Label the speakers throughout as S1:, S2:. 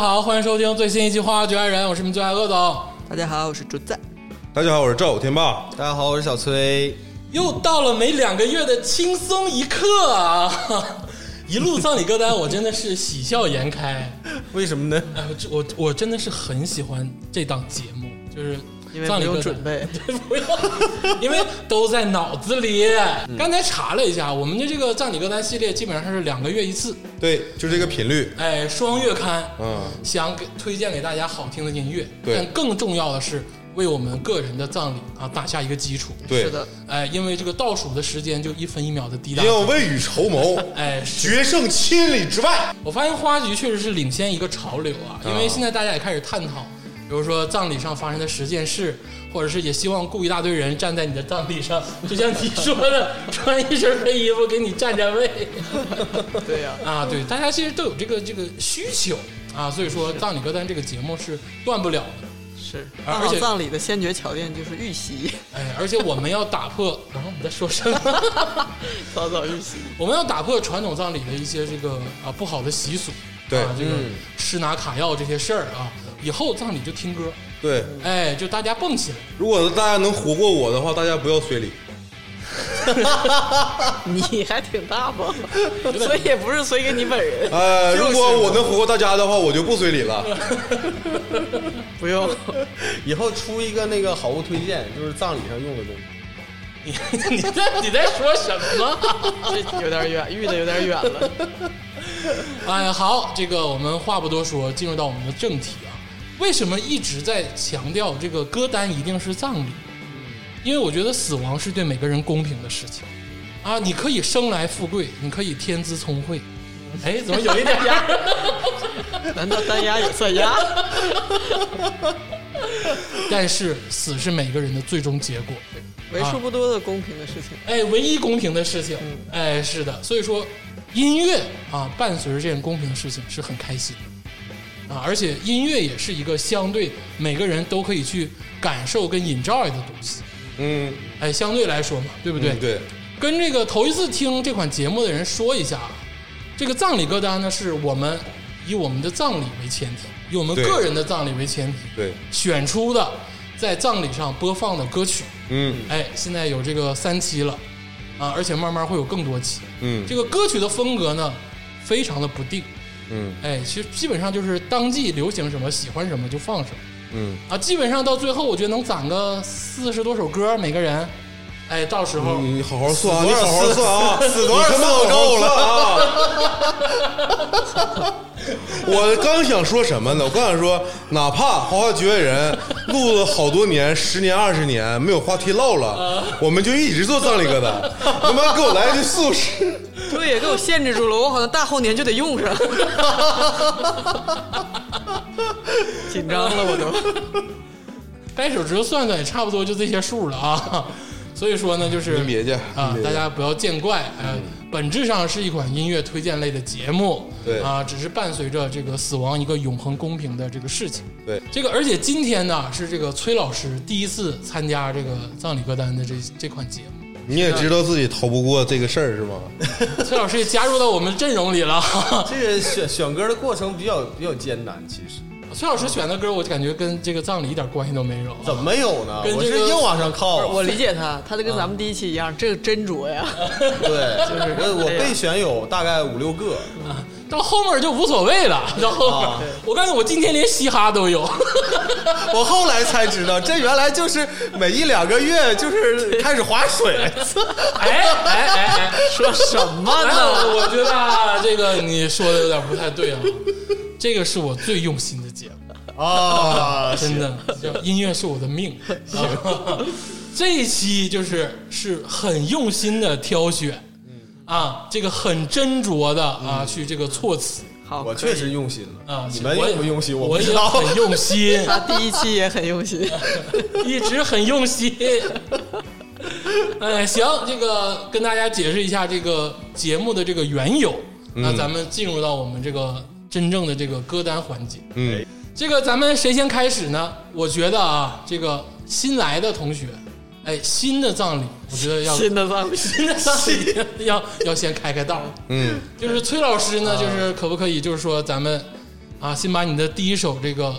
S1: 好，欢迎收听最新一期《花花局爱人》，我是你们最爱恶总。
S2: 大家好，我是竹子。
S3: 大家好，我是赵天霸。
S4: 大家好，我是小崔。
S1: 又到了每两个月的轻松一刻啊！ 一路葬礼歌单，我真的是喜笑颜开。
S4: 为什么呢？
S1: 哎，我这我我真的是很喜欢这档节目，就是
S2: 因为
S1: 葬
S2: 没
S1: 礼歌单
S2: 有准 备，嗯
S1: 不用， 因为都在脑子里。刚才查了一下，我们的这个葬礼歌单系列基本上是两个月一次，
S3: 对，就这个频率，
S1: 哎，双月刊，
S3: 嗯，
S1: 想给推荐给大家好听的音乐，
S3: 对
S1: 但更重要的是为我们个人的葬礼啊打下一个基础。
S3: 对，
S2: 是的，
S1: 哎，因为这个倒数的时间就一分一秒的滴答
S3: 一定。要未雨绸 缪，
S1: 哎，是
S3: 决胜千里之外。
S1: 我发现花局确实是领先一个潮流啊，因为现在大家也开始探讨，比如说葬礼上发生的十件事，或者是也希望雇一大堆人站在你的葬礼上，就像你说的，穿一身黑衣服给你占占位
S2: 对呀、
S1: 啊，对，大家其实都有这个这个需求啊，所以说葬礼歌单这个节目是断不了的。
S2: 是
S1: 而
S2: 办
S1: 啊而
S2: 好
S1: 且
S2: 葬礼的先决条件就是 预习，
S1: 哎，而且我们要打破，然后我们在说什么？
S2: 早早预习。
S1: 我们要打破传统葬礼的一些这个啊不好的习俗，
S3: 对
S1: 啊，这个吃拿卡要这些事儿啊，以后葬礼就听歌，
S3: 对，
S1: 哎，就大家蹦起来。
S3: 如果大家能活过我的话，大家不要随礼。
S2: 你还挺大方，所以也不是随给你本 人，
S3: 呃，如果我能活过大家的话，我就不随礼了。
S2: 不用。
S4: 以后出一个那个好物推荐，就是葬礼上用的东西。
S1: 你你在你在说什么？
S2: 这有点远，遇的有点远 了。
S1: 哎，好，这个我们话不多说，进入到我们的正题啊。为什么一直在强调这个歌单一定是葬礼？因为我觉得死亡是对每个人公平的事情啊，你可以生来富贵，你可以天资聪慧。哎，怎么有一点儿？
S2: 难道单压也算压？
S1: 但是死是每个人的最终结果。
S2: 为数不多的公平的事情。
S1: 哎，唯一公平的事情，
S3: 嗯
S1: 哎，是的，所以说音乐啊，伴随着这件公平的事情是很开心的啊，而且音乐也是一个相对每个人都可以去感受跟 enjoy 的东西，
S3: 嗯，
S1: 哎，相对来说嘛，对不对？
S3: 嗯对，
S1: 跟这个头一次听这款节目的人说一下，啊，这个葬礼歌单呢，是我们以我们的葬礼为前提，以我们
S3: 对
S1: 个人的葬礼为前提
S3: 对，
S1: 选出的，在葬礼上播放的歌曲。
S3: 嗯
S1: 哎，现在有这个三期了，啊，而且慢慢会有更多期。
S3: 嗯
S1: 这个歌曲的风格呢，非常的不定，
S3: 嗯
S1: 哎，其实基本上就是当季流行什么，喜欢什么就放什么
S3: 嗯，
S1: 啊。基本上到最后，我觉得能攒个四十多首歌，每个人，哎，到时候、
S3: 你好好算啊，
S4: 死
S3: 你
S4: 多少
S3: 好好
S4: 次
S3: 算啊，
S4: 死多少
S3: 你他妈
S4: 次我
S3: 好好
S4: 够了
S3: 算啊！ 我刚想说什么呢？我刚想说，哪怕《花花绝缘人》录了好多年，十年、二十年没有话题唠了，我们就一直做葬礼歌单。他妈给我来一句素食，
S2: 对呀，给我限制住了，我好像大后年就得 用上。紧张了，我 都。
S1: 掰手指头算算，也差不多就这些数了啊。 所以说呢，就是
S3: 你别介
S1: 啊
S3: 你别，介嗯
S1: 大家不要见怪，呃，本质上是一款音乐推荐类的节目，
S3: 对
S1: 啊，只是伴随着这个死亡一个永恒公平的这个事情。
S3: 对，
S1: 这个，而且今天呢是这个崔老师第一次参加这个葬礼歌单的这这款节目，
S3: 你也知道自己逃不过这个事儿是吗？
S1: 崔老师也加入到我们阵容里了。
S4: 这个选选歌的过程比较比较艰难，其实
S1: 崔老师选的歌，我感觉跟这个葬礼一点关系都没有。
S4: 怎么有呢？
S1: 跟
S4: 我
S1: 这个
S4: 是硬往上靠。
S2: 我理解他，他就跟咱们第一期一样，这斟 酌呀。
S4: 对，就是我我备选有大概五六个，
S1: 到后面就无所谓了，到后面，
S4: 啊
S1: 我告诉你，我今天连嘻哈都有。
S4: 我后来才知道，这原来就是每一两个月就是开始划水。
S1: 哎哎哎哎，说什么呢？我觉得啊这个你说的有点不太对啊。这个是我最用心的节目，
S4: 啊，
S1: 真的，叫音乐是我的命。啊这一期就是是很用心的挑选，啊，这个很斟酌的啊，去这个措辞
S2: 好，
S4: 我
S2: 可以
S4: 确实用心了
S1: 啊，
S4: 你们
S1: 我也
S4: 用不用心
S1: 我
S4: 我不知道
S1: 也很用心，
S2: 他第一期也很用 心。
S1: 一直很用心。哎，行，这个跟大家解释一下这个节目的这个缘由。
S2: 嗯
S1: 那咱们进入到我们这个真正的这个歌单环节。
S3: 嗯，
S1: 这个咱们谁先开始呢？我觉得啊，这个新来的同学，哎，新的葬礼，我觉得要
S2: 新的葬礼，
S1: 新的葬礼要要先开开道。
S3: 嗯，
S2: 啊
S1: 就是崔老师呢，就是可不可以，就是说咱们啊，先把你的第一首这个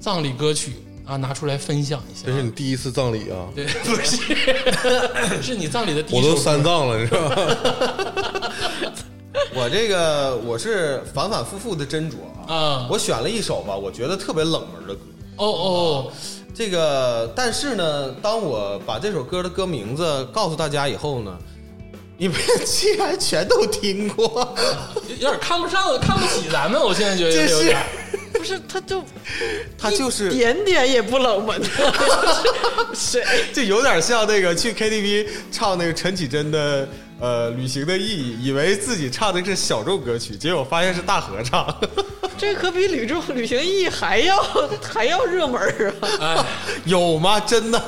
S1: 葬礼歌曲啊拿出来分享一下
S3: 这。是你第一次葬礼啊，
S1: 对，不是，是你葬礼的第一
S3: 我
S1: 首
S3: 都
S1: 歌。
S3: 三葬了，你知道吧？
S4: 我这个我是反反复复的斟酌
S1: 啊
S4: 我选了一首吧，我觉得特别冷门的歌。
S1: 哦哦，
S4: 这个，但是呢，当我把这首歌的歌名字告诉大家以后呢，你们竟然全都听 过，
S1: 有点看不上、看不起咱们，我现在觉得
S4: 这
S1: 有
S4: 是
S1: 点。
S2: 不是，他就
S4: 它就是
S2: 一 点点也不冷 门，谁？
S4: 就有点像那个去 KTV 唱那个陈绮贞的呃《旅行的意义》，以为自己唱的是小众歌曲，结果发现是大合唱。
S2: 这可比旅住旅行意义还要 还要热门儿啊！
S1: 哎，
S4: 有吗？真的？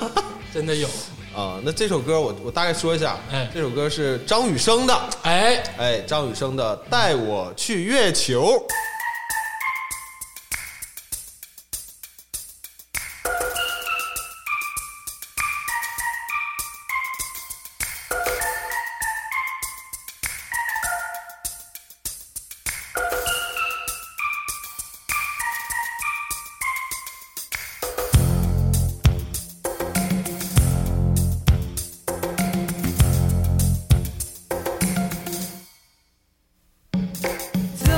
S1: 真的有。
S4: 啊，那这首歌我我大概说一下，
S1: 哎
S4: 这首歌是张雨生的，
S1: 哎，
S4: 哎，张雨生的《带我去月球》。
S5: 走，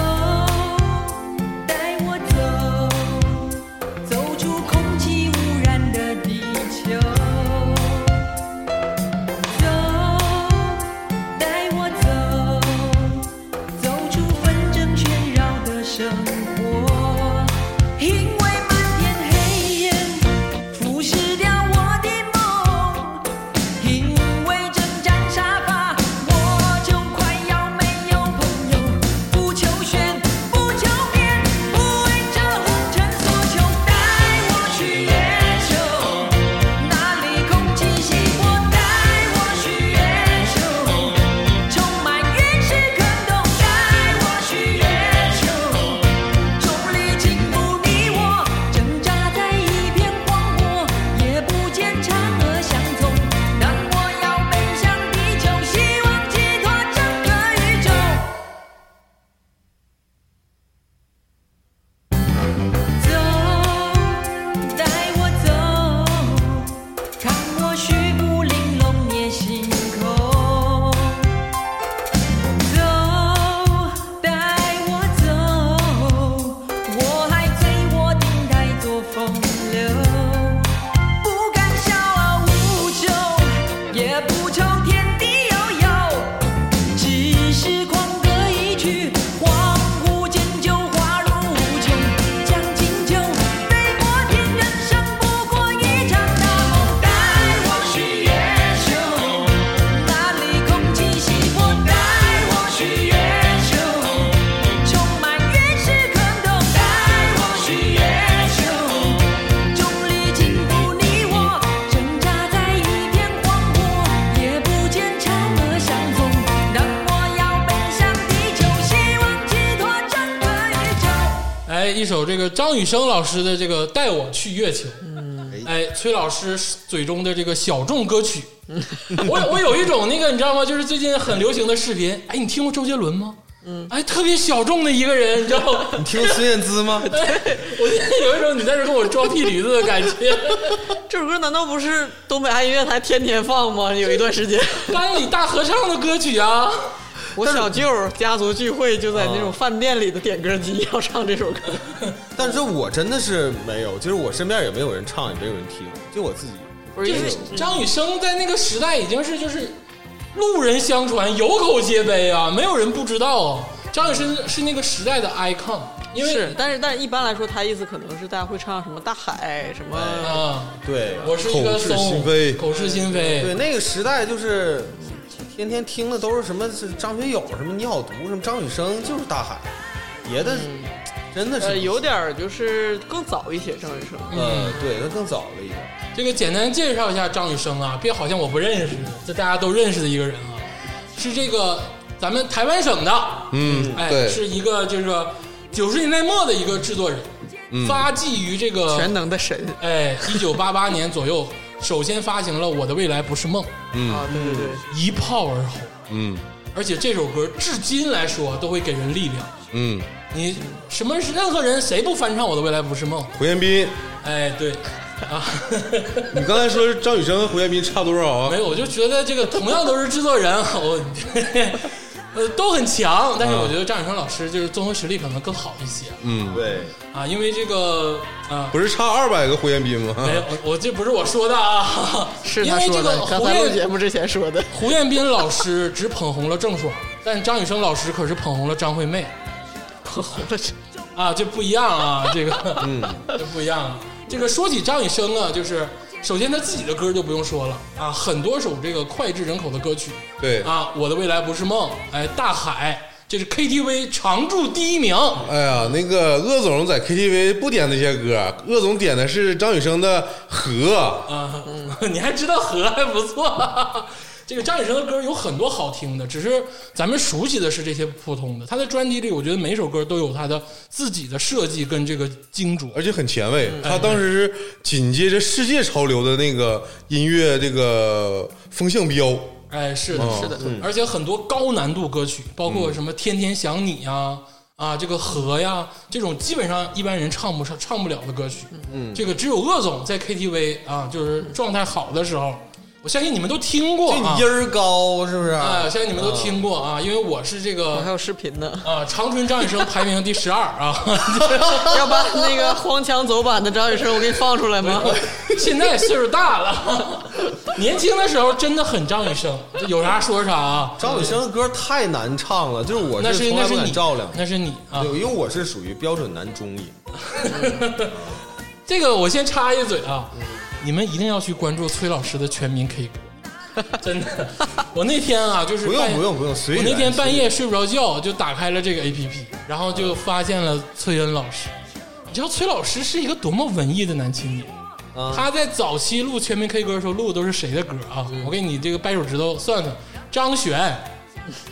S5: 带我走，走出空气污染的地球。走，带我走，走出纷争喧扰的生活。因为漫天黑夜腐蚀掉我的梦。因为征战沙发，我就快要没有朋友。不求炫，不求变，不为这红尘所求。带我去月球，那里空气稀薄。带我去月球，充满原始感动。带我去月球。重力禁锢你我，挣扎在一片荒漠，也不见嫦娥相踪。当我要奔向地球，希望寄托整个宇宙。走，带我走，看我虚步玲珑夜星空。走，带我走，我还醉卧顶台做风流，不敢笑傲无求，也不愁天地悠悠，只是狂歌一曲，荒芜间就花落无穷，将进酒杯莫停，人生不过一场大梦，带我去月球。那里空气稀薄，带我去月球，充满原始感动，带我去月球，重力禁锢你我，挣扎在一片荒漠，也不见嫦娥相踪。当我要奔向地球，希望寄托整个宇宙。
S1: 哎，一首这个张雨生老师的这个《带我去月球》，哎，崔老师嘴中的这个小众歌曲，我我有一种那个你知道吗？就是最近很流行的视频，哎，你听过周杰伦吗？嗯，哎，特别小众的一个人，你知道吗？
S4: 你 听过孙燕姿吗？
S1: 我现在有一种你在这跟我装屁驴子的感觉。
S2: 这首歌难道不是东北爱音乐台天天放吗？有一段 时间，
S1: 班里大合唱的歌曲啊，
S2: 我小舅家族聚会就在那种饭店里的点歌机要唱这首歌，
S4: 但是我真的是没有，就是我身边也没有人唱，也没有人听，就我自己。
S2: 不
S1: 就是
S2: 因为
S1: 张雨生在那个时代已经是就是路人相传，有口皆碑啊，没有人不知道啊。张雨生是那个时代的 icon，因为
S2: 是，但是但是一般来说，他意思可能是大家会唱什么大海什么，
S1: 啊，
S4: 对，
S1: 我是一个
S3: 口是心
S1: 怂，
S3: 非
S1: 口是心
S4: 对
S1: 非，
S4: 那个时代就是天天听的都是什么是张学友、什么倪好读、什么张雨生，就是大海，别的
S1: 嗯
S4: 真的
S2: 呃，
S4: 是
S2: 有点儿就是更早一些张雨生。
S4: 呃，对，那更早了一点。
S1: 这个简单介绍一下张雨生啊，别好像我不认识，这大家都认识的一个人啊，是这个咱们台湾省的，
S3: 嗯，
S1: 哎，
S3: 对，
S1: 是一个就是九十年代末的一个制作人，
S3: 嗯
S1: 发迹于这个
S2: 全能的神
S1: 哎，一九八八年左右，首先发行了《我的未来不是梦
S2: 嗯啊！对对对，》，
S1: 一炮而红。
S3: 嗯，
S1: 而且这首歌至今来说都会给人力量。
S3: 嗯，
S1: 你什么任何人谁不翻唱我的未来不是梦？
S3: 胡彦斌，
S1: 哎，对 啊，
S3: 你刚才说张雨生和胡彦斌差多少啊
S1: 没？有，我就觉得这个同样都是制作人， 我呃都很强，但是我觉得张雨生老师就是综合实力可能更好一些
S3: 嗯，
S4: 对，
S1: 啊，因为这个啊。
S3: 不是差二百个胡彦斌吗？
S1: 没有，我我这不是我说的啊，
S2: 嗯 是
S1: 因
S2: 他
S1: 为
S2: 说
S1: 这个
S2: 的，刚
S1: 胡
S2: 才录节
S1: 彦
S2: 目之前说的。
S1: 胡彦斌老师只捧红了郑爽，但张雨生老师可是捧红了张惠妹啊，这不一样啊，这个嗯，这不一样啊。这个说起张雨生啊，就是首先他自己的歌就不用说了啊，很多首这个脍炙人口的歌曲
S3: 对，
S1: 啊，《我的未来不是梦》，哎，《大海》，这是 KTV 常驻第一名。
S3: 哎呀，那个鄂总在 KTV 不点那些歌，鄂总点的是张雨生的《河
S1: 啊， 你还知道和还不错。 这个张雨生的歌有很多好听的，只是咱们熟悉的是这些普通的。他的专辑里，我觉得每首歌都有他的自己的设计跟这个精琢》，。
S3: 而且很前卫。
S1: 嗯
S3: 他当时是紧接着世界潮流的那个音乐这个风向标。
S1: 哎，是的，
S4: 嗯
S1: 是
S2: 的
S1: 的，而且很多高难度歌曲，包括什么《天天想你》呀、啊，这个《河》呀，这种基本上一般人唱不上、唱不了的歌曲。嗯，这个只有鄂总在 KTV 啊，就是状态好的时候，我相信你们都听过
S4: 这
S1: 啊
S4: 你音，儿高是不是？
S1: 啊，相信你们都听过啊，因为我是这
S2: 哦我还
S1: 个
S2: 有视频 呢，
S1: 啊，长春张雨生排名第十二啊，
S2: 要把那个荒腔走板的张雨生我给你放出来吗？
S1: 现在岁数大了， 年轻的时候真的很张雨生，有啥说啥啊，
S4: 张雨生的歌太难唱了，就是我
S1: 那是
S4: 从
S1: 那
S4: 来
S1: 是
S4: 不
S1: 你
S4: 敢照亮，
S1: 那是你啊
S4: 对，，因为我是属于标准男中音。
S1: 这个我先插一嘴啊，你们一定要去关注崔老师的全民 K 歌， 真的。我那天啊，就是
S4: 不用
S1: 半夜
S4: 不用不用随
S1: 我那
S4: 缘
S1: 天
S4: 随
S1: 半夜睡不着觉，就打开了这个 A P P，然后就发现了崔恩老师。你知道崔老师是一个多么文艺的男青年。
S4: 嗯
S1: 他在早期录全民 K 歌的时候录的都是谁的歌啊？
S4: 嗯
S1: 我给你这个掰手指头算算，张悬、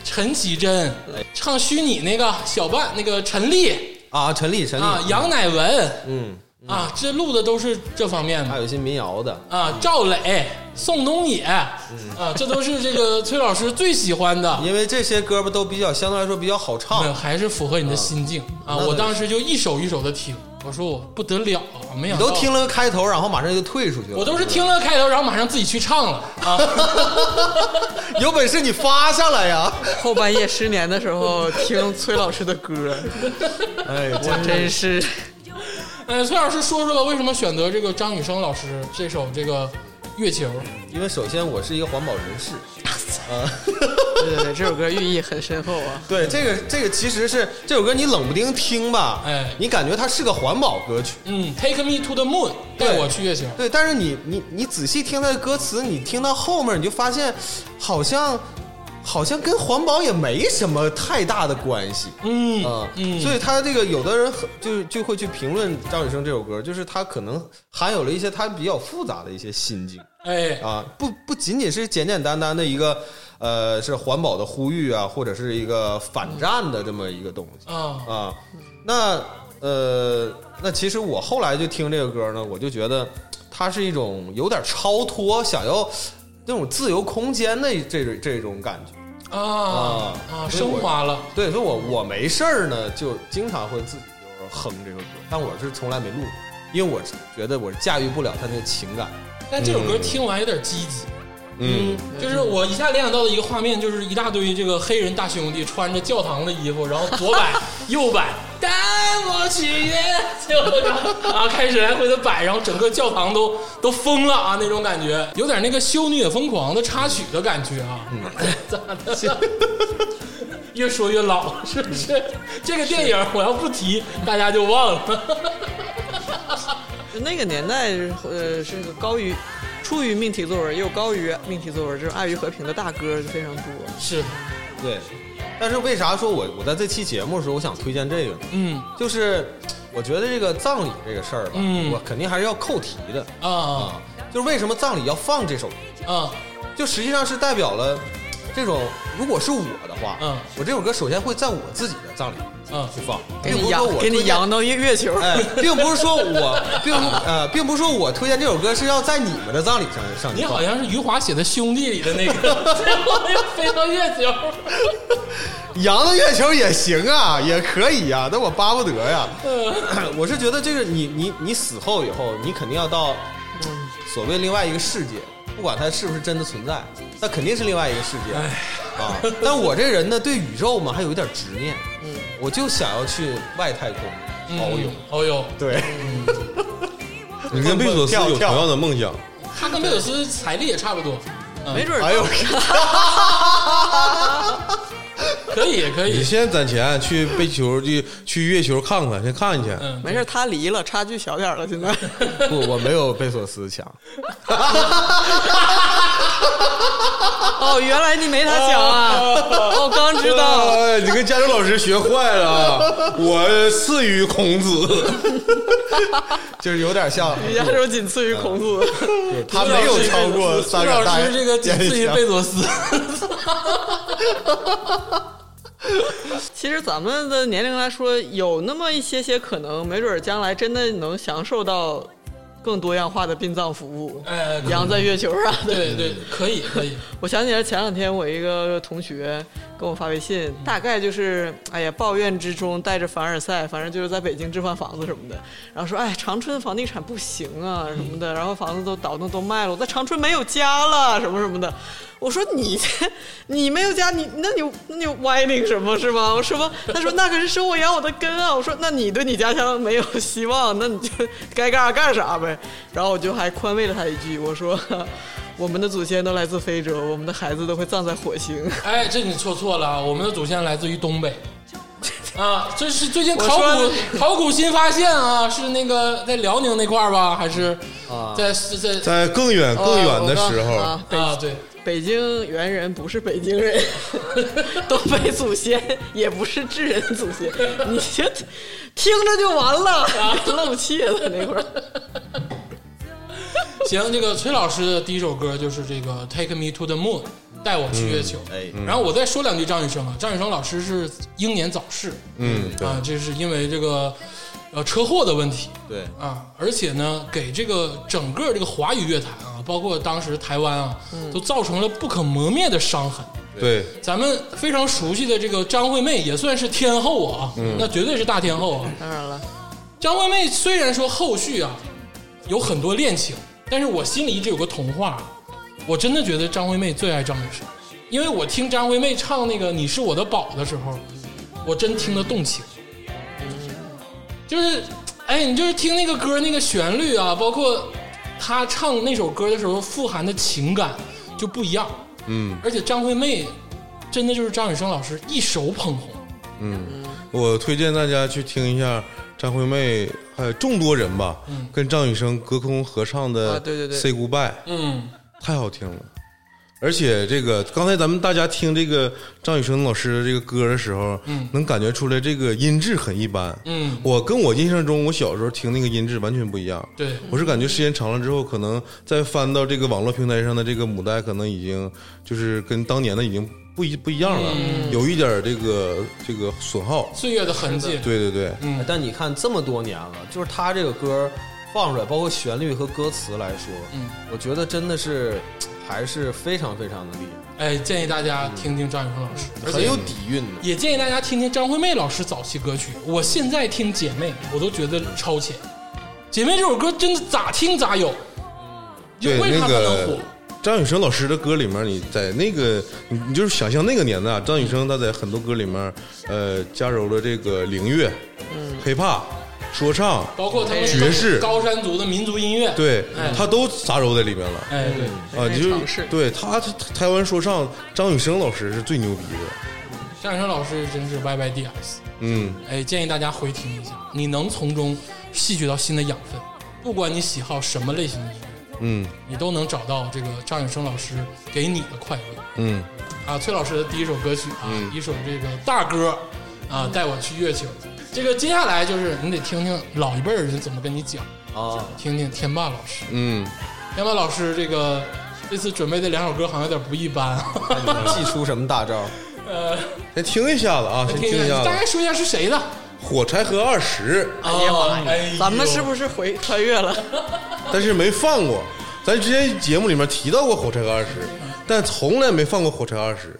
S1: 陈绮贞，
S4: 哎
S1: 唱虚拟那个小半那个陈粒
S4: 啊，陈粒，陈粒
S1: 啊，杨乃文，
S4: 嗯，
S1: 啊，这录的都是这方面
S4: 还
S1: 的
S4: 有一些民谣的，
S1: 啊，赵磊、宋冬野
S4: 嗯
S1: 啊，这都是这个崔老师最喜欢的，
S4: 因为这些歌吧都比较相对来说比较好
S1: 没有
S4: 唱，
S1: 还是符合你的心境啊！
S4: 那倒是
S1: 我当时就一首一首的听，我说我不得了啊，没
S4: 你
S1: 想到
S4: 都听了个开头，然后马上就退出去了。
S1: 我都是听了开头，然后马上自己去唱了啊，
S4: 有本事你发下来 呀！
S2: 后半夜失眠的时候听崔老师的歌，
S4: 哎，
S2: 我真 是
S1: 呃，崔老师说说吧，为什么选择这个张雨生老师这首这个月球？
S4: 因为首先我是一个环保人士，呃
S2: 对对对，这首歌寓意很深厚啊。
S4: 对这个这个其实是这首歌你冷不丁听吧，
S1: 哎
S4: 你感觉它是个环保歌曲，
S1: 嗯，Take me to the moon，带
S4: 对
S1: 我去月球。
S4: 对，但是你你你仔细听它的歌词，你听到后面你就发现，好像好像跟环保也没什么太大的关系，
S1: 嗯
S4: 啊，
S1: 嗯，
S4: 所以他这个有的人很就就会去评论张雨生这首歌，就是他可能含有了一些他比较复杂的一些心境
S1: 哎，
S4: 啊，不不仅仅是简简单单的一个呃是环保的呼吁啊，或者是一个反战的这么一个东西
S1: 啊，
S4: 啊。那呃，那其实我后来就听这个歌呢，我就觉得它是一种有点超脱，想要那种自由空间的这种这种感觉。
S1: 啊啊
S4: 啊
S1: 升华了，
S4: 对，所以我我没事儿呢，就经常会自己就是哼这首歌，但我是从来没录，因为我觉得我驾驭不了他那个情感。
S1: 但这首歌听完有点积极。
S3: 嗯，
S1: 就是我一下联想到的一个画面，就是一大堆这个黑人大兄弟穿着教堂的衣服，然后左摆右摆，带我去月球，然后啊开始来回的摆，然后整个教堂都都疯了啊，那种感觉，有点那个《修女也疯狂》的插曲的感觉啊，咋的？ 越说越老，是不是？这个电影我要不提，大家就忘了。
S2: 就那个年代，呃，是个高于出于命题作文，又高于命题作文，这种爱与和平的大歌就非常多。
S1: 是，
S4: 对，但是为啥说我我在这期节目的时候，我想推荐这个呢？
S1: 嗯
S4: 就是我觉得这个葬礼这个事儿吧，
S1: 嗯
S4: 我肯定还是要扣题的
S1: 啊
S4: 啊。就是为什么葬礼要放这首歌，
S1: 啊
S4: 就实际上是代表了这种如果是我的话，
S1: 嗯
S4: 我这首歌首先会在我自己的葬礼
S1: 嗯
S4: 去放，
S2: 给
S4: 并不
S2: 你
S4: 是说
S2: 扬
S4: 我
S2: 给你
S4: 推荐
S2: 扬到月月球，
S4: 哎，并不是说我，并不呃，并不是说我推荐这首歌是要在你们的葬礼上上去
S1: 你
S4: 放
S1: 好，像是余华写的《兄弟》里的那个，最后又飞到月球。
S4: 扬到月球也行啊，也可以呀、但我巴不得呀。 我是觉得这个你你你死后以后，你肯定要到嗯所谓另外一个世界，不管它是不是真的存在，那肯定是另外一个世界啊。但我这人呢，对宇宙嘛还有一点执念，嗯，我就想要去外太空遨游。
S1: 嗯，遨游。
S4: 对，
S3: 你跟贝索斯有同样的梦想，
S1: 他跟贝索斯财力也差不多，
S2: 没准儿
S4: 哎呦，
S1: 可以可
S3: 你
S1: 以。
S3: 先攒钱去贝球去去月球看看，先看一看。
S1: 嗯，
S2: 没事儿，他离了，差距小点儿了，现在
S4: 不，我没有贝索斯强。
S2: 哦，原来你没他强啊，我刚知道。
S3: 哎，你跟加州老师学坏 了啊，我次于孔子。
S4: 就是有点 像，
S2: 李佳州仅次于孔子，
S4: 他没有超过三个大
S1: 老师这个仅次于贝索斯。
S2: 其实咱们的年龄来说，有那么一些些可能，没准儿将来真的能享受到更多样化的殡葬服务，
S1: 哎，可以
S2: 扬在月球上的。
S1: 对对，可以可以。
S2: 我想起来前两天我一个同学跟我发微信，大概就是哎呀抱怨之中带着凡尔赛，反正就是在北京置换房子什么的，然后说哎长春房地产不行啊什么的，然后房子都倒腾都卖了，我在长春没有家了什么什么的。我说你 你没有家，你那你那你歪那个什么是吗？我说吧他说那可是生我养我的根啊。我说那你对你家乡没有希望，那你就 该干啥干啥呗。然后我就还宽慰了他一句，我说我们的祖先都来自非洲，我们的孩子都会葬在火星。
S1: 哎，这你说错了啊，我们的祖先来自于东北。啊，这是最近
S2: 我
S1: 考
S2: 说
S1: 古考古新发现啊，是那个在辽宁那块儿吧，还是在是在
S3: 在更远 更远的时
S2: 哦我
S3: 候
S2: 啊，北
S1: 啊？对，
S2: 北京猿人不是北京人， 东北祖先也不是智人祖 先，你就听着就完了， 露怯了那会儿。
S1: 行，这个崔老师的第一首歌就是这个《Take Me to the Moon》，带我去月球。
S4: 哎，
S3: 嗯
S1: 然后我再说两句张雨生啊，张雨生老师是英年早逝，
S3: 嗯，对，
S1: 啊，这是因为这个呃车祸的问题
S4: 对，
S1: 啊，而且呢，给这个整个这个华语乐坛啊，包括当时台湾啊，都造成了不可磨灭的伤痕。
S3: 对，
S1: 咱们非常熟悉的这个张惠妹也算是天后啊，那绝对是大天后啊。
S2: 当然了，
S1: 张惠妹虽然说后续啊有很多恋情，但是我心里一直有个童话，我真的觉得张惠妹最爱张雨生，因为我听张惠妹唱那个《你是我的宝》的时候，我真听得动情，就是哎，你就是听那个歌那个旋律啊，包括她唱那首歌的时候富含的情感就不一样，
S3: 嗯
S1: 而且张惠妹真的就是张雨生老师一手捧红，
S3: 嗯，我推荐大家去听一下张惠妹，还有众多人吧，跟张雨生隔空合唱
S2: 嗯
S3: 的
S2: 啊对对对
S3: Say Goodbye》，
S1: 嗯
S3: 太好听了。而且这个刚才咱们大家听这个张雨生老师这个歌的时候，嗯，能感觉出来这个音质很一般。
S1: 嗯，
S3: 我跟我印象中我小时候听那个音质完全不一样。
S1: 对
S3: 我是感觉时间长了之后，可能再翻到这个网络平台上的这个母带，可能已经就是跟当年的已经不一不一样了，
S1: 嗯
S3: 有一点儿这个这个损耗。
S1: 岁月的痕迹，
S3: 对对对，
S1: 嗯
S4: 但你看这么多年了，就是他这个歌放出来，包括旋律和歌词来说，
S1: 嗯。
S4: 我觉得真的是还是非常非常的厉害，
S1: 哎，建议大家听听张雨生老师，而
S4: 很
S1: 且
S4: 有底蕴的。
S1: 也建议大家听听张惠妹老师早期歌曲。我现在听《姐妹》，我都觉得超前，《姐妹》这首歌真的咋听咋有，就
S3: 对
S1: 为啥
S3: 那
S1: 它能
S3: 个
S1: 火？
S3: 张雨生老师的歌里面，你在那个你你就是想象那个年代，张雨生他在很多歌里面，呃，加入了这个灵乐、嗯、黑怕、说唱，
S1: 包括他们
S3: 爵士
S1: 高山族的民族音乐，，
S3: 对、
S1: 哎
S3: 他都杂糅在里面了。
S1: 哎对，
S3: 啊，
S2: 也
S3: 你就
S2: 尝试
S3: 对他他台湾说唱，张雨生老师是最牛逼的。
S1: 张雨生老师真是 Y Y D S，
S3: 嗯，
S1: 哎，建议大家回听一下，你能从中吸取到新的养分，不管你喜好什么类型的音乐，
S3: 嗯
S1: 你都能找到这个张雨生老师给你的快乐。
S3: 嗯，
S1: 啊，崔老师的第一首歌曲啊，一首这个大歌啊，带我去月球。这个接下来就是你得听听老一辈儿人怎么跟你讲，
S4: 啊，
S1: 听听天霸老师。
S3: 嗯，
S1: 天霸老师这个这次准备的两首歌好像有点不一 般。
S4: 看 你祭出什么大招？
S3: 先听一下子啊，先听
S1: 一下，
S3: 一下
S1: 你大
S3: 子。
S1: 概说一下是谁的？
S3: 火柴盒二十，
S1: 哎呀妈呀
S2: 咱们是不是回穿越 了？
S3: 啊但是没放过。咱之前节目里面提到过火柴盒二十，但从来没放过火柴盒二十。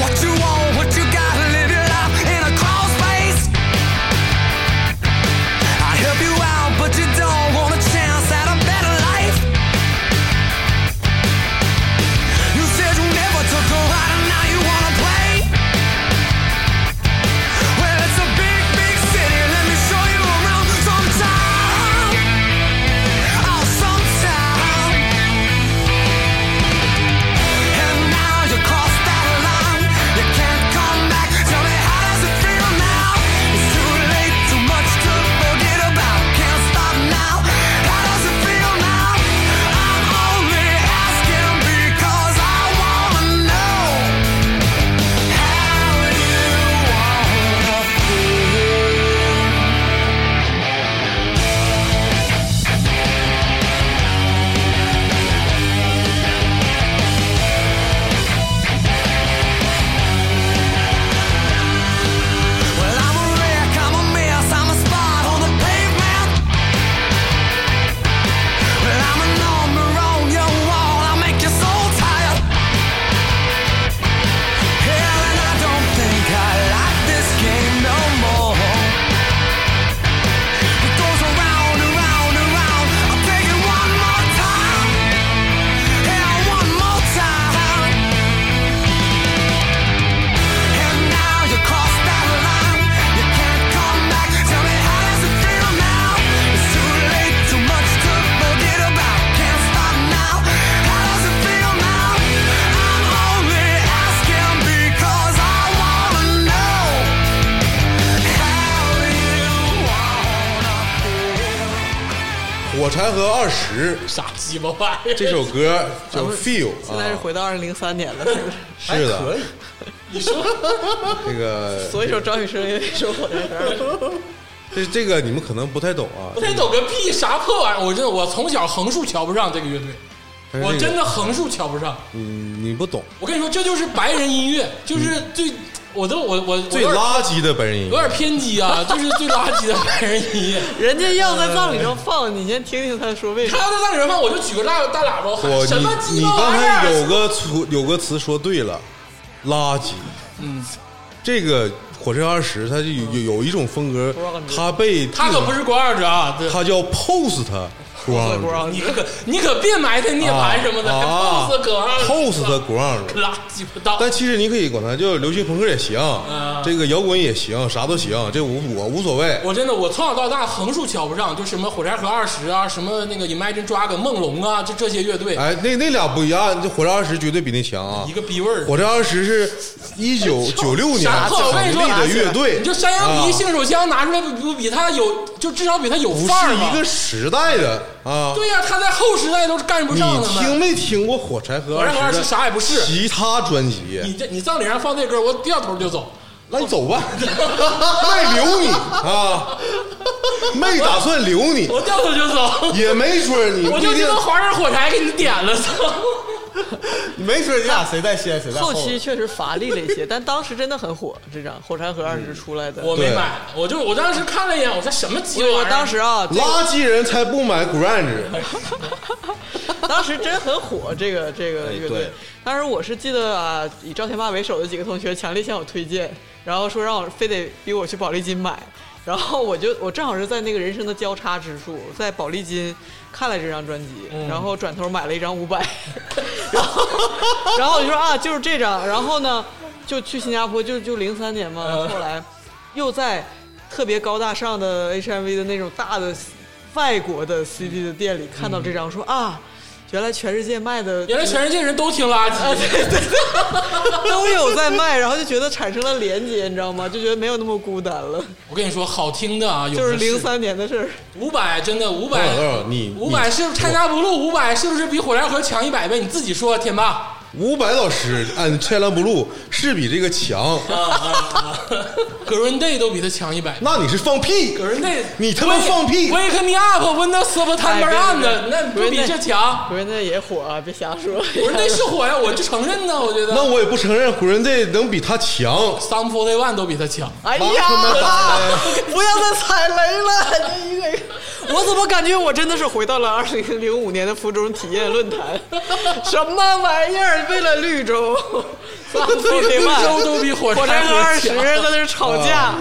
S6: What you want, what you got, live your life in a crawl space. I'd help you out, but you don't want a chance at a better life. You said you never took a ride and now you wanna play. Well, it's a big, big city. Let me show you around sometime. Oh, sometime. And now you crossed that line, you can't come back. Tell me how does it feel now? It's too late, too much to forget about. Can't stop now. How does it feel now? I'm only asking because I wanna know how you wanna feel. Well, I'm a wreck, I'm a mess, I'm a spot on the pavement. Well, I'm a number on your wall, I make you so tired. Hell, and I don't think I like this game no more. It goes around, around, around. I'll play it one more time. Hell, one more time. And now you crossed that line, you can't come back. Tell me how does it feel now? It's too late, too much to forget about. Can't stop now. How does it feel now? I'm only asking because I wanna know how you wanna feel.
S3: 火柴盒二十
S1: 傻鸡巴玩意儿！
S3: 这首歌叫
S2: 咱
S3: 《
S2: 们
S3: Feel
S2: 现》在是
S3: 啊，
S2: 回到二零零三年了，是 不是？
S3: 是
S4: 哎可
S3: 的，
S4: 以，
S3: 这个
S2: 所以说张雨生也说火柴盒，
S3: 这这个你们可能不太懂啊
S1: 不，太懂个屁，啥破玩意儿！我真的，我从小横竖瞧不上这个乐队，
S3: 但是
S1: 我
S3: 哎这个
S1: 真的横竖瞧不上。
S3: 你你不懂，
S1: 我跟你说，这就是白人音乐，就是最，我都我我我
S3: 最
S1: 有点
S3: 垃圾的白人音
S1: 有
S3: 乐
S1: 点偏激 啊，就是最垃圾的白人音乐。
S2: 人家要在葬礼上放，你先听听他说为啥
S1: 他。要在那里面放，我就举个大大喇叭
S3: 我
S1: 喊什么
S3: 你
S1: 鸡啊
S3: 你
S1: 巴
S3: 刚
S1: 玩意
S3: 才有
S1: 儿！
S3: 个词有个词说对了，垃圾。嗯，这个火车二十，它就有有有一种风格，它被
S1: 他可不是光二者啊，对
S3: 它叫 post ground，
S1: 你可你可别埋汰涅槃什么的，还 pose 搁
S3: 啊
S1: 二
S3: post ground。
S1: 垃圾不到。
S3: 但其实你可以管它叫流行朋克也行，这个摇滚也行，啥都行，这我我无所谓。
S1: 嗯我真的，我从小到大横竖瞧不上，就什么火柴盒二十啊，什么那个 Imagine Dragon 梦龙啊，这这些乐队，
S3: 哎，那那俩不一样，这火车二十绝对比那强啊
S1: 一！个逼味儿。
S3: 火车二十是一九九六年
S1: 啥破？我跟你
S3: 成
S1: 说
S3: 立的乐队，
S1: 你就山羊
S3: 啊
S1: 皮、性手枪拿出来，不不比他有，就至少比他有
S3: 不
S1: 范儿
S3: 是
S1: 吧
S3: 一个时代的啊。
S1: 对呀、他在后时代都是干不
S3: 你
S1: 上的
S3: 听
S1: 呢。
S3: 没听过火柴盒
S1: 火柴盒
S3: 二
S1: 二十
S3: 十？
S1: 啥也不是
S3: 其他专辑，
S1: 你这你葬礼上放这歌，我掉头就走。
S3: 那你走吧， 没留你啊，没打算留你，
S1: 我掉头就走，
S3: 也没准儿你
S1: 我
S3: 不
S1: 就
S3: 一
S1: 知
S3: 定
S1: 道，划着火柴给你点了，操！
S4: 没准你俩谁在先，谁在
S2: 后
S4: 头
S2: 期确实乏力了一些，但当时真的很火，这张《火柴盒二十》出来的。
S1: 我没
S3: 对
S1: 买，我就我当时看了一眼，我说什么鸡
S2: 所
S1: 巴
S2: 以
S1: 玩
S2: 说
S1: 意儿？
S2: 当时 啊，这
S3: 垃圾人才不买 grunge，
S2: 当时真很火，这个这个
S4: 哎
S2: 乐队
S4: 对。
S2: 当时我是记得啊，以赵天霸为首的几个同学强烈向我推荐，然后说让我非得逼我去宝丽金买。然后我就我正好是在那个人生的交叉之处，在宝丽金看了这张专辑，然后转头买了一张五百， 然后然后我就说啊，就是这张。然后呢，就去新加坡，就就零三年嘛，后来又在特别高大上
S1: 嗯
S2: 的 HMV 的那种大的外国的 CD 的店里看到这张，说啊。原来全世界卖的
S1: 原来全世界人都听垃圾，
S2: 都有在卖，然后就觉得产生了连接，你知道吗？就觉得没有那么孤单了，
S1: 我跟你说，好听的啊，有
S2: 就是
S1: 的
S2: 零三年的事儿。
S1: 五百真的五
S3: 等
S1: 百
S3: 会儿等会儿你
S1: 五百是不是拆家不露五百是不是比火柴盒强一百倍？你自己说，天 霸。
S3: 五百老师按拆栏不录是比这个强，
S1: 啊 Green Day 都比他强一百。
S3: 那你是放屁！
S1: Green Day，
S3: 你他妈放屁
S1: ！Wake me up，Windows September
S2: 哎
S1: on
S2: 别别
S1: 的，那不
S2: Green
S1: 比
S2: Day
S1: 这强。
S2: 我说那也火啊，别瞎说。
S1: Green Day 是火呀，我就承认呢，我觉
S3: 那
S1: 得。
S3: 我也不承认湖人队能比他强。
S1: Some Forty One 都比他强。
S2: 哎
S3: 王他妈
S2: 呀，
S3: 打
S2: 不要再踩雷了，这一个一个，我怎么感觉我真的是回到了二零零五年的福州体验论 坛？什么玩意儿？为了绿洲，
S1: 绿洲都比火
S2: 火
S1: 柴
S2: 柴盒二
S1: 盒
S2: 十
S1: 强。，
S2: 在那儿吵架，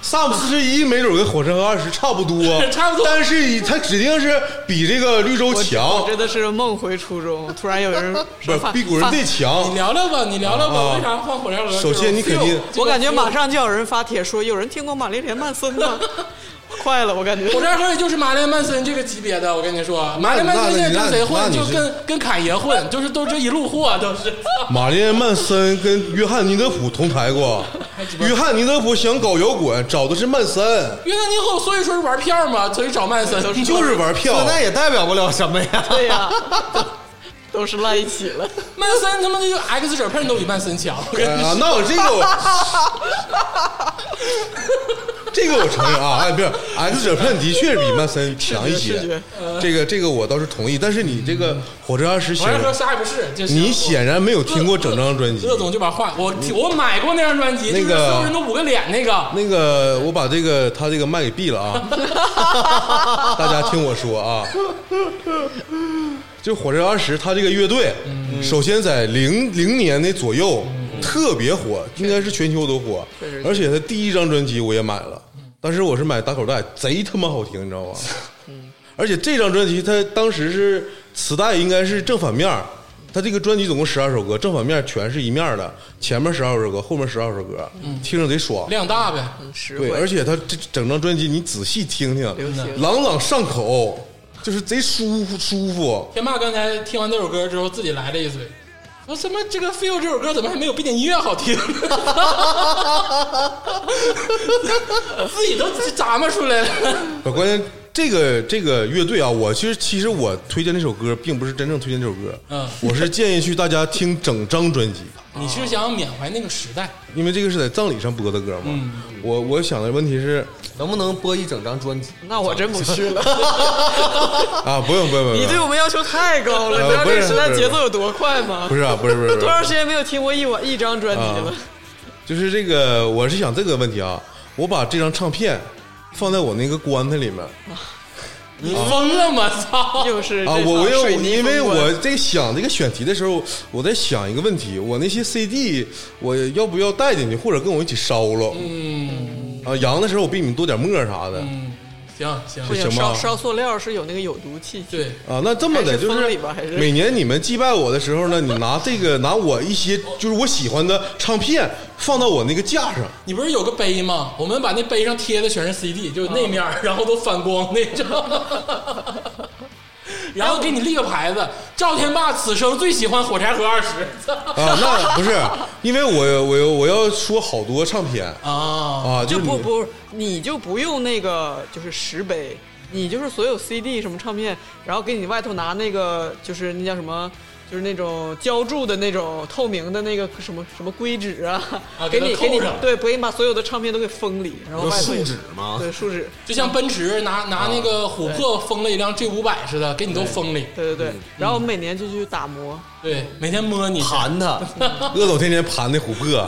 S3: 萨姆四十一没准跟火神和二十差不多
S1: 差不多
S3: 但是他指定是比这个绿洲强，
S2: 真的是梦回初中。突然有人
S3: 不是比古人队
S1: 你
S3: 强。
S1: 聊聊吧，你聊聊吧，
S3: 啊
S1: 为啥换火柴盒？
S3: 首先你肯定
S1: 这
S2: 我
S1: 个
S2: 感觉
S1: feel
S2: 马上就有人发帖说，有人听过玛丽莲曼森吗？快了，我感觉
S1: 火柴盒也就是马连曼森这个级别的，我跟你说，马连曼森现在跟谁
S3: 那
S1: 混
S3: 你
S1: 就是跟跟侃爷混，就是都这一路货都是。
S3: 玛丽安曼森跟约翰尼德普同台过，
S1: 哎
S3: 约翰尼德普想搞摇滚，找的是曼森，
S1: 约翰尼后所以说是玩票嘛，所以找曼森
S3: 就是玩 票。
S4: 那也代表不了什么呀。
S2: 对呀、都是赖一起了。
S1: 曼森他妈的就 X 者喷都比曼森强，我跟你
S3: 啊
S1: 说，
S3: 那我这个 我，这个我承认啊，哎，不是 X 者喷的确比曼森强一
S2: 视觉
S3: 些，
S1: 呃
S3: 这个这个我倒是同意，但是你这个火车二十
S1: 火柴
S3: 显，
S1: 盒啥也不是。就是
S3: 你显然没有听过整张专辑。
S1: 乐总就把话我我买过那张专辑，就是
S3: 那个
S1: 所有人都捂个脸那个。
S3: 那个，我把这个他这个麦给闭了啊！大家听我说啊，就火车二十，他这个乐队，首先在零零年的左右特别火，应该是全球都火，而且他第一张专辑我也买了，当时我是买打口袋，贼他妈好听，你知道吗？而且这张专辑它当时是磁带，应该是正反面儿。它这个专辑总共十二首歌，正反面全是一面儿的，前面十二首歌，后面十二首歌，听着贼爽。
S1: 量大呗，
S2: 实
S3: 对，而且它这整张专辑你仔细听
S2: 行
S3: 听，朗朗上口，就是贼舒服舒服。
S1: 天霸刚才听完这首歌之后，自己来了一嘴，说什么这个 feel 这首歌怎么还没有背景音乐好听？ 自己都咂摸出来了。
S3: 关键这个这个乐队啊，我其实其实我推荐这首歌，并不是真正推荐这首歌，
S1: 嗯
S3: 我是建议去大家听整张专辑。
S1: 你是想缅怀那个时代？
S3: 因为这个是在葬礼上播的歌嘛，
S2: 嗯
S3: 我我想的问题是
S4: 能不能播一整张专辑？
S2: 那我真不去了。
S3: 啊，不用不用不用，
S2: 你对我们要求太高了，
S3: 呃
S2: 你知道
S3: 不
S2: 这
S3: 是
S2: 个时代
S3: 不是
S2: 节奏有多快吗
S3: 不？是啊，不是不是不
S2: 多
S3: 是，
S2: 长时间没有听过一晚一张专辑了？
S3: 就是这个，我是想这个问题啊，我把这张唱片放在我那个棺材里面啊，
S1: 你疯了吗？操！
S2: 又是 这
S3: 我
S2: 场
S3: 啊我又
S2: 水泥
S3: 因为
S2: 风波
S3: 我这想这个选题的时候，我在想一个问题，我那些 CD 我要不要带进去，或者跟我一起烧了？
S1: 嗯，
S3: 啊，扬的时候我比你们多点沫啥的
S2: 嗯
S1: 行行
S2: 不，行，
S3: 行
S2: 烧
S3: 吧
S2: 烧塑料是有那个有毒气体。
S1: 对，
S3: 啊，那这么
S2: 还
S3: 的
S2: 是
S3: 就
S2: 封
S3: 是
S2: 里吧还是
S3: 每年你们祭拜我的时候呢，你拿这个拿我一些就是我喜欢的唱片放到我那个架上。
S1: 你不是有个碑吗？我们把那碑上贴的全是 CD，就那面儿，然后都反光那种。然后给你立个牌子，赵天霸此生最喜欢火柴盒二十。
S3: 啊，那不是，因为我我我要说好多唱片
S1: 啊，
S3: 啊，
S2: 就是不
S3: 你
S2: 不，你就不用那个就是石碑，你就是所有 CD 什么唱片，然后给你外头拿那个就是那叫什么，就是那种浇筑的那种透明的那个什么什么硅纸啊，
S1: 啊
S2: 给
S1: 给它
S2: 你给你
S1: 扣上
S2: 对，不给你把所有的唱片都给封里，然后
S4: 有
S2: 外头
S4: 树
S2: 也
S4: 脂吗？
S2: 对树脂，
S1: 就像奔驰拿拿那个琥珀封了一辆 G 五百似的，给你都封里。
S2: 对对对，然后我每年就去打磨，
S1: 对，每天摸你，
S4: 盘它，
S3: 乐总天天盘那琥珀，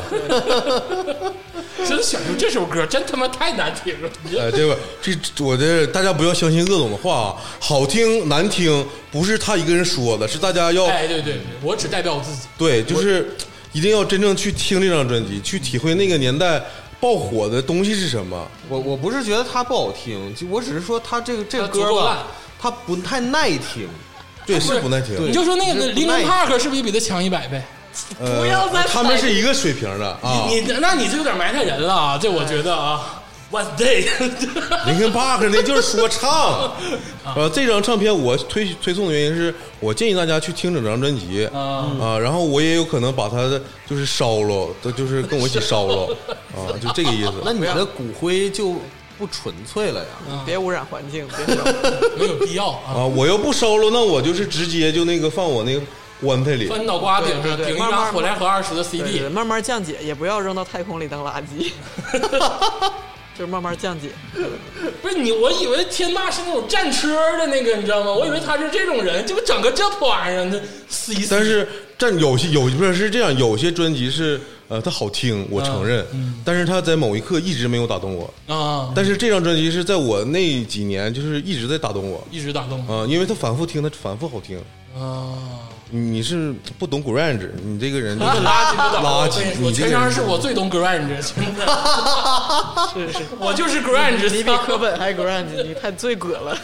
S1: 真选出这首歌，真他妈太难听了。
S3: 呃，这个这我这大家不要相信乐总的话啊，好听难听不是他一个人说的，是大家要
S1: 哎，对对对，我只代表我自己。
S3: 对，就是一定要真正去听这张专辑，去体会那个年代爆火的东西是什么。
S4: 我我不是觉得它不好听，就我只是说它这个这个
S1: 它足够
S4: 歌
S1: 烂
S4: 吧，它不太耐听。
S3: 对，是不耐听，
S4: 对
S1: 你就说那个
S4: 你是
S1: 林
S4: 不耐
S1: 肯帕克是不是比他强一百倍？
S3: 呃
S2: 不要再
S3: 他们是一个水平的啊。
S1: 你那你这有点埋汰人了啊！这我觉得啊， One day，
S3: 林肯巴克那就是说唱。呃，这张唱片我推推送的原因是我建议大家去听整张专辑啊、然后我也有可能把它的就是烧了，都就是跟我一起烧了啊、就这个意
S4: 那
S3: 思。
S4: 你的骨灰就不纯粹了呀？
S1: 嗯
S2: 别污染环境，别整
S1: 没有必要 啊，
S3: 啊，我要不烧了，那我就是直接就那个放我那个棺材里。
S1: 翻你脑瓜顶上
S2: 对对
S1: 顶一
S2: 慢
S1: 张
S2: 慢
S1: 火柴盒二十的
S2: 对对
S1: CD，
S2: 对慢慢降解，也不要扔到太空里当垃 圾，就是慢慢降解。
S1: 不是你，我以为天霸是那种战车的那个，你知道吗？我以为他是这种人，结果整个这破玩意儿，那撕一撕。
S3: 但是这有些有不是是这样，有些专辑是呃它好听，我承认，
S1: 嗯
S3: 但是它在某一刻一直没有打动我。
S1: 啊，
S3: 但是这张专辑是在我那几年就是一直在打动我
S1: 一直打动
S3: 啊、因为它反复听，它反复好听。
S1: 啊。
S3: 你是不懂 grunge，你这个人就
S1: 你
S3: 是
S1: 垃圾都打
S3: 垃
S1: 我
S3: 圾
S1: 跟你说，
S3: 你这个
S1: 全
S3: 人
S1: 场是我最懂 grunge，真的，
S2: 是是，
S1: 我就是 grunge，
S2: 你比
S1: 操
S2: 科本还 grunge，你太罪过 了。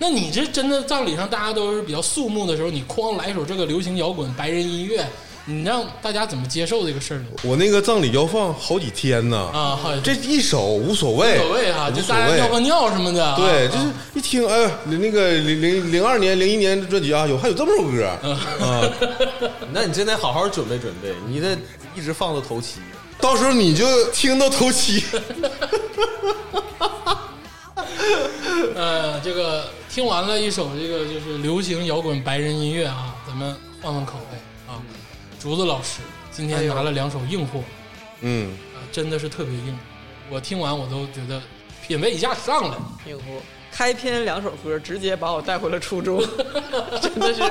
S1: 那你这真的葬礼上大家都是比较肃穆的时候，你哐来一首这个流行摇滚白人音乐，你让大家怎么接受这个事儿呢？
S3: 我那个葬礼要放好几天呢。
S1: 啊，好，
S3: 这一首无所谓，
S1: 无所谓哈，
S3: 无
S1: 就
S3: 所
S1: 大家
S3: 谓
S1: 尿泡尿什么的，
S3: 对，
S1: 啊
S3: 就是一听，哎呀，那个零零零二年、零一年的专辑啊，有还有这么首歌啊，
S4: 那你真得好好准备准备，你得一直放到头七。
S3: 到时候你就听到头七。
S1: 呃，这个听完了一首这个就是流行摇滚白人音乐啊，咱们换换口味啊。竹子老师今
S2: 哎
S1: 天
S2: 呦
S1: 拿了两首硬货，
S3: 嗯，
S1: 啊，真的是特别硬，我听完我都觉得品味一下上来。
S2: 挺乎，开篇两首歌直接把我带回了初 中，真的是，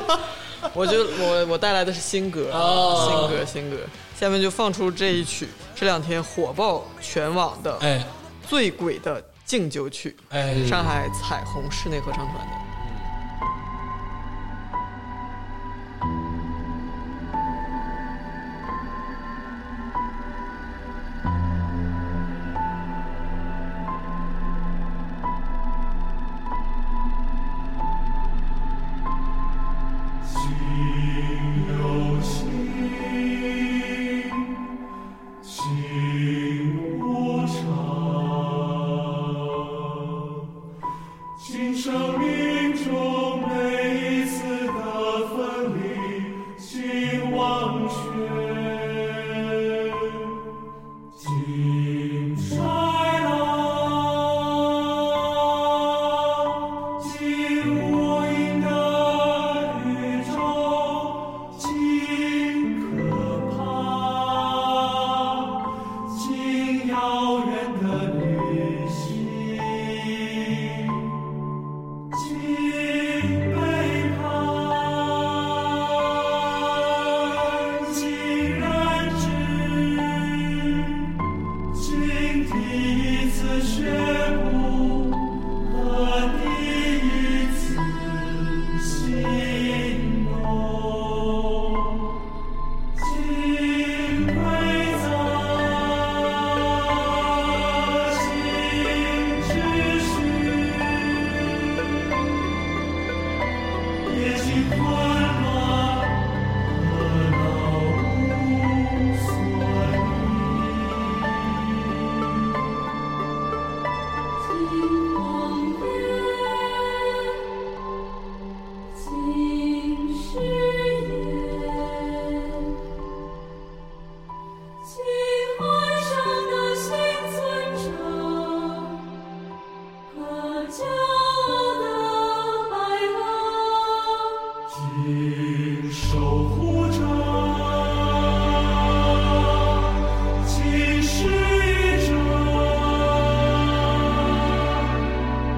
S2: 我就我我带来的是新歌，
S1: 哦
S2: 新歌新歌，下面就放出这一曲，这两天火爆全网的
S1: 哎
S2: 《醉鬼的敬酒曲
S1: 哎，》，
S2: 上海彩虹室内合唱团的，
S7: 请生命中每一次的分离，请忘却，请衰老，请无垠的宇宙，请可怕，请遥远的旅行。请背叛，请认知，请第一次学步和第一次心动。请归藏，请秩序。也许混乱和老无所依。
S8: 请谎言，请誓言，请海上的幸存者和骄傲的白狼。
S7: 请守护着，请施予着，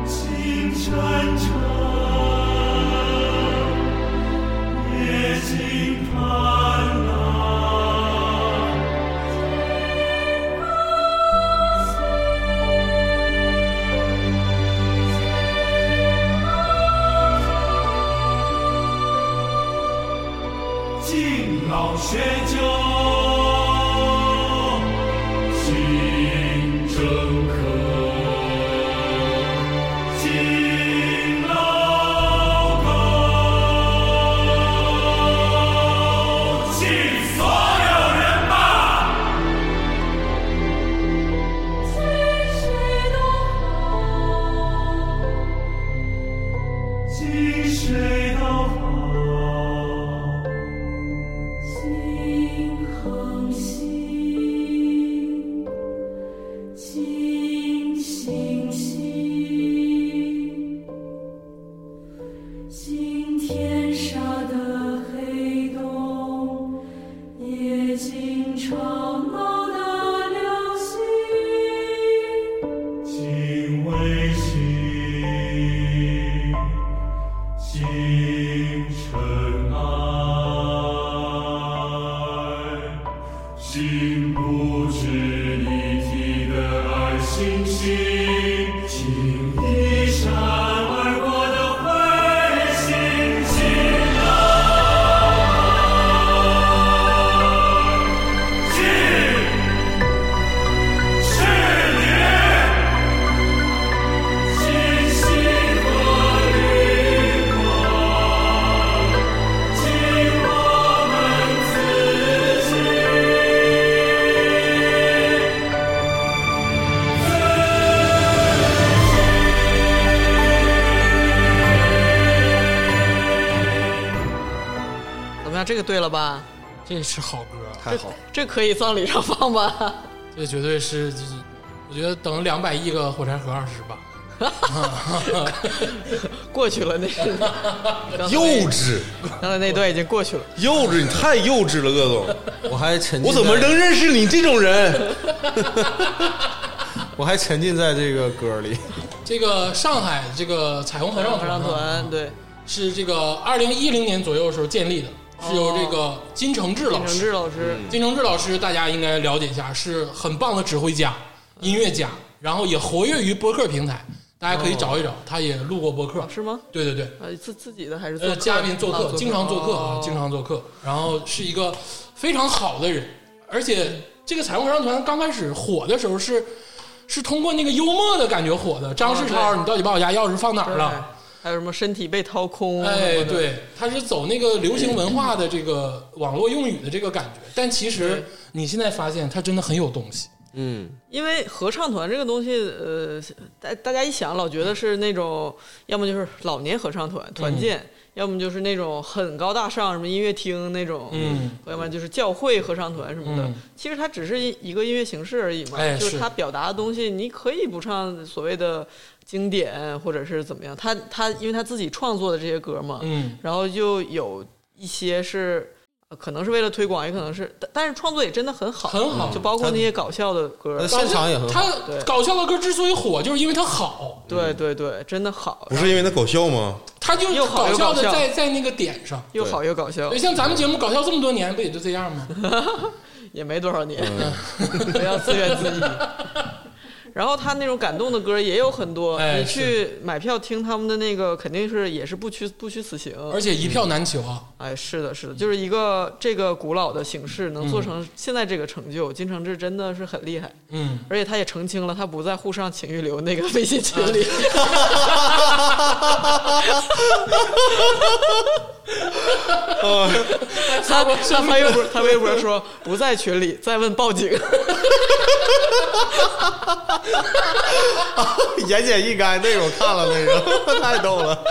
S7: 请真诚，也请贪婪。敬老学究，敬正科，敬劳工，敬所有人吧，尘埃，心不值一提的爱星星，请一闪而过的灰心起来，是是你。清晰和灵光，请我们自己，
S2: 怎么样？这个对了吧？
S1: 这是好歌，
S4: 太好了，
S2: 这可以葬礼上放 吧？
S1: 这绝对是，就是我觉得等两百亿个火柴盒二十 吧。
S2: 过去了，那是嗯
S3: 幼稚，
S2: 刚才那段已经过去了。
S3: 幼稚，你太幼稚了，鄂总，
S4: 我还沉浸
S3: 我怎么
S4: 在
S3: 能认识你这种人？
S4: 我还沉浸在这个歌里，
S1: 这个上海这个彩虹合唱
S2: 合唱
S1: 团啊
S2: 团对，
S1: 是这个二零一零年左右的时候建立的，是由这个金承志
S2: 哦金
S1: 老
S2: 承
S1: 师。嗯
S2: 志老师，
S1: 金承志老师大家应该了解一下，是很棒的指挥家、
S2: 嗯
S1: 音乐家，然后也活跃于播客平台，大家可以找一找，他也录过播客。
S2: 哦是吗？
S1: 对对对，
S2: 呃，自自己的还是做
S1: 呃，嘉宾做
S2: 啊
S1: 客，经常做客啊
S2: 哦，
S1: 经常做客，然后是一个非常好的人，而且这个彩虹合唱团刚开始火的时候是是通过那个幽默的感觉火的。张世超，
S2: 哦对
S1: 你到底把我家钥匙放哪儿
S2: 对
S1: 了？
S2: 还有什么身体被掏空？
S1: 哎，，对，他是走那个流行文化的这个网络用语的这个感觉，但其实你现在发现他真的很有东西。
S4: 嗯，
S2: 因为合唱团这个东西，呃，大大家一想老觉得是那种，要么就是老年合唱团团建，
S1: 嗯
S2: 要么就是那种很高大上什么音乐厅那种，
S1: 嗯，
S2: 要么就是教会合唱团什么的。
S1: 嗯
S2: 其实它只是一一个音乐形式而已嘛，
S1: 哎
S2: 就是它表达的东西，你可以不唱所谓的经典或者是怎么样，他他因为他自己创作的这些歌嘛，
S1: 嗯，
S2: 然后就有一些是。呃可能是为了推广，也可能是，但但是创作也真的很好，
S1: 很好
S2: 就包括那些搞笑的歌，
S4: 呃现场也很好，
S1: 他
S2: 对
S1: 搞笑的歌之所以火，就是因为他好，
S2: 对对对，真的好
S3: 不，是因为他搞笑吗？
S1: 他就是
S2: 又好
S1: 搞
S2: 又
S1: 笑的
S2: 搞笑
S1: 在在那个点上。
S2: 又好又搞笑
S1: 对，，像咱们节目搞笑这么多年，不也就这样吗？
S2: 也没多少年， 不要自怨自艾。然后他那种感动的歌也有很多，
S1: 哎
S2: 你去买票听他们的那个，肯定是也是不虚不虚此行。
S1: 而且一票难求啊！
S2: 哎，是的，是的，就是一个这个古老的形式能做成现在这个成就，金承志真的是很厉害。
S1: 嗯，
S2: 而且他也澄清了，他不在沪上情欲流那个微信群里。他他发微博，他微博说不在群里，再问报警。
S4: 言简意赅，那个我看了那个 太逗了，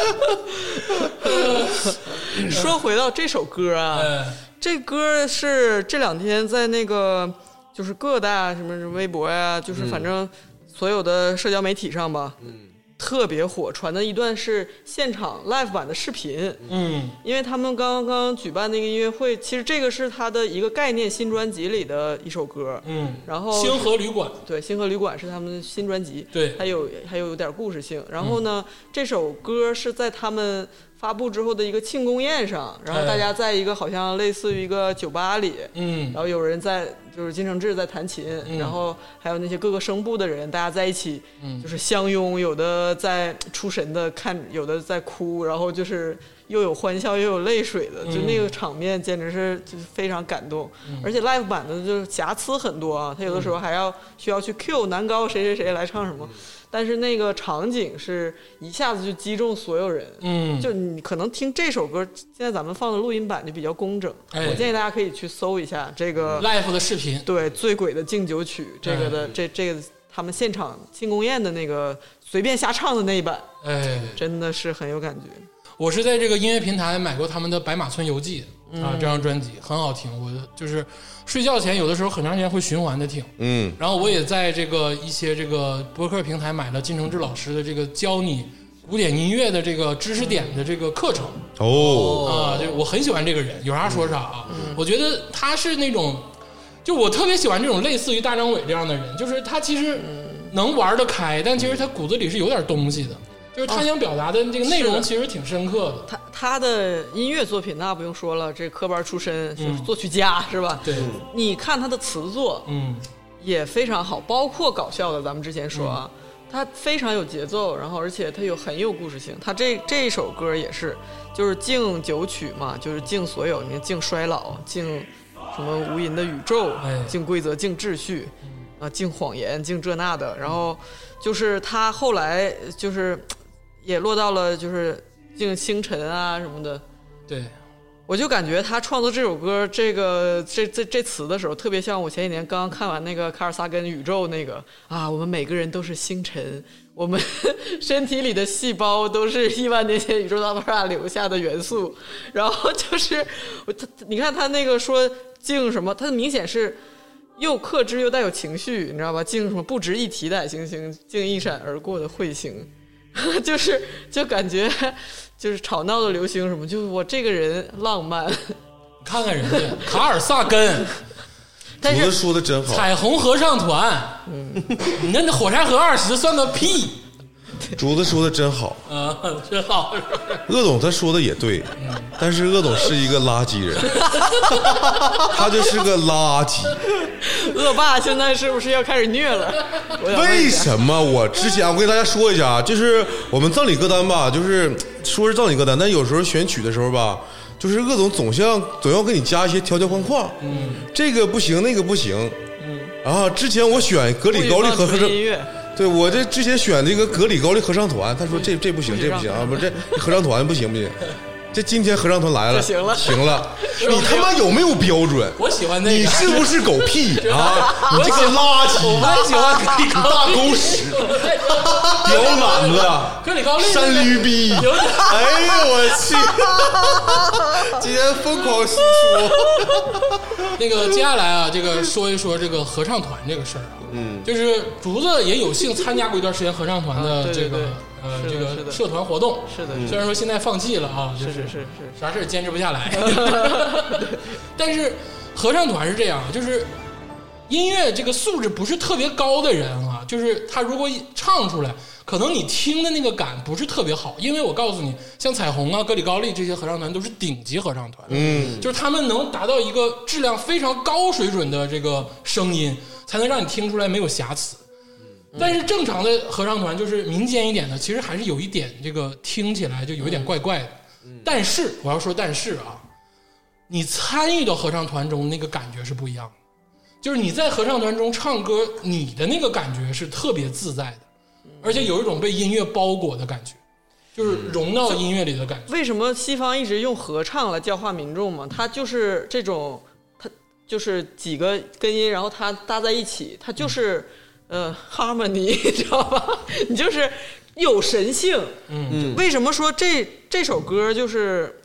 S2: 说回到这首歌啊，
S1: 呃，
S2: 这歌是这两天在那个就是各大什么什么微博呀、就是
S1: 嗯
S2: 反正所有的社交媒体上吧，嗯，特别火，传的一段是现场 live 版的视频，
S1: 嗯，
S2: 因为他们刚刚举办那个音乐会，其实这个是他的一个概念新专辑里的一首歌，
S1: 嗯
S2: 然后
S1: 星河旅馆，
S2: 对，《星河旅馆》是他们新专辑，
S1: 对
S2: 还有还有点故事性。然后呢，这首歌是在他们发布之后的一个庆功宴上，然后大家在一个好像类似于一个酒吧里，
S1: 嗯
S2: 然，后有人在就是金承志在弹琴，然后还有那些各个声部的人，大家在一起，就是相拥，有的在出神的看，有的在哭，然后就是又有欢笑又有泪水的，就那个场面简直是就是非常感动。而且 live 版的就是瑕疵很多啊，他有的时候还要需要去 cue 男高谁谁谁来唱什么，但是那个场景是一下子就击中所有人，
S1: 嗯
S2: 就你可能听这首歌，现在咱们放的录音版就比较工整。
S1: 哎
S2: 我建议大家可以去搜一下这个
S1: 嗯 life 的视频，
S2: 对《醉鬼的敬酒曲》这
S1: 哎
S2: 个的、这这个他们现场庆功宴的那个随便瞎唱的那一版，
S1: 哎，
S2: 真的是很有感觉。
S1: 我是在这个音乐平台买过他们的《白马村游记》啊，这张专辑很好听，我就是睡觉前有的时候很长时间会循环的听。
S3: 嗯，
S1: 然后我也在这个一些这个播客平台买了金承志老师的这个教你古典音乐的这个知识点的这个课程。
S3: 哦，
S1: 啊，就我很喜欢这个人，有啥说啥啊。我觉得他是那种，就我特别喜欢这种类似于大嗯张伟这样的人，就是他其实能玩得开，但其实他骨子里是有点东西的。就是他想表哦达的这个内容其实挺深刻的。
S2: 他他的音乐作品那不用说了，这科班出身，就是作曲家是吧？
S1: 嗯对，
S2: 你看他的词作
S1: 嗯，
S2: 也非常好，包括搞笑的，咱们之前说啊，他非常有节奏，然后而且他有很有故事性。他这这首歌也是，就是敬酒曲嘛，就是敬所有，你看敬衰老，敬什么无垠的宇宙
S1: 哎，
S2: 敬规则，敬秩序，啊，敬谎言，敬这那的。然后就是他后来就是也落到了就是敬星辰啊什么的。
S1: 对，
S2: 我就感觉他创作这首歌这个这这这词的时候，特别像我前几年刚刚看完那个卡尔萨根《宇宙》那个啊，我们每个人都是星辰，我们 身体里的细胞都是亿万年前宇宙大爆炸留下的元素。然后就是我他，你看他那个说敬什么，他明显是又克制又带有情绪，你知道吧？敬什么不值一提的矮行星，敬一闪而过的彗星。 就是就感觉就是吵闹的流行什么，就是我这个人浪漫，
S1: 你看看人家 哦卡尔萨根、
S2: 但
S3: 竹子
S2: 是
S3: 说的真好，
S1: 彩虹合唱团，你那那火柴盒二十算个屁
S3: 竹子说的真好。
S1: 啊！ 这好是吧
S3: 鄂总他说的也对，但是鄂总是一个垃圾人，他就是个垃圾。
S2: 恶霸现在是不是要开始虐了？我想问一
S3: 为
S2: 下
S3: 什么我之前我跟大家说一下啊，就是我们葬礼歌单吧，就是说是葬礼歌单，但有时候选曲的时候吧，就是各种总像总要给你加一些条条框框，嗯，这个不行，那个不行，嗯，啊，之前我选格里高利
S2: 不
S3: 合
S2: 许放
S3: 唱
S2: 纯音乐，
S3: 对我这之前选那个格里高利合唱团，他说这这不行，这不行啊，不这合唱团不行 不行，这今天合唱团来了，
S2: 这行了
S3: 行了，你他妈有没有标准？
S1: 我喜欢那
S3: 你
S1: 个，
S3: 是不是狗屁啊？你这个垃圾！
S1: 我不太喜欢格里高
S3: 大
S1: 利
S3: 狗屎！
S1: 屌
S3: 屌懒子，
S1: 格里高利
S3: 山驴逼！哎呦
S1: 点
S3: 我去！今天疯狂输出，
S1: 那个接下来啊，这个说一说这个合唱团这个事儿啊，嗯，就是竹子也有幸参加过一段时间合唱团
S2: 啊
S1: 的
S2: 对
S1: 这
S2: 对
S1: 个
S2: 对
S1: 呃
S2: 是的
S1: 这
S2: 是
S1: 个
S2: 的
S1: 社团活动，
S2: 是的，
S1: 虽然说现在放弃了啊，就是
S2: 是是是，
S1: 啥事儿坚持不下 来。但是合唱团是这样，啊就是音乐这个素质不是特别高的人啊，就是他如果一唱出来，可能你听的那个感不是特别好，因为我告诉你，像彩虹啊、格里高利这些合唱团都是顶级合唱团，嗯，就是他们能达到一个质量非常高水准的这个声音，才能让你听出来没有瑕疵。但是正常的合唱团就是民间一点的，其实还是有一点这个听起来就有一点怪怪的。但是我要说，但是啊，你参与到合唱团中那个感觉是不一样的，就是你在合唱团中唱歌，你的那个感觉是特别自在的，而且有一种被音乐包裹的感觉，就是融到音乐里的感觉。
S2: 为什么西方一直用合唱来教化民众嘛？它就是这种，它就是几个根音，然后它搭在一起，它就是、呃 harmony，你 知道吧？你就是有神性。嗯，为什么说这这首歌就是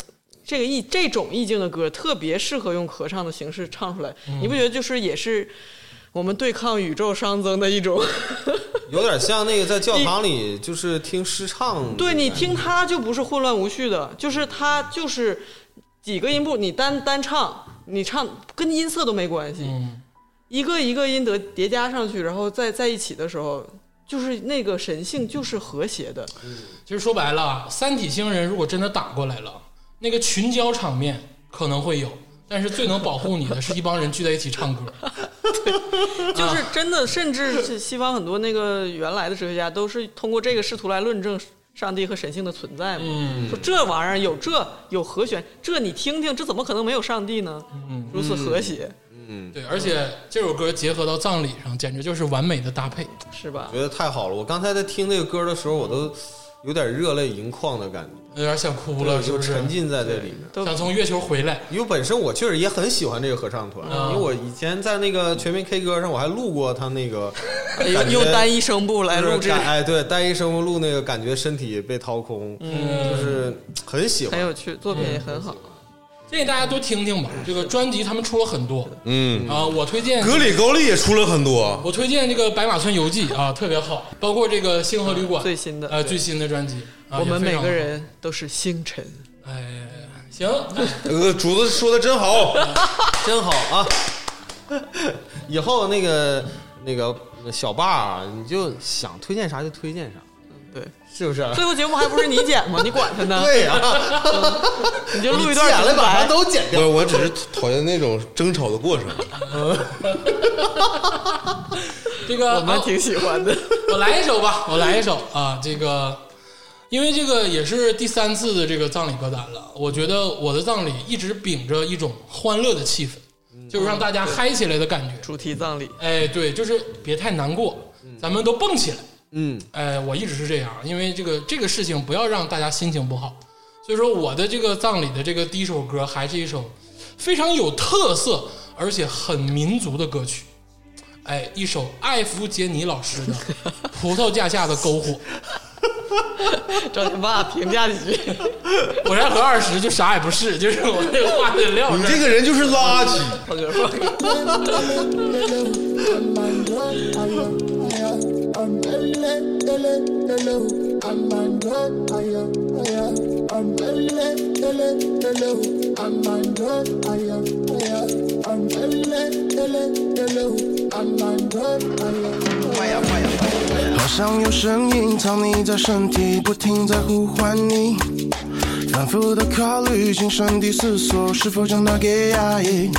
S2: 这个意这种意境的歌特别适合用合唱的形式唱出来？你不觉得就是也是我们对抗宇宙熵增的一种？
S4: 有点像那个在教堂里就是听诗唱。
S2: 对你听它就不是混乱无序的，就是它就是几个音部，你单单唱，你唱跟音色都没关系，
S1: 嗯，
S2: 一个一个音得叠加上去，然后再在一起的时候，就是那个神性就是和谐的，
S1: 其实说白了啊，三体星人如果真的打过来了，那个群交场面可能会有，但是最能保护你的是一帮人聚在一起唱歌。
S2: 就是真的，甚至是西方很多那个原来的哲学家都是通过这个试图来论证。上帝和神性的存在嘛，说这玩意儿有这有和弦，这你听听，这怎么可能没有上帝呢？如此和谐，
S1: 对，而且这首歌结合到葬礼上，简直就是完美的搭配。
S2: 是吧
S4: 觉？得太好了！我刚才在听这个歌的时候，我都有点热泪盈眶的感觉，
S1: 有点想哭了，是
S4: 就
S1: 不是
S4: 沉？浸在这里面。
S2: 都
S1: 想从月球回来。
S4: 因为本身我确实也很喜欢这个合唱团，
S1: 嗯
S4: 因为我以前在那个全民 K 歌上我还录过他那个
S2: 哎用用单一声部来
S4: 就是
S2: 录制，
S4: 感哎，对，单一声录那个感觉身体被掏空，就是很喜
S2: 很
S4: 欢。
S2: 有趣，作品也很好。
S4: 嗯
S1: 建议大家多听听吧，这个专辑他们出了很多，嗯啊，我推荐
S3: 格里高利也出了很多，
S1: 我推荐这个《白马村游记》啊，特别好，包括这个《星河旅馆》
S2: 最新的
S1: 呃最新的专辑，啊
S2: 我
S1: 也
S2: 们
S1: 非
S2: 每
S1: 常
S2: 个人都是星辰，
S1: 好哎行，
S3: 呃，竹子说的真好，
S4: 真好啊！ 以后那个那个小爸、啊，你就想推荐啥就推荐啥，
S2: 对，
S4: 是不是？
S2: 最后节目还不是你剪吗？你管他
S1: 啊
S2: 呢？
S4: 对呀、
S2: 你就
S4: 你
S2: 录一
S4: 剪
S2: 段
S4: 了
S2: 独
S4: 把它
S2: 白。
S4: 都剪
S3: 不
S4: 掉
S3: 是，。我只是讨厌那种争吵的过程。
S1: 这个啊
S2: 我们挺喜欢的，
S1: 我来一首吧，我来一首啊，这个，因为这个也是第三次的这个葬礼歌单了。我觉得我的葬礼一直秉着一种欢乐的气氛，就是让大家嗨起来的感觉。
S2: 主题葬礼，
S1: 哎，对，就是别太难过，咱们都蹦起来。
S4: 嗯，
S1: 哎，我一直是这样，因为这个这个事情不要让大家心情不好。所以说，我的这个葬礼的这个第一首歌还是一首非常有特色而且很民族的歌曲。哎，一首艾弗杰尼老师的《葡萄架下的篝火》，
S2: 赵天霸评价几句。
S1: 火柴盒二十就啥也不是，就是我这个话的料儿。
S3: 你这个人就是垃圾。
S6: 好像有声音藏匿在身体，不停在呼唤你。反复的考虑，精神地思索是否将它给压抑。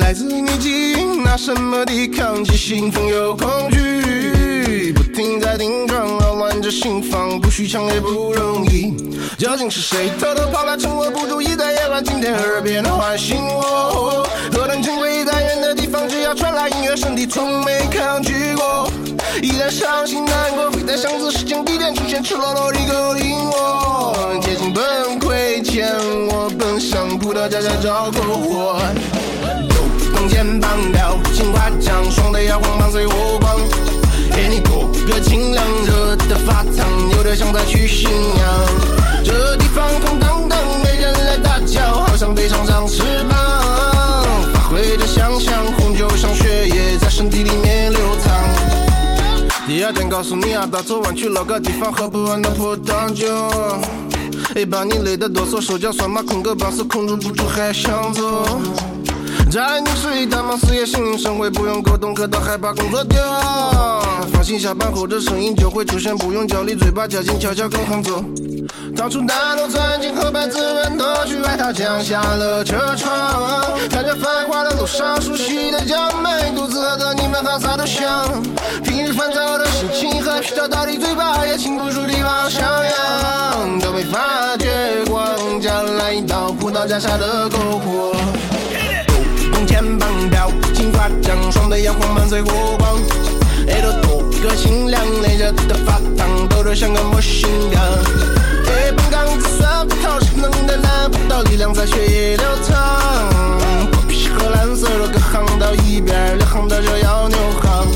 S6: 来自你基因，拿什么抵抗？既兴奋又恐惧，不停在顶撞，扰乱着心房，不许强烈不容易。究竟是谁偷偷跑来趁我不注意的夜晚，今天耳边唤醒我？何等珍贵，在远的地方，只要传来音乐，身体从没抗拒过。依然伤心难过，会在相似时间地点出现，赤裸裸地勾引我，接近崩溃前，我奔向葡萄架下找篝火。动肩膀，表情夸张，爽的摇晃伴随我膀。给你过个清凉，热得发烫，有点像在去信仰。这地方空荡荡，没人来打搅，好像被长长翅膀。发挥着想象，红酒像血液在身体里面流淌。第二天告诉你啊，到昨晚去老个地方喝不完的葡萄酒。哎，把你累得哆嗦，手脚酸麻，捆个绑死，控制不住还想走。在你睡大忙事业心领神会，不用沟通，可到害怕工作掉。放心，下班后的声音就会出现，不用焦虑，嘴巴夹紧，悄悄跟行走。当初大脑钻进后半自问的去外套降下了车窗，看着繁华的路上熟悉的叫卖，独自和着你们和啥都香。平日烦躁的心情和疲劳到底嘴巴也禁不住地往上扬，都没发觉光将来到葡萄架下的篝火。弓肩膀，表情夸张，爽的摇晃伴随火光，耳朵多个清凉，累热的发烫，抖得像个模型样。哎，本刚紫色葡萄是能的拿不到力量在血液流淌，不皮和蓝色的隔行到一边，两行的就要牛行。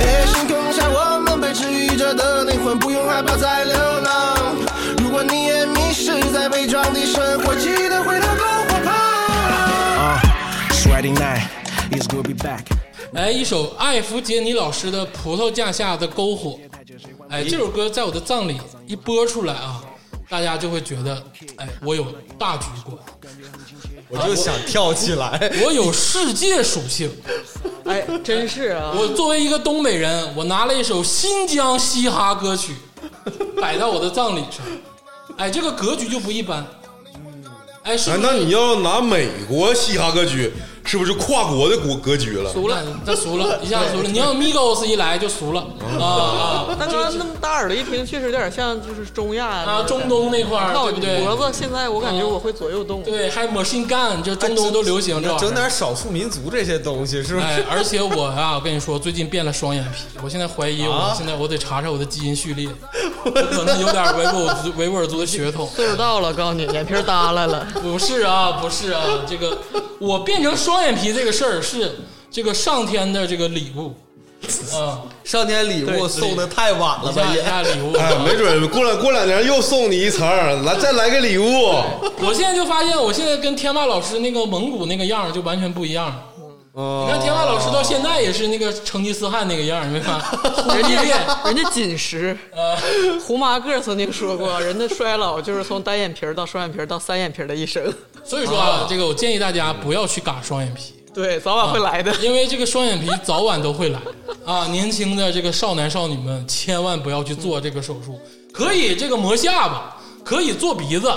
S6: 哎，星空下我们被治愈着的灵魂，不用害怕再流浪。如果你也迷失在伪装的生活，记得回到篝火旁。Friday night, it's gonna be back.
S1: 哎，一首艾弗杰尼老师的《葡萄架下的篝火》。哎，这首歌在我的葬礼一播出来啊，大家就会觉得，哎，我有大局观，
S4: 我就想跳起来。
S1: 我有世界属性。
S2: 哎，真是啊，
S1: 我作为一个东北人，我拿了一首新疆嘻哈歌曲摆到我的葬礼上，哎，这个格局就不一般。哎，是不
S3: 难
S1: 是
S3: 道你要拿美国嘻哈歌曲，是不是跨国的国格局了？
S1: 俗了？他俗了，一下俗了。你要 Migos 一来就俗了啊
S2: 但刚刚那么大耳朵一听，确实有点像就是中亚
S1: 啊啊！中东那块儿，
S2: 那我
S1: 对不对？
S2: 脖子现在我感觉我会左右动，
S1: 对，还抹性干，这中 东都流行这玩意
S4: 哎整
S1: 儿。
S4: 点少数民族这些东西，是不
S1: 哎
S4: 是？，
S1: 而且我啊，我跟你说，最近变了双眼皮，我现在怀疑，我现在我得查查我的基因序列，我可能有点维吾尔族维吾尔族的血统。
S2: 岁数到了，告诉你眼皮儿耷拉了，
S1: 不是啊，不是啊，这个我变成双眼皮这个事儿是这个上天的这个礼物啊，
S4: 上天礼物送的太晚了
S1: 一下
S4: 吧？
S1: 一
S4: 也
S1: 下礼物。
S3: 哎，没准过两过两年又送你一层儿，来再来个礼物。
S1: 我现在就发现，我现在跟天霸老师那个蒙古那个样儿就完全不一样了。你看天霸老师到现在也是那个成吉思汗那个样儿，你没看？人家变
S2: 人家紧实。胡麻个儿曾经说过，人的衰老就是从单眼皮儿到双眼皮儿到三眼皮儿的一生。
S1: 所以说啊，这个我建议大家不要去嘎双眼皮，啊
S2: 对，早晚会来的。
S1: 因为这个双眼皮早晚都会来。啊，年轻的这个少男少女们千万不要去做这个手术，可以这个磨下巴，可以做鼻子，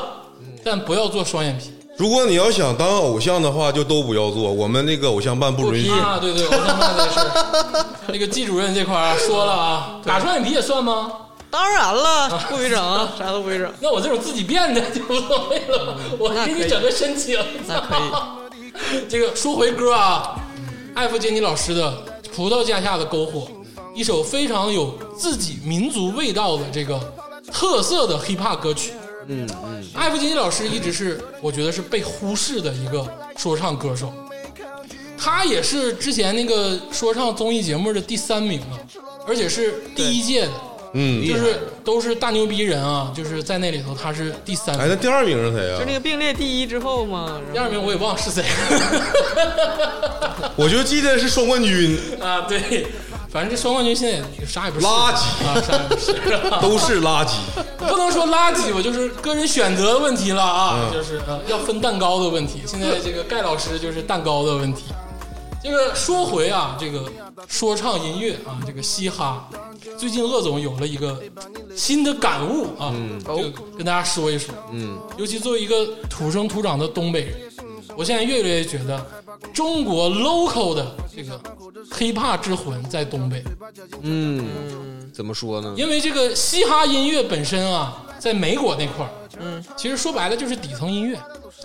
S1: 但不要做双眼皮
S3: 如果你要想当偶像的话，就都不要做。我们那个偶像办不允许。
S1: 啊！对对，我想办这事。那个季主任这块儿啊说了啊，打双眼皮也算吗？
S2: 当然了，不许整啊，啥都不许整，
S1: 那我这种自己变的就无所谓了吧，我
S2: 嗯那
S1: 给
S2: 可
S1: 你
S2: 以
S1: 整个申请。
S2: 那可以。
S1: 这个说回歌啊，艾弗杰尼老师的《葡萄架下的篝火》，一首非常有自己民族味道的这个特色的 hiphop 歌曲。
S4: 嗯嗯，
S1: 艾弗杰尼老师一直是我觉得是被忽视的一个说唱歌手，他也是之前那个说唱综艺节目的第三名啊，而且是第一届的，
S3: 嗯，
S1: 就是都是大牛逼人啊，就是在那里头他是第三
S3: 哎，
S1: 名，
S3: 那第二名是谁
S2: 就那
S3: 啊？
S2: 个并列第一之后嘛，
S1: 第
S2: 然后
S1: 二名我也忘了是谁。
S3: 我就记得是双冠军，
S1: 啊，对，反正这双冠军现在也啥也不是
S3: 垃圾
S1: 啊，啥也不是，
S2: 哦
S3: 都是垃 圾。
S1: 不能说垃圾吧，就是个人选择的问题了啊，就是呃要分蛋糕的问题。现在这个盖老师就是蛋糕的问题。这个说回啊，这个说唱音乐啊，这个嘻哈，最近鄂总有了一个新的感悟啊，就跟大家说一说。嗯，尤其作为一个土生土长的东北人，我现在越来越觉得中国 local 的这个 hiphop 之魂在东北。
S4: 嗯怎么说呢？
S1: 因为这个嘻哈音乐本身啊，在美国那块儿，嗯，其实说白了就是底层音乐，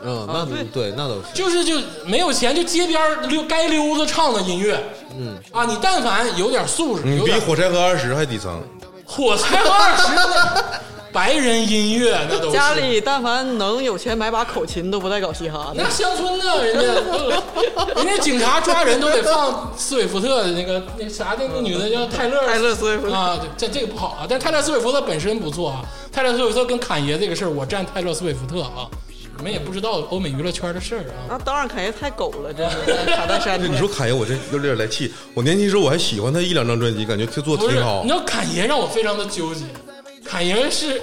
S4: 嗯，那不对，那倒是。
S1: 就是就没有钱就街边儿溜该溜子唱的音乐，嗯啊，你但凡有点素质，
S3: 你
S1: 有
S3: 比
S1: 点
S3: 火柴盒二十还底层。
S1: 火柴盒二十的白人音乐那都是
S2: 家里但凡能有钱买把口琴，都不带搞嘻哈的。
S1: 那乡村呢，人家 人家警察抓人都得放斯韦福特的那个那啥那个女的叫泰勒
S2: 泰勒斯威夫特
S1: 啊，这这个不好啊。但泰勒·斯威夫特本身不错啊，泰勒·斯威夫特跟侃爷这个事儿，我站泰勒·斯威夫特啊。你们也不知道欧美娱乐圈的事儿啊。
S2: 那当然，肯爷太狗了，真的卡戴珊。
S3: 你说侃爷，我真有点来气。我年轻时候我还喜欢他一两张专辑，感觉他做的
S1: 不是
S3: 挺，好
S1: 你知。道侃爷让我非常的纠结。侃爷是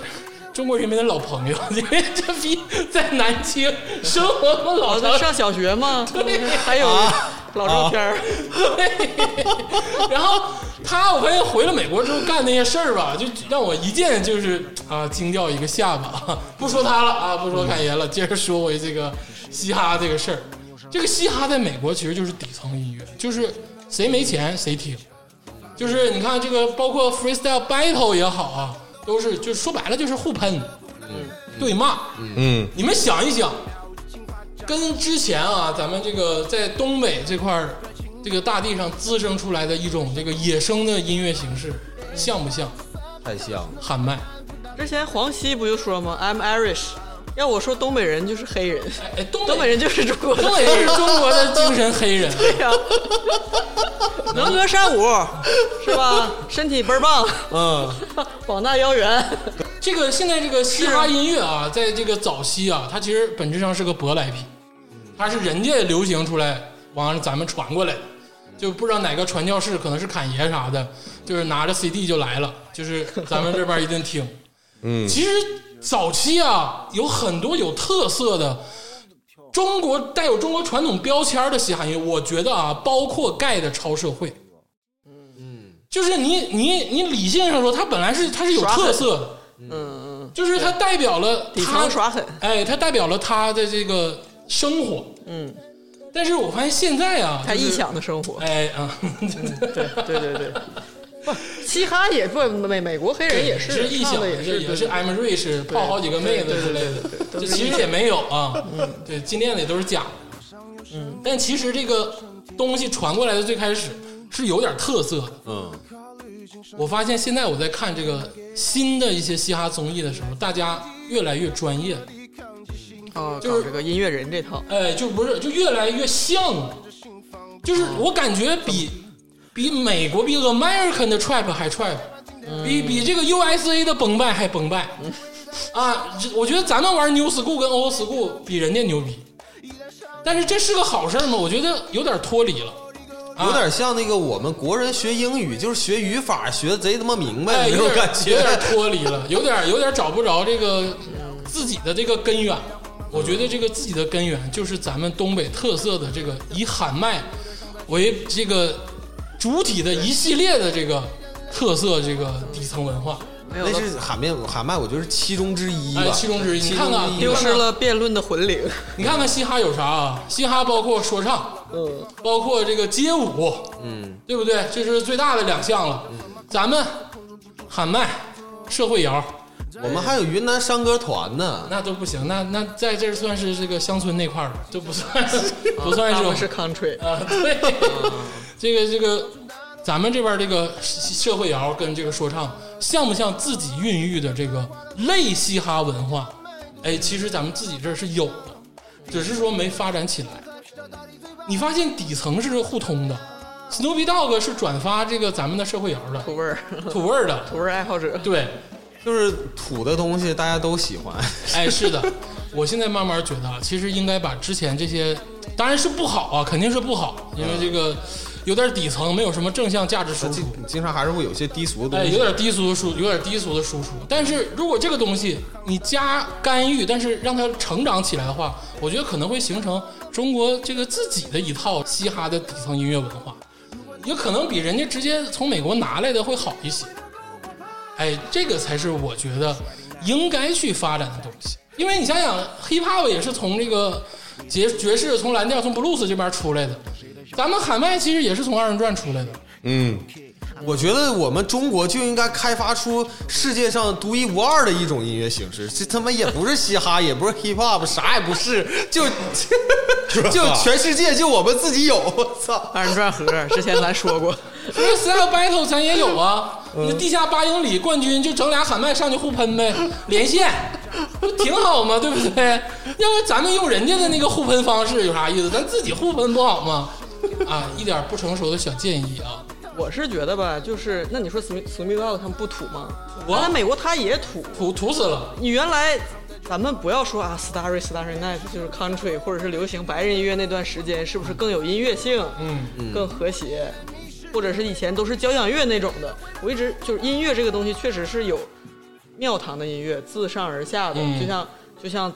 S1: 中国人民的老朋友，因为这逼在南京生活了老
S2: 我
S1: 长
S2: 在
S1: 时间
S2: 上小学嘛，还有老照片儿，
S1: 对， 然后他，我发现回了美国之后干那些事儿吧，就让我一见就是啊惊掉一个下巴。 不说他了啊，不说侃爷了，接着说回这个嘻哈这个事儿。这个嘻哈在美国其实就是底层音乐，就是谁没钱谁听，就是你看这个包括 freestyle battle 也好啊，都是就说白了就是互喷，对骂，
S3: 嗯，
S1: 你们想一想，跟之前啊，咱们这个在东北这块儿这个大地上滋生出来的一种这个野生的音乐形式，像不像
S4: 太像了。
S1: 喊麦？
S2: 之前黄西不就说吗？I'm Irish，要我说东北人就是黑人，
S1: 哎，东
S2: 东北
S1: 人，
S2: 人就是中国
S1: 东
S2: 人
S1: 北人是中国的精神黑人，啊
S2: 呀， 能歌善舞是吧？身体倍儿棒，
S4: 嗯，
S2: 膀大腰圆，
S1: 这个现在这个嘻哈音乐啊，在这个早期啊，它其实本质上是个舶来品，它是人家流行出来，完了咱们传过来的，就不知道哪个传教士，可能是侃爷啥的，就是拿着 CD 就来了，就是咱们这边一顿听。嗯，其实早期啊，有很多有特色的中国带有中国传统标签的嘻哈音乐，我觉得啊，包括盖的超社会。就是你你你理性上说，它本来是它是有
S2: 耍狠
S1: 特色的，就是它代表了
S2: 底
S1: 他
S2: 层耍狠，
S1: 哎，它代表了他的这个生活，嗯。但是我发现现在啊，
S2: 他
S1: 就是
S2: 臆，想的生活。
S1: 哎啊，
S2: 嗯对对 对对，不，嘻哈也不美美国黑人也是
S1: 臆
S2: 唱
S1: 想
S2: 的也是
S1: 也是 I'm rich 泡好几个妹子之类的，这其实也没有啊，
S2: 嗯
S1: 对，金链子也都是假的，嗯。但其实这个东西传过来的最开始是有点特色的，
S4: 嗯，
S1: 我发现现在我在看这个新的一些嘻哈综艺的时候，大家越来越专业了。
S2: 哦，
S1: 就是
S2: 搞这个音乐人这套。
S1: 哎，就不是，就越来越像了。就是我感觉比比美国比 American 的 trap 还 trap，、比比这个 USA 的崩败还崩败。啊，这我觉得咱们玩 New School 跟 Old School 比人家牛逼，但是这是个好事儿吗？我觉得有点脱离了。啊
S4: 有点像那个我们国人学英语，就是学语法，学得贼他妈明白
S1: 哎，
S4: 那
S1: 有
S4: 种
S1: 点
S4: 感
S1: 有
S4: 觉。
S1: 点脱离了，有点有点找不着这个自己的这个根源。我觉得这个自己的根源就是咱们东北特色的这个以喊麦为这个主体的一系列的这个特色这个底层文化，
S2: 没有
S4: 那
S2: 了，
S4: 是喊面喊麦，我觉得是其中之一
S1: 哎
S4: 吧，
S1: 其中之一
S4: 其
S1: 你看看
S4: 中之一
S1: 六
S2: 丢失了辩论的魂 灵。
S1: 你看看嘻哈有啥啊？嘻哈包括说唱，
S2: 嗯，
S1: 包括这个街舞，嗯，对不对？这是最大的两项了。
S4: 嗯
S1: 咱们喊麦、社会摇，
S4: 我们还有云南山歌团呢，
S1: 那都不行，那那在这儿算是这个乡村那块儿的，这不算 不算
S2: 啊他
S1: 是
S2: 们是呃 country，
S1: 啊，对， 这个这个，咱们这边这个社会摇跟这个说唱，像不像自己孕育的这个类嘻哈文化？哎，其实咱们自己这儿是有的，只是说没发展起来。你发现底层是互通的，Snoopy Dog 是转发这个咱们的社会摇的
S2: 土味儿，
S1: 土味儿的，
S2: 土味儿爱好者。
S1: 对，
S4: 就是土的东西大家都喜欢，
S1: 哎，是的，我现在慢慢觉得，啊，其实应该把之前这些，当然是不好啊，肯定是不好，因为这个有点底层，没有什么正向价值输出
S4: 经，经常还是会有些低俗的
S1: 哎，
S4: 东
S1: 有
S4: 西。
S1: 点低俗的输，有点低俗的输出。但是如果这个东西你加干预，但是让它成长起来的话，我觉得可能会形成中国这个自己的一套嘻哈的底层音乐文化，也可能比人家直接从美国拿来的会好一些。哎，这个才是我觉得应该去发展的东西。因为你想想，hiphop 也是从这个爵爵士、从蓝调、从 blues 这边出来的，咱们喊麦其实也是从二人转出来的。
S3: 嗯，
S4: 我觉得我们中国就应该开发出世界上独一无二的一种音乐形式，这他妈也不是嘻哈，也不是 hip hop，啥也不是， 就就就全世界就我们自己有，我操！
S2: 二人转盒之前咱说过，
S1: freestyle battle 咱也有啊，那地下八英里冠军就整俩喊麦上去互喷呗，连线，不挺好吗？对不对？要不咱们用人家的那个互喷方式有啥意思？咱自己互喷不好吗？啊，一点不成熟的小建议啊，
S2: 我是觉得吧，就是那你说 Snoop Snoop Dogg 他们不土吗？
S1: 我
S2: 他在美国他也土。
S1: 土土死了。
S2: 你原来咱们不要说啊，Starry Starry Night 就是 country 或者是流行白人音乐那段时间，是不是更有音乐性？嗯，更和谐，或者是以前都是交响乐那种的。我一直就是音乐这个东西，确实是有庙堂的音乐，自上而下的，
S1: 嗯
S2: 就像就像。嗯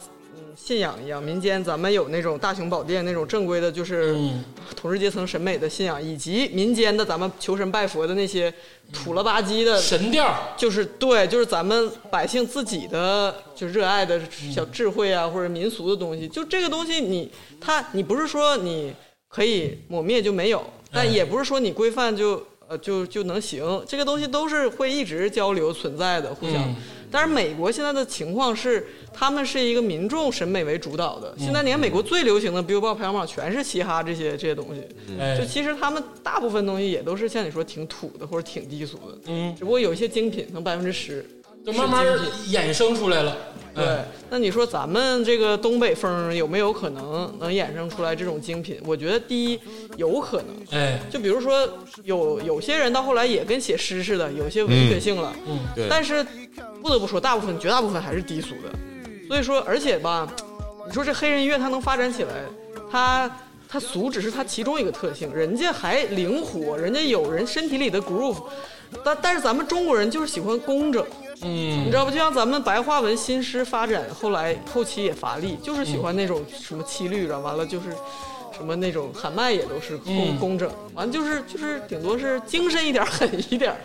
S2: 信仰一样，民间咱们有那种大雄宝殿那种正规的，就是
S1: 嗯
S2: 统治阶层审美的信仰，以及民间的咱们求神拜佛的那些土了吧唧的
S1: 神调，
S2: 就是对，就是咱们百姓自己的就热爱的小智慧啊，或者民俗的东西。就这个东西你，它你不是说你可以抹灭就没有，但也不是说你规范就呃就就能行。这个东西都是会一直交流存在的，互相。
S1: 嗯
S2: 但是美国现在的情况是，他们是一个民众审美为主导的。现在连美国最流行的 Billboard 排行榜全是嘻哈这些这些东西。
S1: 哎
S2: 就，其实他们大部分东西也都是像你说挺土的或者挺低俗的，
S1: 嗯
S2: 只不过有一些精品，可能百分之十。
S1: 就慢嗯慢衍生出来了。哎
S2: 对，那你说咱们这个东北风有没有可能能衍生出来这种精品？我觉得第一有可能，
S1: 哎，
S2: 就比如说有有些人到后来也跟写诗似的，有些文学性了，
S1: 嗯
S4: 对
S2: 但是不得不说，大部分绝大部分还是低俗的，所以说，而且吧，你说这黑人音乐它能发展起来，它。它俗只是它其中一个特性，人家还灵活，人家有人身体里的 groove，但但是咱们中国人就是喜欢工整，
S1: 嗯
S2: 你知道不？就像咱们白话文新诗发展，后来后期也乏力，就是喜欢那种什么七律，然啊后完了就是什么那种喊麦也都是工
S1: 嗯
S2: 工整，完了就是就是顶多是精神一点儿狠一点儿。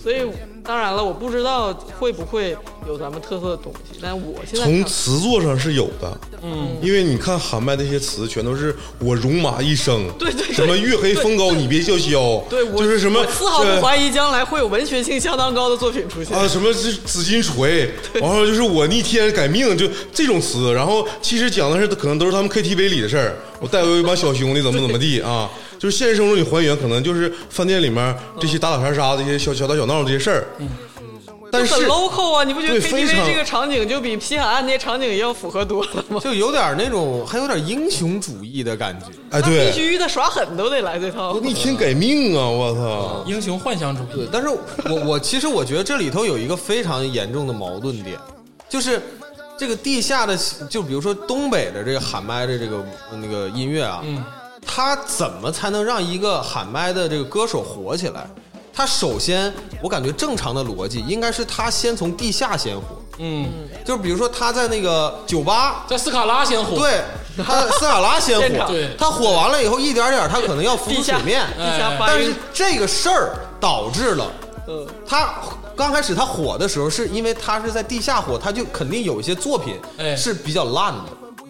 S2: 所以当然了，我不知道会不会有咱们特色的东西，但我现在
S3: 从
S2: 看
S3: 词作上是有的，
S1: 嗯，
S3: 因为你看喊麦那些词，全都是我戎马一生，
S2: 对对对
S3: 什么月黑风高，你别叫嚣，
S2: 对我
S3: 就是什么呃
S2: 我丝毫不
S3: 这
S2: 怀疑将来会有文学性相当高的作品出现。
S3: 啊，什么是紫金锤，然后就是我逆天改命，就这种词。然后其实讲的是可能都是他们 KTV 里的事儿，我带我一帮小兄弟怎么怎么地啊，就是现实生活中你还原，可能就是饭店里面这些打打杀杀、这些小小打小闹这些事儿。但是
S2: 嗯很 local 啊，你不觉得
S3: 对非
S2: KTV
S3: 常
S2: 这个场景就比西海岸那些场景要符合多了吗？
S4: 就有点那种，还有点英雄主义的感觉。
S3: 哎，
S2: 那必
S3: 对，
S2: 须的，耍狠都得来这套
S3: 我。逆天改命啊！我操，
S1: 英雄幻想主义
S4: 对，，但是我我其实我觉得这里头有一个非常严重的矛盾点，就是这个地下的，就比如说东北的这个喊麦的这个那个音乐啊，
S1: 嗯，
S4: 它怎么才能让一个喊麦的这个歌手火起来？他首先，我感觉正常的逻辑应该是他先从地下先火，
S1: 嗯，
S4: 就是比如说他在那个酒吧，
S1: 在斯卡拉先火，
S4: 对，它撒哈拉先
S2: 现
S4: 火
S2: 场
S1: 对，
S4: 它火完了以后一点点，它可能要浮出
S2: 地
S4: 水
S2: 下 嗯
S4: 面。
S2: 地下
S4: 但
S2: 搬
S4: 是
S2: 运，
S4: 这个事儿导致了
S2: 嗯，
S4: 它刚开始它火的时候，是因为它是在地下火，它就肯定有一些作品
S1: 哎
S4: 是比较烂的，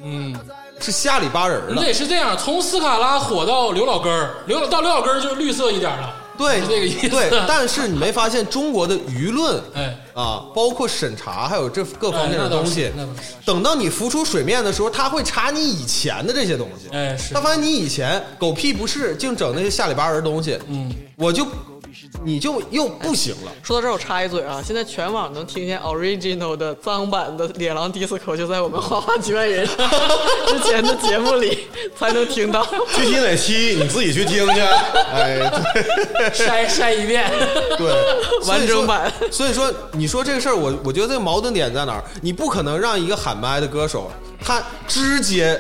S1: 嗯，
S4: 是下里巴人儿
S1: 那
S4: 的。
S1: 也是这样，从斯卡拉火到刘老根儿，刘老到刘老根儿就绿色一点了，
S4: 对，
S1: 是这个意思。啊
S4: 对，但是你没发现中国的舆论
S1: 哎，
S4: 啊，包括审查，还有这各方面
S1: 哎
S4: 的
S1: 那倒
S4: 东
S1: 是
S4: 西
S1: 那倒是，
S4: 等到你浮出水面的时候，他会查你以前的这些东西。
S1: 哎是
S4: 他发现你以前狗屁不是，净整那些下里巴人东西，
S1: 嗯，
S4: 我就你就又不行了。
S2: 说到这儿，我插一嘴啊，现在全网能听见 original 的脏版的《野狼 disco》，就在我们《花花局外 人》之前的节目里才能听到。
S3: 具体哪期你自己去听去。哎，
S1: 筛筛一遍，
S4: 对，
S2: 完整版
S4: 所以说。所以说，你说这个事儿，我我觉得这个矛盾点在哪儿？你不可能让一个喊麦的歌手，他直接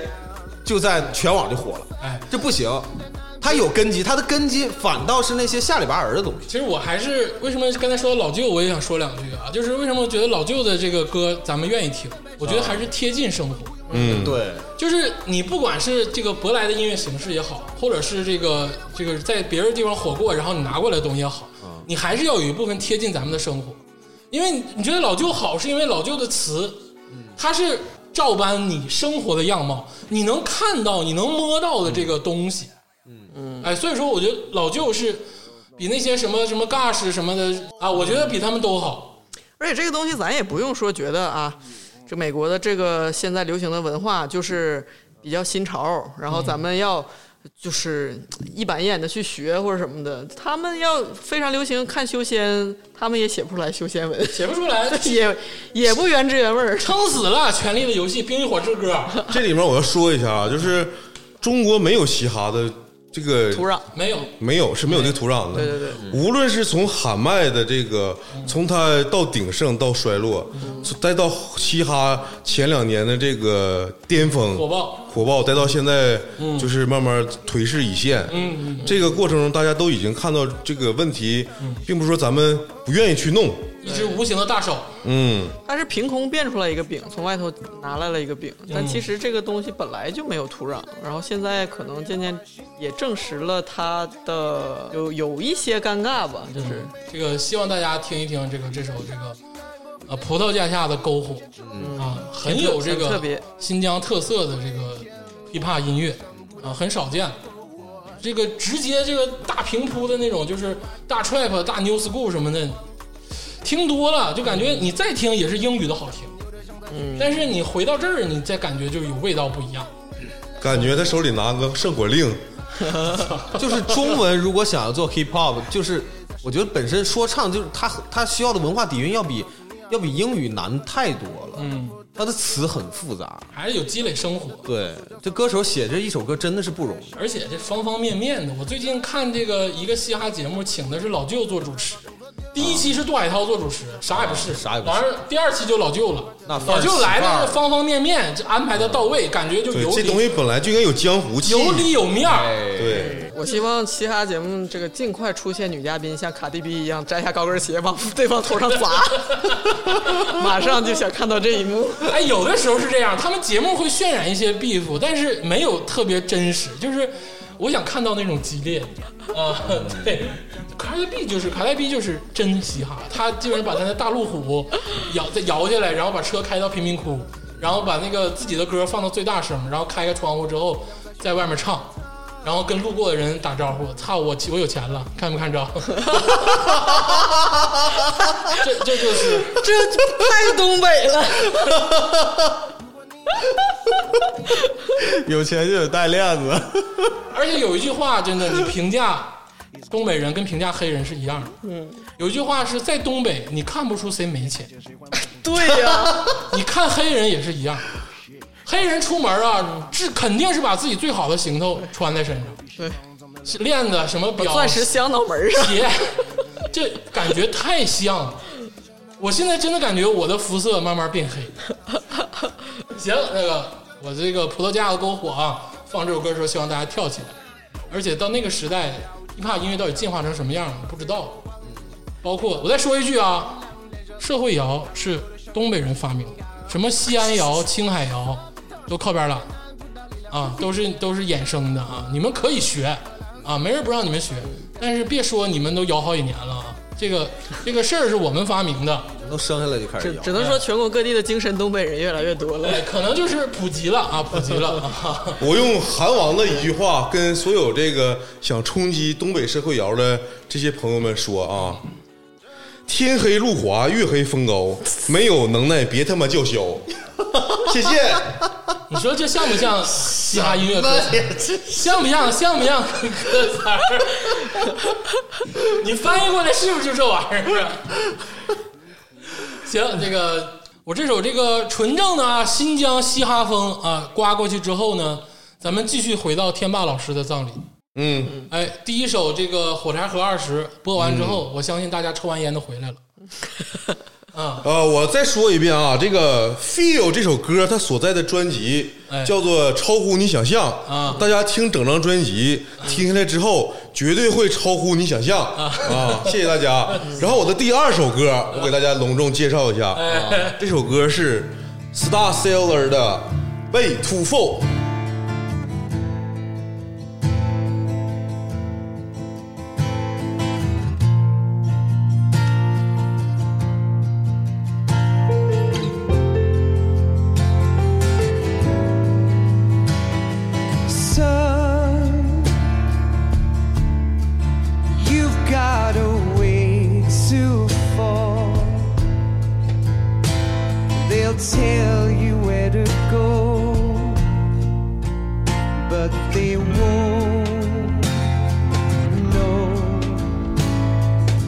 S4: 就在全网就火了，
S1: 哎，
S4: 这不行。他有根基，他的根基反倒是那些下里巴人的东西。
S1: 其实我还是为什么刚才说到老舅，我也想说两句啊，就是为什么我觉得老舅的这个歌咱们愿意听，我觉得还是贴近生活。
S3: 嗯，
S4: 对，
S1: 就是你不管是这个舶来的音乐形式也好，或者是这个这个在别人地方火过，然后你拿过来的东西也好，你还是要有一部分贴近咱们的生活，因为你你觉得老舅好，是因为老舅的词，它是照搬你生活的样貌，你能看到、你能摸到的这个东西，嗯嗯，哎，所以说我觉得老舅是比那些什么什么 Gush 什么的啊，我觉得比他们都好，
S2: 而且这个东西咱也不用说觉得啊，这美国的这个现在流行的文化就是比较新潮，然后咱们要就是一板一眼的去学或者什么的。他们要非常流行看修仙，他们也写不出来修仙文，
S1: 写不出 来，
S2: 也也不原汁原味儿。
S1: 撑死了《权力的游戏》《冰与火之歌》
S3: 这里面我要说一下啊，就是中国没有嘻哈的这个
S2: 土壤，
S1: 没有。
S3: 没有是没有这个土壤的。
S2: 对对对，
S3: 无论是从喊麦的这个，从它到鼎盛到衰落，再到嘻哈前两年的这个巅峰
S1: 火爆
S3: 火爆，再到现在就是慢慢颓势已现。嗯，这个过程中大家都已经看到这个问题，
S1: 嗯
S3: 并不是说咱们不愿意去弄。
S1: 一只无形的大手，
S3: 嗯，
S2: 它是凭空变出来一个饼，从外头拿来了一个饼，但其实这个东西本来就没有土壤，然后现在可能渐渐也证实了它的有有一些尴尬吧，就是
S1: 这个希望大家听一听这个这首这个呃葡萄架下的篝火，啊，很有这个
S2: 很特别
S1: 新疆特色的这个 hiphop 音乐啊，很少见。这个直接这个大平铺的那种，就是大 trap、大 new school 什么的，听多了就感觉你再听也是英语的好听，嗯，但是你回到这儿，你再感觉就有味道不一样。
S3: 感觉他手里拿个圣火令，
S4: 就是中文如果想要做 hip hop，就是我觉得本身说唱就是它它需要的文化底蕴要比要比英语难太多了，
S1: 嗯，
S4: 它的词很复杂。
S1: 还是有积累生活，
S4: 对，这歌手写这一首歌真的是不容易。
S1: 而且这方方面面的。我最近看这个一个嘻哈节目，请的是老舅做主持，第一期是杜海涛做主持，啥也不是，
S4: 啊啥也不是
S1: 完了第二期就老舅了，
S4: 那范儿
S1: 老舅来
S4: 范
S1: 的
S4: 儿
S1: 是方方面面，这安排的到位，感觉就
S3: 对，
S1: 有
S3: 这
S1: 理
S3: 东西本来就应该有江湖气。
S1: 有里有面
S4: 哎
S1: 儿。
S3: 对，
S2: 我希望嘻哈节目这个尽快出现女嘉宾像卡蒂 B 一样摘下高跟鞋往对方头上砸， 马上就想看到这一幕。
S1: 哎，有的时候是这样，他们节目会渲染一些 beef，但是没有特别真实，就是我想看到那种激烈啊、对。卡带 B 就是卡带 B 就是真嘻哈，他基本上把他的大路虎摇再摇下来，然后把车开到贫民窟，然后把那个自己的歌放到最大声，然后开个窗户之后在外面唱，然后跟路过的人打招呼，操我我有钱了，看没看着？ 这这就是
S2: 这太东北了，
S4: 有钱就得带链子，
S1: 而且有一句话，真的，你评价东北人跟评价黑人是一样的。嗯，有一句话是在东北，你看不出谁没钱，
S2: 对呀、
S1: 你看黑人也是一样。黑人出门啊，这肯定是把自己最好的行头穿在身上，
S2: 对，
S1: 是链子什么表、
S2: 钻石镶脑门上，
S1: 鞋，这感觉太像了。我现在真的感觉我的肤色慢慢变黑。行，那个我这个葡萄架的篝火啊，放这首歌的时候，希望大家跳起来。而且到那个时代，一怕音乐到底进化成什么样，不知道。包括我再说一句啊，社会摇是东北人发明的，什么西安摇、青海摇都靠边了。啊，都是都是衍生的啊，你们可以学啊，没人不让你们学，但是别说你们都摇好几年了啊，这个这个事儿是我们发明的，
S4: 都生下来就开始
S2: 只
S4: 摇
S2: 只。能说全国各地的精神东北人越来越多了。
S1: 哎，可能就是普及了啊，普及了啊，
S3: 我用韩王的一句话跟所有这个想冲击东北社会摇的这些朋友们说啊：天黑路滑，月黑风高，没有能耐别他妈叫嚣。谢谢，
S1: 你说这像不像嘻哈音乐歌词？像不像？像不像歌词儿？你翻译过来是不是就这玩意儿啊？行，这个我这首这个纯正的啊新疆嘻哈风啊刮过去之后呢，咱们继续回到天霸老师的葬礼。
S3: 嗯，
S1: 哎，第一首这个《火柴盒二十》播完之后，我相信大家抽完烟都回来了。
S3: 呃，我再说一遍啊，这个《Feel》这首歌它所在的专辑
S1: 哎
S3: 叫做《超乎你想象》
S1: 啊
S3: 大家听整张专辑听下来之后，绝对会超乎你想象啊谢谢大家。啊然后我的第二首歌，我给大家隆重介绍一下，
S1: 哎
S3: 啊这首歌是 Star Sailor 的《Way to Fall》。
S9: Son, you've got a way to fall. They'll tell you where to go, but they won't know.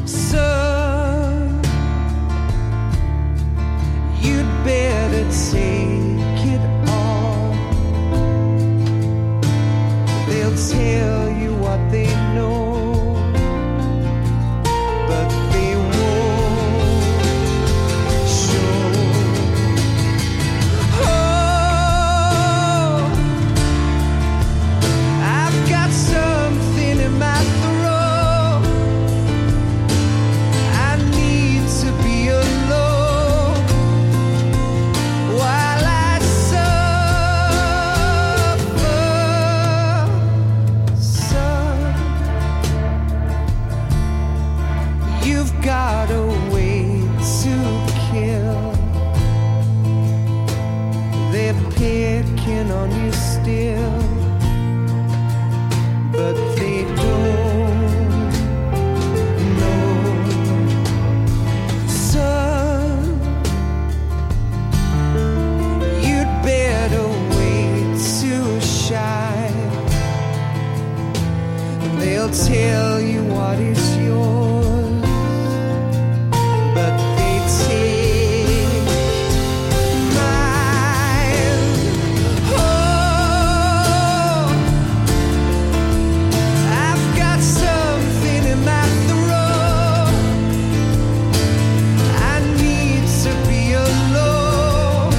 S9: Son, you'd better take it all. They'll tell you what they know, but they won't show. Oh, I've got something in my throat. I need to be alone while I suffer, son, you've got a way to kill. They're picking on you still, but they don't know, son. You'd better wait to shine. They'll tell you what is yours, but they take mine. Oh, I've got something in my throat. I need to be alone.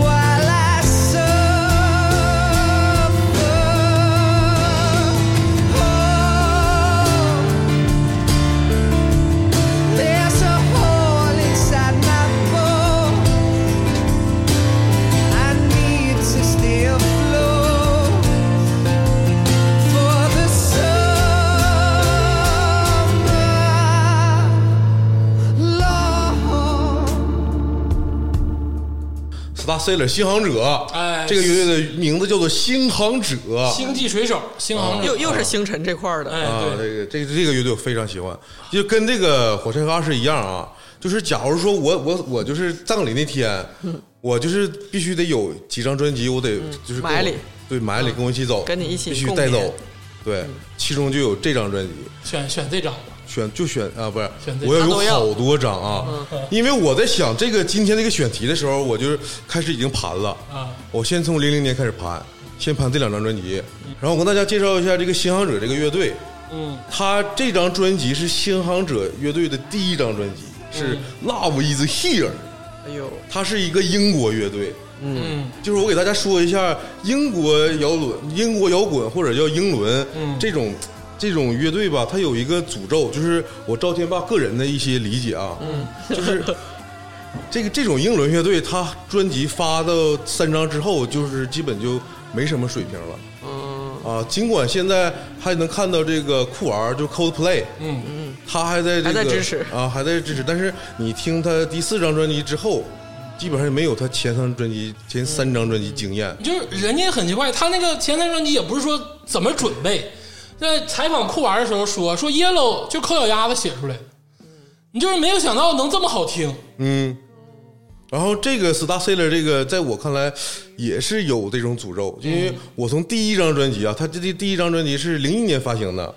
S9: While I suffer, there's a hole inside my bone. I need to stay afloat for the summer
S3: Star Sailor 新航者，
S1: 哎
S3: 这个乐队的名字叫做新航者，
S1: 星际水手，星航者
S2: 又，又是星辰这块儿的，
S1: 哎，
S3: 啊，
S1: 对，
S3: 这个这个、这个乐队我非常喜欢，就跟这个火柴盒二十一样啊，就是假如说我我我就是葬礼那天，
S2: 嗯
S3: 我就是必须得有几张专辑，我得就是跟我
S2: 埋里嗯
S3: 对埋里跟我一起走，
S2: 跟你一起
S3: 必须
S2: 共
S3: 带
S2: 勉嗯
S3: 走，对，其中就有这张专辑，
S1: 选选这张吧。
S3: 选就选啊，不是
S1: 选，这
S3: 我要
S2: 他
S3: 有
S2: 都要
S3: 好多张啊，
S1: 嗯
S3: 因为我在想这个今天这个选题的时候，我就开始已经盘了
S1: 啊
S3: 我先从零零年开始盘，先盘这两张专辑，然后我跟大家介绍一下这个新航者这个乐队，
S1: 嗯，
S3: 他这张专辑是新航者乐队的第一张专辑，是
S1: 嗯
S3: 《Love Is Here》，
S2: 哎呦，
S3: 它是一个英国乐队，
S1: 嗯，
S3: 就是我给大家说一下英国摇滚、英国摇滚或者叫英伦、
S1: 嗯
S3: 这种这种乐队吧，它有一个诅咒，就是我赵天霸个人的一些理解啊，嗯，就是这个这种英伦乐队，他专辑发到三张之后，就是基本就没什么水平了。
S2: 嗯
S3: 啊，尽管现在还能看到这个酷玩，就 Coldplay，嗯嗯，他还在
S2: 还
S3: 这个
S2: 在支持
S3: 啊，还在支持。但是你听他第四张专辑之后，基本上没有他前三张专辑、前三张专辑惊艳。
S1: 就是人家很奇怪，他那个前三专辑也不是说怎么准备，在采访酷玩的时候说说 Yellow 就抠脚丫子写出来的，你就是没有想到能这么好听，
S3: 嗯，然后这个 Star Sailor 这个，在我看来也是有这种诅咒，因为我从第一张专辑啊，他这第第一张专辑是零一年发行的，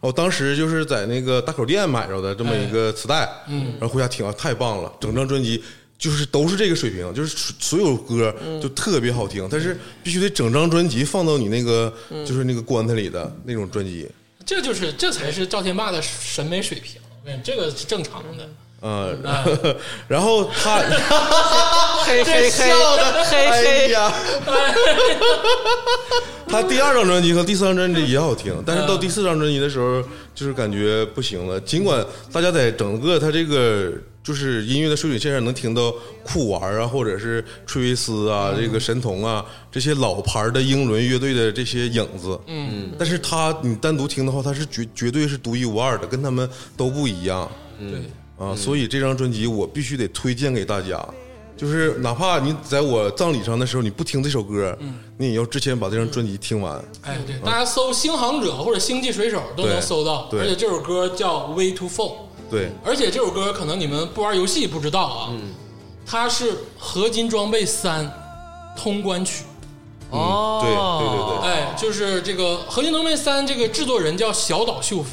S3: 我当时就是在那个大口店买着的这么一个磁带，嗯，然后回家听啊，太棒了，整张专辑。就是都是这个水平，就是所有歌就特别好听，但是必须得整张专辑放到你那个就是那个棺材里的那种专辑，
S1: 这就是这才是赵天霸的审美水平，我跟你这个是正常的。
S3: 嗯， 然后他
S2: 嘿嘿嘿，嘿
S3: 哎
S2: 嘿，
S3: 呀，他第二张专辑和第三张专辑也好听，但是
S2: 嗯
S3: 到第四张专辑的时候，就是感觉不行了。尽管大家在整个他这个就是音乐的水准线上能听到酷玩啊，或者是吹维斯啊、这
S2: 嗯
S3: 个神童啊这些老牌的英伦乐队的这些影子，嗯，但是他你单独听的话，他是绝绝对是独一无二的，跟他们都不一样。
S1: 对，
S3: 啊，所以这张专辑我必须得推荐给大家，就是哪怕你在我葬礼上的时候你不听这首歌，你也要之前把这张专辑听完。
S1: 哎，对，大家搜《星航者》或者《星际水手》都能
S3: 对
S1: 搜到，
S3: 对
S1: 而且这首歌叫《Way to Fall》，
S3: 对，
S1: 而且这首歌可能你们不玩游戏不知道啊，
S3: 嗯
S1: 它是《合金装备三》通关曲。
S2: 哦，
S3: 对，对，对，对，
S1: 哎，就是这个《合金装备三》这个制作人叫小岛秀夫，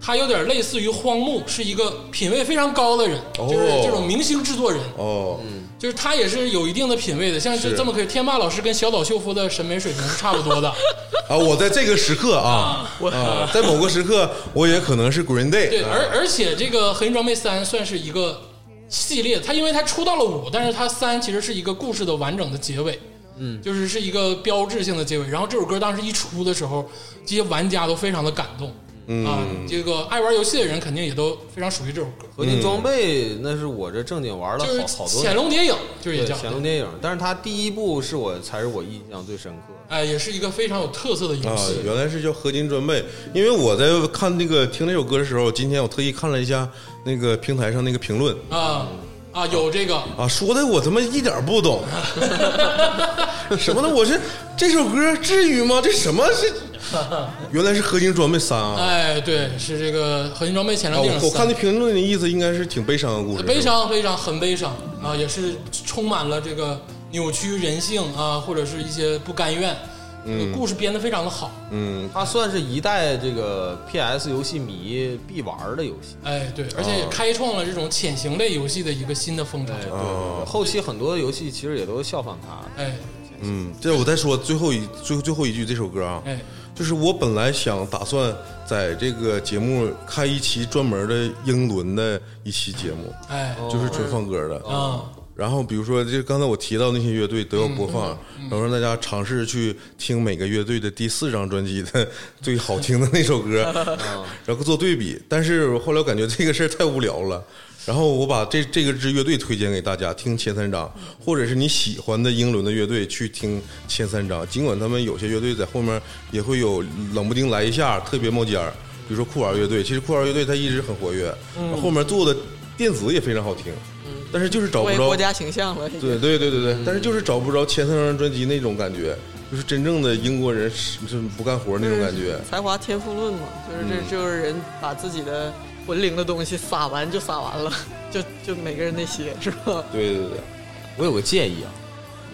S1: 他有点类似于荒木，是一个品味非常高的人，
S3: 哦
S1: 就是这种明星制作人，
S3: 哦，
S1: 就是他也是有一定的品味的。像就是这么可以，天霸老师跟小岛秀夫的审美水平是差不多的。
S3: 啊，我在这个时刻啊，啊，在某个时刻，我也可能是 Green
S1: 对，
S3: Day，啊
S1: 而而且这个《合金装备三》算是一个系列，它因为它出到了五，但是它三其实是一个故事的完整的结尾，嗯，就是是一个标志性的结尾。然后这首歌当时一出的时候，这些玩家都非常的感动，嗯、啊，这个爱玩游戏的人肯定也都非常熟悉这首歌，
S4: 合金装备那是我这正经玩了
S1: 嗯就是
S4: 好好多
S1: 潜
S4: 年，
S1: 龙谍影，就是也
S4: 对
S1: 叫
S4: 潜龙谍影，但是它第一部是我才是我印象最深刻的。
S1: 哎，也是一个非常有特色的游
S3: 啊
S1: 戏，，
S3: 原来是叫合金装备。因为我在看那个听那首歌的时候，今天我特意看了一下那个平台上那个评论
S1: 啊啊，有这个。
S3: 啊，说的我他妈一点儿 不懂，什么的，我是这首歌至于吗？这什么 是？原来是合金装备三啊！
S1: 哎，对，是这个《合金装备》潜
S3: 啊
S1: 龙谍影
S3: 我
S1: 三。
S3: 我看那评论的意思应该是挺悲伤的故事，
S1: 悲伤，悲伤，很悲伤啊，也是充满了这个扭曲人性啊，或者是一些不甘愿。嗯，故事编得非常的好，
S4: 嗯它算是一代这个 PS 游戏迷必玩的游戏。
S1: 哎，对，而且也开创了这种潜行类游戏的一个新的风潮
S4: 哦哎，。对对
S3: 哦
S4: 对，后期很多游戏其实也都效仿它。
S1: 哎，
S3: 嗯，这我再说最后一最后最后一句这首歌啊，
S1: 哎
S3: 就是我本来想打算在这个节目开一期专门的英伦的一期节目，
S1: 哎，
S3: 就是纯放歌的。
S1: 啊，
S3: 然后比如说，就刚才我提到那些乐队都要播放，然后让大家尝试去听每个乐队的第四张专辑的最好听的那首歌，然后做对比。但是我后来我感觉这个事儿太无聊了。然后我把这这个支乐队推荐给大家听前三张，或者是你喜欢的英伦的乐队去听前三张。尽管他们有些乐队在后面也会有冷不丁来一下，特别冒尖儿。比如说酷玩乐队，其实酷玩乐队它一直很活跃，后面做的电子也非常好听，但是就是找嗯不
S2: 为
S3: 着
S2: 国家形象了，
S3: 对对对对对，但是就是找不着前三张专辑那种感觉，就是真正的英国人是是不干活那种感觉。
S4: 嗯
S2: 才华天赋论嘛，就是这就是人把自己的魂灵的东西撒完就撒完了，就就每个人那些是吧？
S3: 对对对，
S4: 我有个建议啊，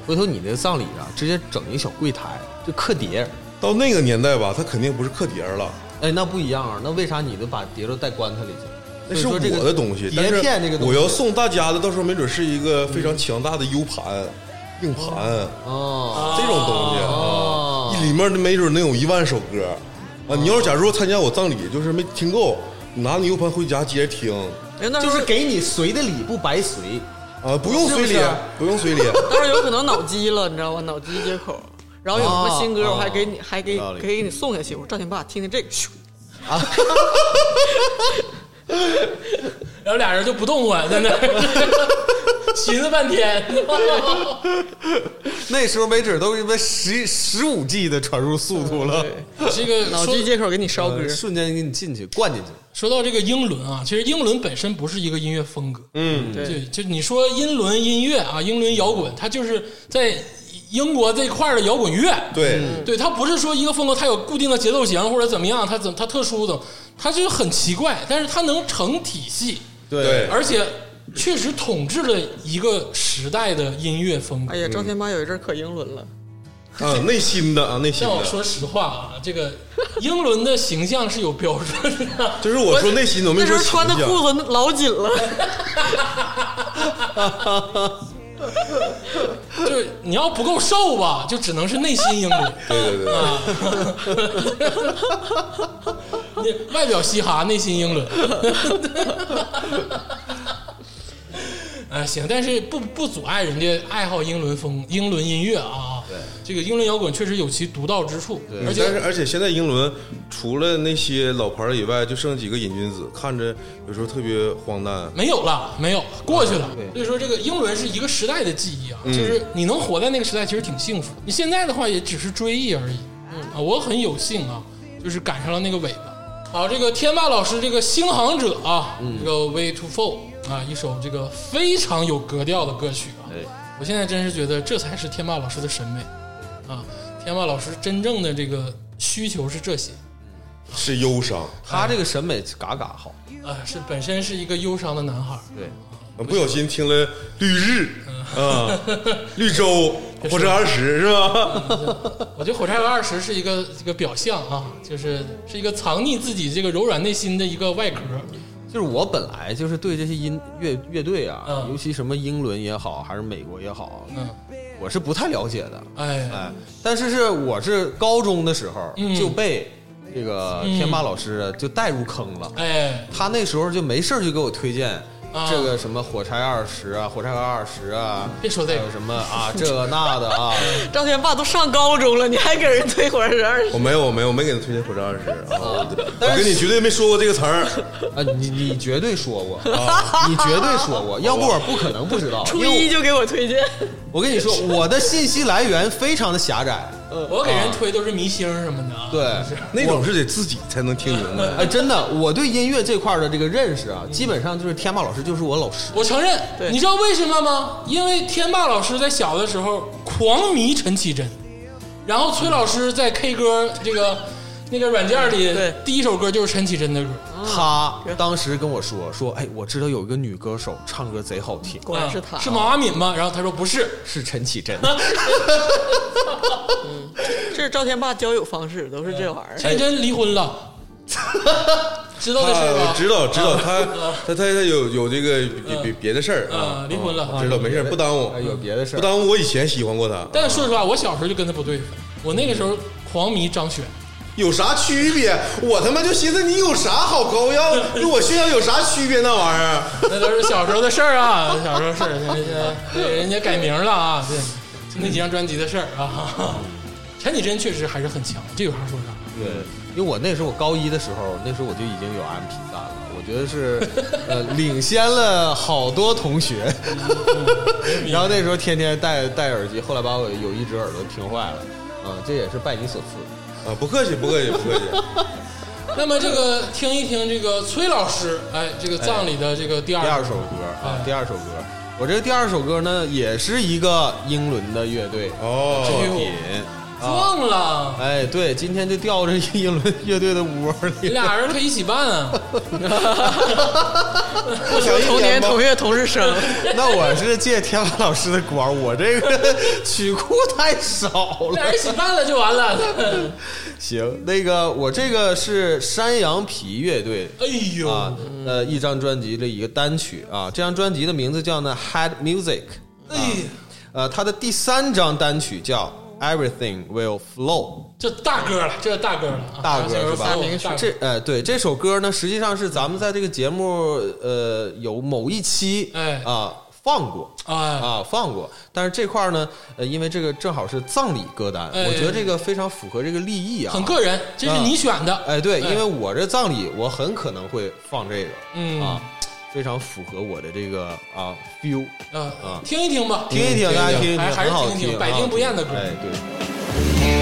S4: 回头你那个葬礼啊，直接整一小柜台，就刻碟。
S3: 到那个年代吧，他肯定不是刻碟儿了，
S4: 哎，那不一样啊，那为啥你都把碟都带棺材里去？
S3: 那是
S4: 所
S3: 我
S4: 以说这个
S3: 的东西。
S4: 碟片这个
S3: 但是
S4: 东西，
S3: 我要送大家的，到时候没准是一个非常强大的 U 盘、硬盘
S4: 哦
S3: 这种东西啊，里面没准能有一万首歌啊。你要是假如说参加我葬礼，就是没听够，拿你 U 盘回家接着听
S2: 哎，那时
S4: 就
S2: 候
S4: 是给你随的礼不白随。
S3: 啊，不用
S4: 是不
S3: 随
S4: 是
S3: 礼，不用随礼。
S2: 那时候有可能脑机了，你知道吧？脑机接口，然后有什么新歌，我还给你，还给
S4: 道理
S2: 给你送下去。我说赵天霸，听听这个，咻
S1: 然后俩人就不动弹，在那儿 寻思半 天。
S4: 那时候没准都他妈十十五 G 的传输速度了，
S2: 对，
S1: 这个
S2: 脑
S1: 说
S2: 机接口给你烧歌
S4: 呃，瞬间给你进去灌进去。
S1: 说到这个英伦啊，其实英伦本身不是一个音乐风格，嗯，对，就你说英伦音乐啊，英伦摇滚，它就是在英国这块儿的摇滚乐，
S3: 对，
S1: 对，嗯它不是说一个风格，它有固定的节奏型或者怎么样，它怎它特殊的，它就很奇怪，但是它能成体系，
S3: 对
S1: 而且确实统治了一个时代的音乐风格
S2: 哎。呀，赵天霸有一阵儿可英伦了，
S3: 啊，内心的啊，内心
S1: 但我
S3: 的，
S1: 说实话啊，这个英伦的形象是有标准的，
S3: 就是我说内心的，我没
S2: 那时
S3: 说
S2: 候穿的
S3: 形象
S2: 裤子老紧了，
S1: 就是你要不够瘦吧，就只能是内心英伦。
S3: 对对对对，
S1: 你啊 外表嘻哈，内心 英伦。哎，行，但是不不阻碍人家爱好英伦风、英伦音乐啊。对，这个英伦摇滚确实有其独到之处，而
S3: 嗯但
S1: 且
S3: 是而且现在英伦除了那些老牌儿以外，就剩几个瘾君子，看着有时候特别荒诞。
S1: 没有了，没有过去了。所以说，这个英伦是一个时代的记忆啊，就是你能活在那个时代，其实挺幸福。你现在的话，也只是追忆而已。嗯啊，我很有幸啊，就是赶上了那个尾巴。好，这个天霸老师这个《星航者》啊，这个《Way to Fall》啊，一首这个非常有格调的歌曲啊。我现在真是觉得这才是天霸老师的审美啊！天霸老师真正的这个需求是这些。
S3: 是忧伤，
S4: 他这个审美嘎嘎好，
S1: 啊，是本身是一个忧伤的男孩儿，
S4: 对，
S3: 呃不小心听了绿日啊、绿洲火车二十是吧？
S1: 我觉得《火柴盒二十》是一个这个表象啊，就是是一个藏匿自己这个柔软内心的一个外壳。
S4: 就是我本来就是对这些音乐乐队啊，
S1: 嗯
S4: 尤其什么英伦也好，还是美国也好，
S1: 嗯，
S4: 我是不太了解的。
S1: 哎，
S4: 哎，但是是我是高中的时候
S1: 嗯
S4: 就被这个天霸老师就带入坑了。
S1: 哎，
S4: 他那时候就没事儿就给我推荐
S1: 啊
S4: 这个什么火柴二十啊，火柴盒二十啊，
S1: 别说这个
S4: 还有什么啊，这个那 的啊，
S2: 赵天霸都上高中了，你还给人推火柴人二十？
S3: 我没有，我没有，我没给他推荐火车二十啊，我
S4: 但
S3: 我
S4: 是
S3: 跟你绝对没说过这个词儿。
S4: 啊，你你绝对说过，啊你绝对说过，要不我不可能不知道。
S2: 初
S4: 因为
S2: 一就给我推荐，
S4: 我跟你说，我的信息来源非常的狭窄，
S1: 我给人
S2: 啊
S1: 推都是迷星什么的啊。
S4: 对，
S3: 那种是得自己才能听明白。
S4: 哎，真的，我对音乐这块儿的这个认识啊，基本上就是天霸老师就是我老师，
S1: 我承认，
S2: 对
S1: 你知道为什么吗？因为天霸老师在小的时候狂迷陈绮贞，然后崔老师在 K 歌这个那个软件里
S2: 对，
S1: 第一首歌就是陈绮贞的歌。
S2: 哦
S4: 他当时跟我说说，哎，我知道有一个女歌手唱歌贼好听，
S2: 果然是他，
S1: 啊是毛？阿敏吗？然后他说不是，
S4: 是陈 绮贞。
S2: 这是赵天霸交友方式，都是这玩意儿。
S1: 陈绮贞离婚 了，知道的事
S3: 啊
S1: 儿
S2: 哎
S1: 吧？
S3: 我知道，知道，他他他他有有这个别别别的事儿
S1: 啊
S3: 啊，
S1: 离婚了
S3: 知道没事儿，不耽误
S4: 哎，有别的事儿
S3: 不耽误。我以前喜欢过他，
S1: 但说实话，我小时候就跟他不对付，我那个时候狂迷张悬，
S3: 有啥区别？我他妈就寻思你有啥好高要，跟我炫耀有啥区别？那玩 意儿，
S1: 那都是小时候的事儿啊，小时候事儿，现在现在对人家改名了啊，对，就那几张专辑的事儿啊。陈绮贞确实还是很强，这有啥说啥。
S4: 对，因为我那时候我高一的时候，那时候我就已经有 MP 三了，我觉得是呃领先了好多同学。然后那时候天天戴戴耳机，后来把我有一只耳朵听坏了，啊、这也是拜你所
S3: 啊，
S4: 赐。
S3: 不客气，不客气，不客气。
S1: 那么这个听一听这个崔老师，哎，这个葬礼的这个第二
S4: 第二首歌啊
S1: 哎，
S4: 第二首歌，我这第二首歌呢也是一个英伦的乐队呃作
S3: 哦，
S4: 品。
S1: 撞了，
S4: 哎，对，今天就掉这英伦乐队的窝
S1: 你
S4: 里 了。
S1: 俩人可以一起办啊。
S3: 不想一
S2: 同
S3: 点
S2: 年
S3: 吗
S2: 同？月同日生，
S4: 那我是借天霸老师的光，我这个曲库太少了。
S1: 俩人一起办了就完了。
S4: 行，那个我这个是山羊皮乐队
S1: 哎呦，
S4: 啊，呃，一张专辑的一个单曲啊，这张专辑的名字叫呢《Head Music》，
S1: 哎呀，
S4: 呃，它的第三张单曲叫《Everything Will Flow
S1: 这大歌了，这大歌了啊，》，
S4: 大歌是吧
S1: 大名？
S4: 这呃，对，这首歌呢，实际上是咱们在这个节目呃有某一期
S1: 哎
S4: 啊放过，
S1: 哎，
S4: 啊，放过。但是这块儿呢，呃，因为这个正好是葬礼歌单，
S1: 哎
S4: 我觉得这个非常符合这个立意啊。
S1: 很个人，这是你选的。
S4: 哎，对，
S1: 哎
S4: 因为我这葬礼，我很可能会放这个，
S1: 嗯
S4: 啊，非常符合我的这个啊 feel，
S1: 呃
S4: 啊，
S1: 听一听吧，
S4: 听一听，大家听一
S1: 嗯还
S4: 听，
S1: 还是
S4: 很好
S1: 听一听，
S4: 听，
S1: 百听不厌的歌。
S4: 哎，对。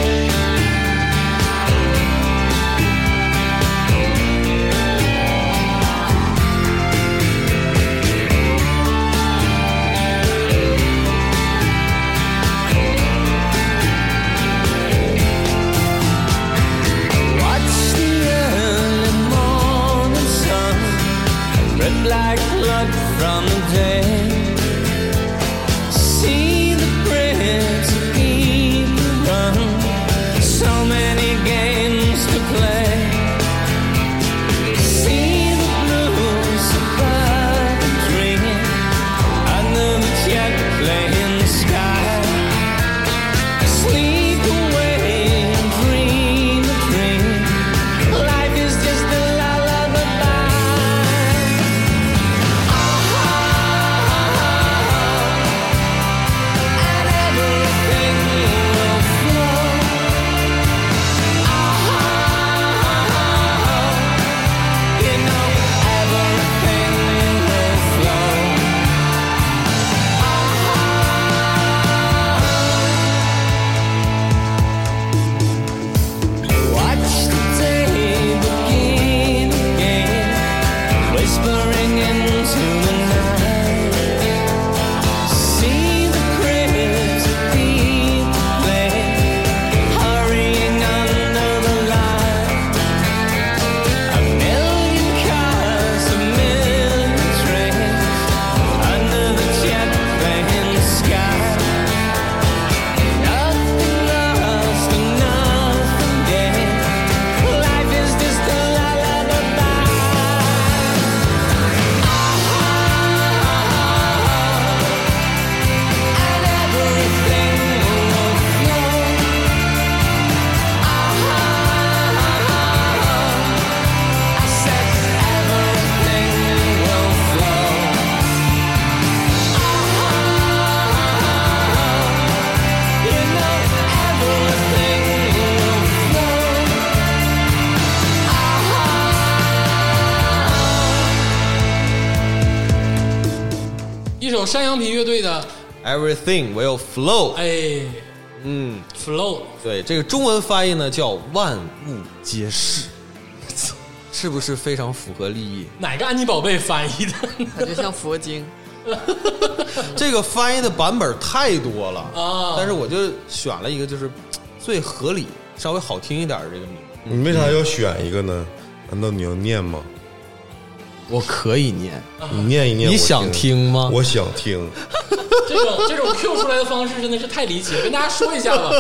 S7: Watch the early morning sun, red like blood from the dead. See the prayers of people run, so many games to play. See the blues above the dream, under the jet playing the sky. Sleep away and dream a dream. Life is just a lullaby. And everything will flow. You know everything will flow. Watch the day begin again, whispering into the night. See the cranes of people play, hurrying under the light. A million cars, a million trains, under the jet plane sky. Nothing lost, nothing gained. Life is just a lullaby. and everything will flow. I said everything will flow. You know everything will flow.
S1: 一首山羊皮乐队的，
S4: Everything will flow。
S1: 哎
S4: 嗯，
S1: ，flow，
S4: 对，这个中文翻译呢叫万物皆是， 是不是非常符合立意？
S1: 哪个安妮宝贝翻译的？
S2: 感觉像佛经。
S4: 这个翻译的版本太多了
S1: 啊
S4: 但是我就选了一个就是最合理、稍微好听一点的这个名字。
S3: 你为啥要选一个呢？难道你要念吗？
S4: 我可以念，
S3: 你念一念，
S4: 你
S3: 我
S4: 想听吗？
S3: 我想听。
S1: 这种这种 Q 出来的方式真的是太离奇了，跟大家说一下吧。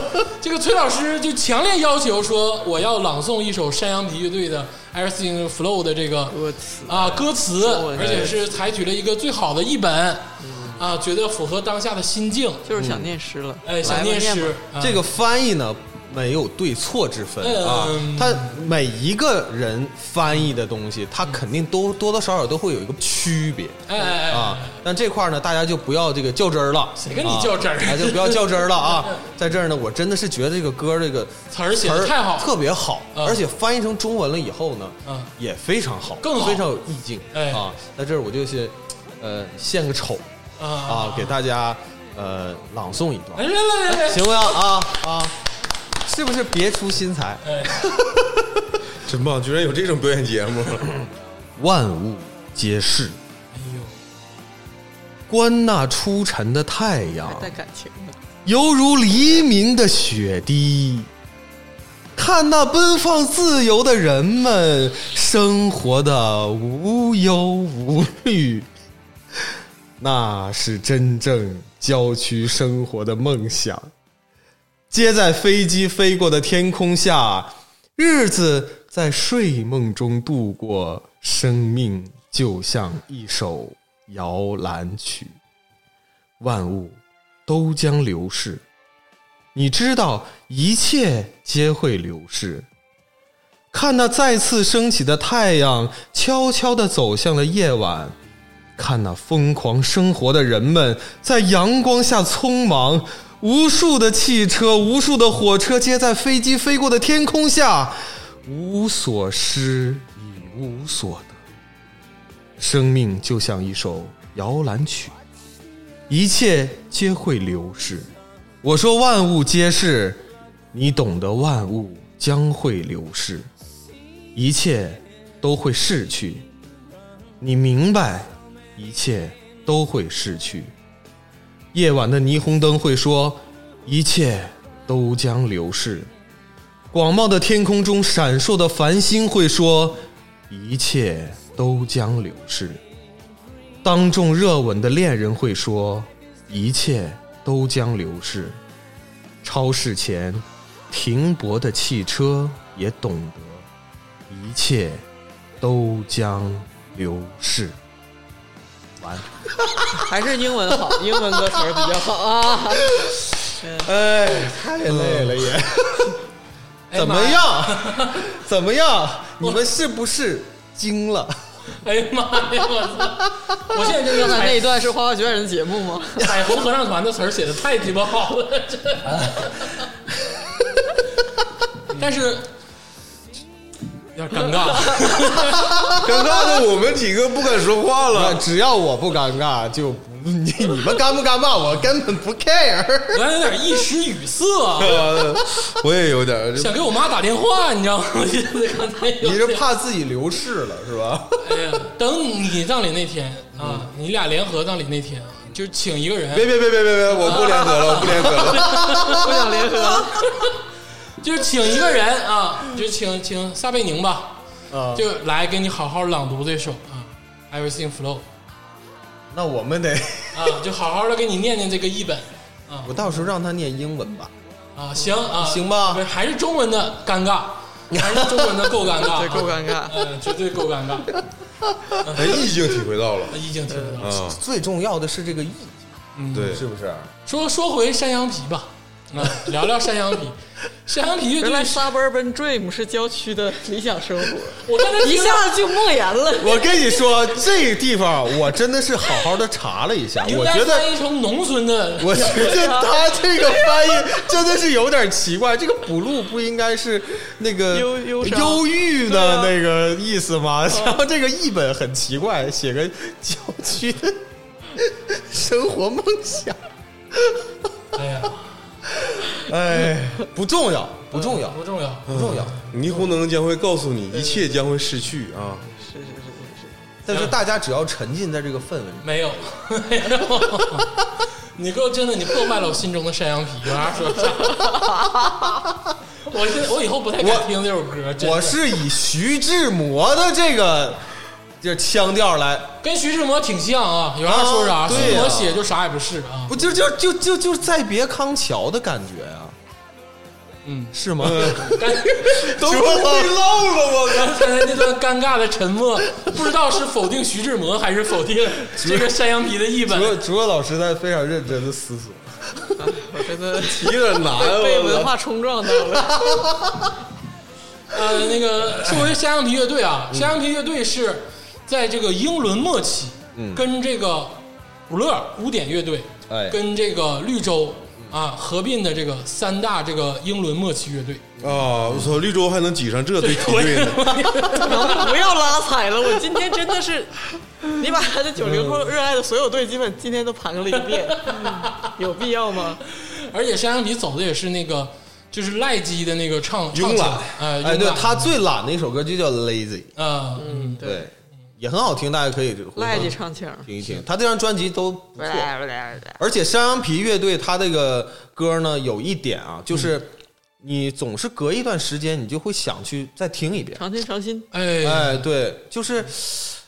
S1: 这个崔老师就强烈要求说，我要朗诵一首山羊皮乐队的《Everything Flow》的这个
S2: 歌词
S1: 啊歌词
S2: 中，文
S1: 而
S4: 哎
S1: 且是采取了一个最好的译本啊，觉得符合当下的心境。
S2: 就是嗯想念诗了，
S1: 哎，想
S2: 来吧
S1: 念
S2: 吧
S1: 诗，啊
S4: 这个翻译呢没有对错之分
S1: 嗯
S4: 啊，他每一个人翻译的东西，他肯定都多多少少都会有一个区别
S1: 哎哎哎，
S4: 啊。但这块儿呢，大家就不要这个较真儿了。
S1: 谁跟你较真儿
S4: 啊哎就不要较真儿 了啊！在这儿呢，我真的是觉得这个歌儿这个
S1: 词儿写得太好了
S4: 特别好，
S1: 嗯
S4: 而且翻译成中文了以后呢，
S1: 嗯
S4: 也非常好，
S1: 更好
S4: 非常有意境。
S1: 哎
S4: 啊，在这儿我就是呃献个丑啊，给大家呃朗诵一段
S1: 来。来来来来，
S4: 行不行啊啊？是不是别出心裁？
S1: 哎
S3: 真棒，居然有这种表演节 目！
S4: 万物皆是。哎观那初晨的太阳
S2: 还，带感情的。
S4: 犹如黎明的雪滴；看那奔放自由的人们，生活的无忧无虑， 那是真正郊区生活的梦想。皆在飞机飞过的天空下，日子在睡梦中度过，生命就像一首摇篮曲，万物都将流逝。你知道，一切皆会流逝。看那再次升起的太阳，悄悄地走向了夜晚。看那疯狂生活的人们在阳光下匆忙，无数的汽车、无数的火车皆在飞机飞过的天空下，无所失，已无所得。生命就像一首摇篮曲，一切皆会流逝。我说万物皆是，你懂得万物将会流逝，一切都会逝去。你明白，一切都会逝去。夜晚的霓虹灯会说，一切都将流逝。广袤的天空中闪烁的繁星会说，一切都将流逝。当众热吻的恋人会说，一切都将流逝。超市前停泊的汽车也懂得，一切都将流逝。完。
S2: 还是英文好， 英文歌词儿比较好 啊。
S4: 哎，太累了也。 怎么
S1: 哎呀
S4: 样？怎么样？你们是不是惊了？
S1: 妈呀哎呀妈呀！我操！我现在这
S2: 刚
S1: 个
S2: 才那
S1: 彩
S2: 一段是花花学院的节目 吗？
S1: 彩虹合唱团的词儿写的太鸡巴好了，这。但是有点尴尬，
S3: 尴尬的我们几个不敢说话
S4: 啊，
S3: 了。
S4: 只要我不尴尬，就不你你们尴不尴尬，我根本不 care。
S1: 我刚才有点一时语塞啊，
S3: 我也有点儿，
S1: 想给我妈打电话，你知道吗？我现在刚才有
S4: 你是
S1: 点
S4: 怕自己流逝了是 吧？
S1: 哎呀，等你葬礼那天啊，你俩联合葬礼那天啊，就请一个人，
S3: 别别别别别别，我不联合了，我不联合 了。
S2: 不想联合，
S1: 就是请一个人啊，就请请撒贝宁吧，就来给你好好朗读这首啊，Everything Flow
S4: 那我们得，
S1: 啊，就好好的给你念念这个译本啊
S4: 我到时候让他念英文吧。
S1: 啊，行啊，
S4: 行吧
S1: 不是还是中文的尴 尬，还是中文的够尴尬、啊，
S2: 这够尴 尬。
S1: 嗯，绝对够尴尬，
S3: 哎，意境体会到了，
S1: 意境听得到。
S3: 嗯，
S4: 最重要的是这个意
S3: 对
S1: 嗯
S4: 义，，是不是？
S1: 说说回山羊皮吧，啊，聊聊山 羊皮，山羊皮就
S2: 原来
S1: 是
S2: suburban dream 是郊区的理想生活，
S1: 我刚才
S2: 一
S1: 听啊到
S2: 下子就莫言了。
S4: 我跟你说，这个地方我真的是好好的查了一下，
S1: 应
S4: 我
S1: 该
S4: 觉得
S1: 翻译成农村的，
S4: 我觉得
S1: 啊
S4: 他这个翻译真的是有点奇怪。这个 blue 不应该是那个
S2: 忧忧伤
S4: 忧郁的
S1: 啊
S4: 那个意思吗？
S1: 嗯
S4: 然后这个译本很奇怪，写个郊区的生活梦想。
S1: 哎呀，
S4: 哎，不重要，不重要，
S1: 不重要。
S4: 不重要。
S3: 霓虹灯将会告诉你，一切将会逝去啊。
S2: 是是是是是，
S4: 但是大家只要沉浸在这个氛围里，
S1: 没有， 没有，你给我真的，你破坏了我心中的山羊皮，有啥说啥。我现在我以后不太敢
S4: 我
S1: 听这首歌，真的
S4: 我是以徐志摩的这个这腔调来，
S1: 跟徐志摩挺像啊，有啥说啥。
S4: 啊对
S1: 徐志摩
S4: 呀
S1: 写就啥也不是啊，
S4: 不就就就就就再别康桥的感觉啊？
S1: 嗯，
S4: 是吗？
S1: 刚
S3: 都不会唠了，我
S1: 刚才那段尴尬的沉默，不知道是否定徐志摩还是否定这个山羊皮的译
S4: 主
S1: 本。
S4: 任主任老师在非常认真的思索，
S2: 我真的
S3: 有点难
S2: 被文
S3: 了。
S2: 化冲撞到了。
S1: 呃，那个作为山羊皮乐队啊，山羊皮乐队是在这个英伦末期，跟这个古乐古典乐队，
S4: 嗯哎
S1: 跟这个绿洲啊合并的这个三大这个英伦末期乐队。
S3: 啊！我操，绿洲还能挤上这对梯队呢？
S2: 能 不能不要拉踩了？我今天真的 是，你把这九零后热爱的所有队，基本今天都盘了一 遍，有必要吗？
S1: 而且山羊皮走的也是那个就是赖基的那个唱
S3: 慵懒
S1: 唱腔哎，
S4: 哎，
S1: 慵
S4: 对
S1: 懒
S4: 他最懒的一首歌就叫《Lazy》，
S1: 啊，嗯，
S4: 对，也很好听，大家可以回头
S2: 赖着唱腔，
S4: 听一听。他这张专辑都不错，而且山羊皮乐队他这个歌呢，有一点啊，就是你总是隔一段时间，你就会想去再听一遍。
S2: 常听常新，
S1: 哎，
S4: 哎，对，就是，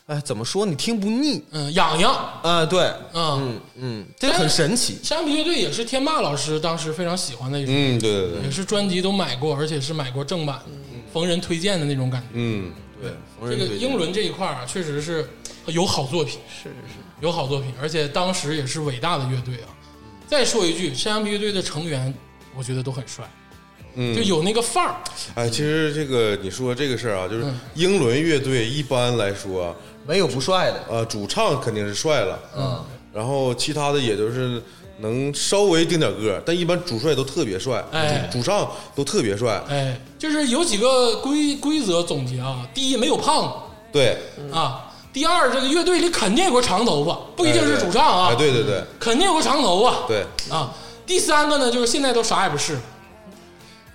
S4: 哎，怎么说？你听不腻。
S1: 嗯，痒痒，
S4: 哎，对，
S1: 嗯。
S4: 嗯嗯，这个很神奇。
S1: 山羊皮乐队也是天霸老师当时非常喜欢的一首
S3: 嗯，嗯对对对，
S1: 也是专辑都买过，而且是买过正版的，逢人推荐的那种感觉。
S3: 嗯，
S1: 这个英伦这一块儿啊，确实是有好作品，
S2: 是是
S1: 有好作品，而且当时也是伟大的乐队啊。
S3: 嗯
S1: 再说一句，山羊皮乐队的成员，我觉得都很帅，
S3: 嗯
S1: 就有那个范儿。
S3: 哎，其实这个你说这个事儿啊，
S1: 嗯
S3: 就是英伦乐队一般来说啊，
S4: 没有不帅的，
S3: 呃，主唱肯定是帅了，嗯，然后其他的也就是能稍微顶点个儿，但一般主帅都特别帅，
S1: 哎
S3: 主主唱都特别帅，
S1: 哎，就是有几个规规则总结啊，第一，没有胖
S3: 对，
S1: 子啊，第二，这个乐队里肯定有个长头发，不一定是主唱啊，
S3: 哎，对对对
S1: 肯定有个长头发，
S3: 对，
S1: 啊。第三个呢，就是现在都啥也不是，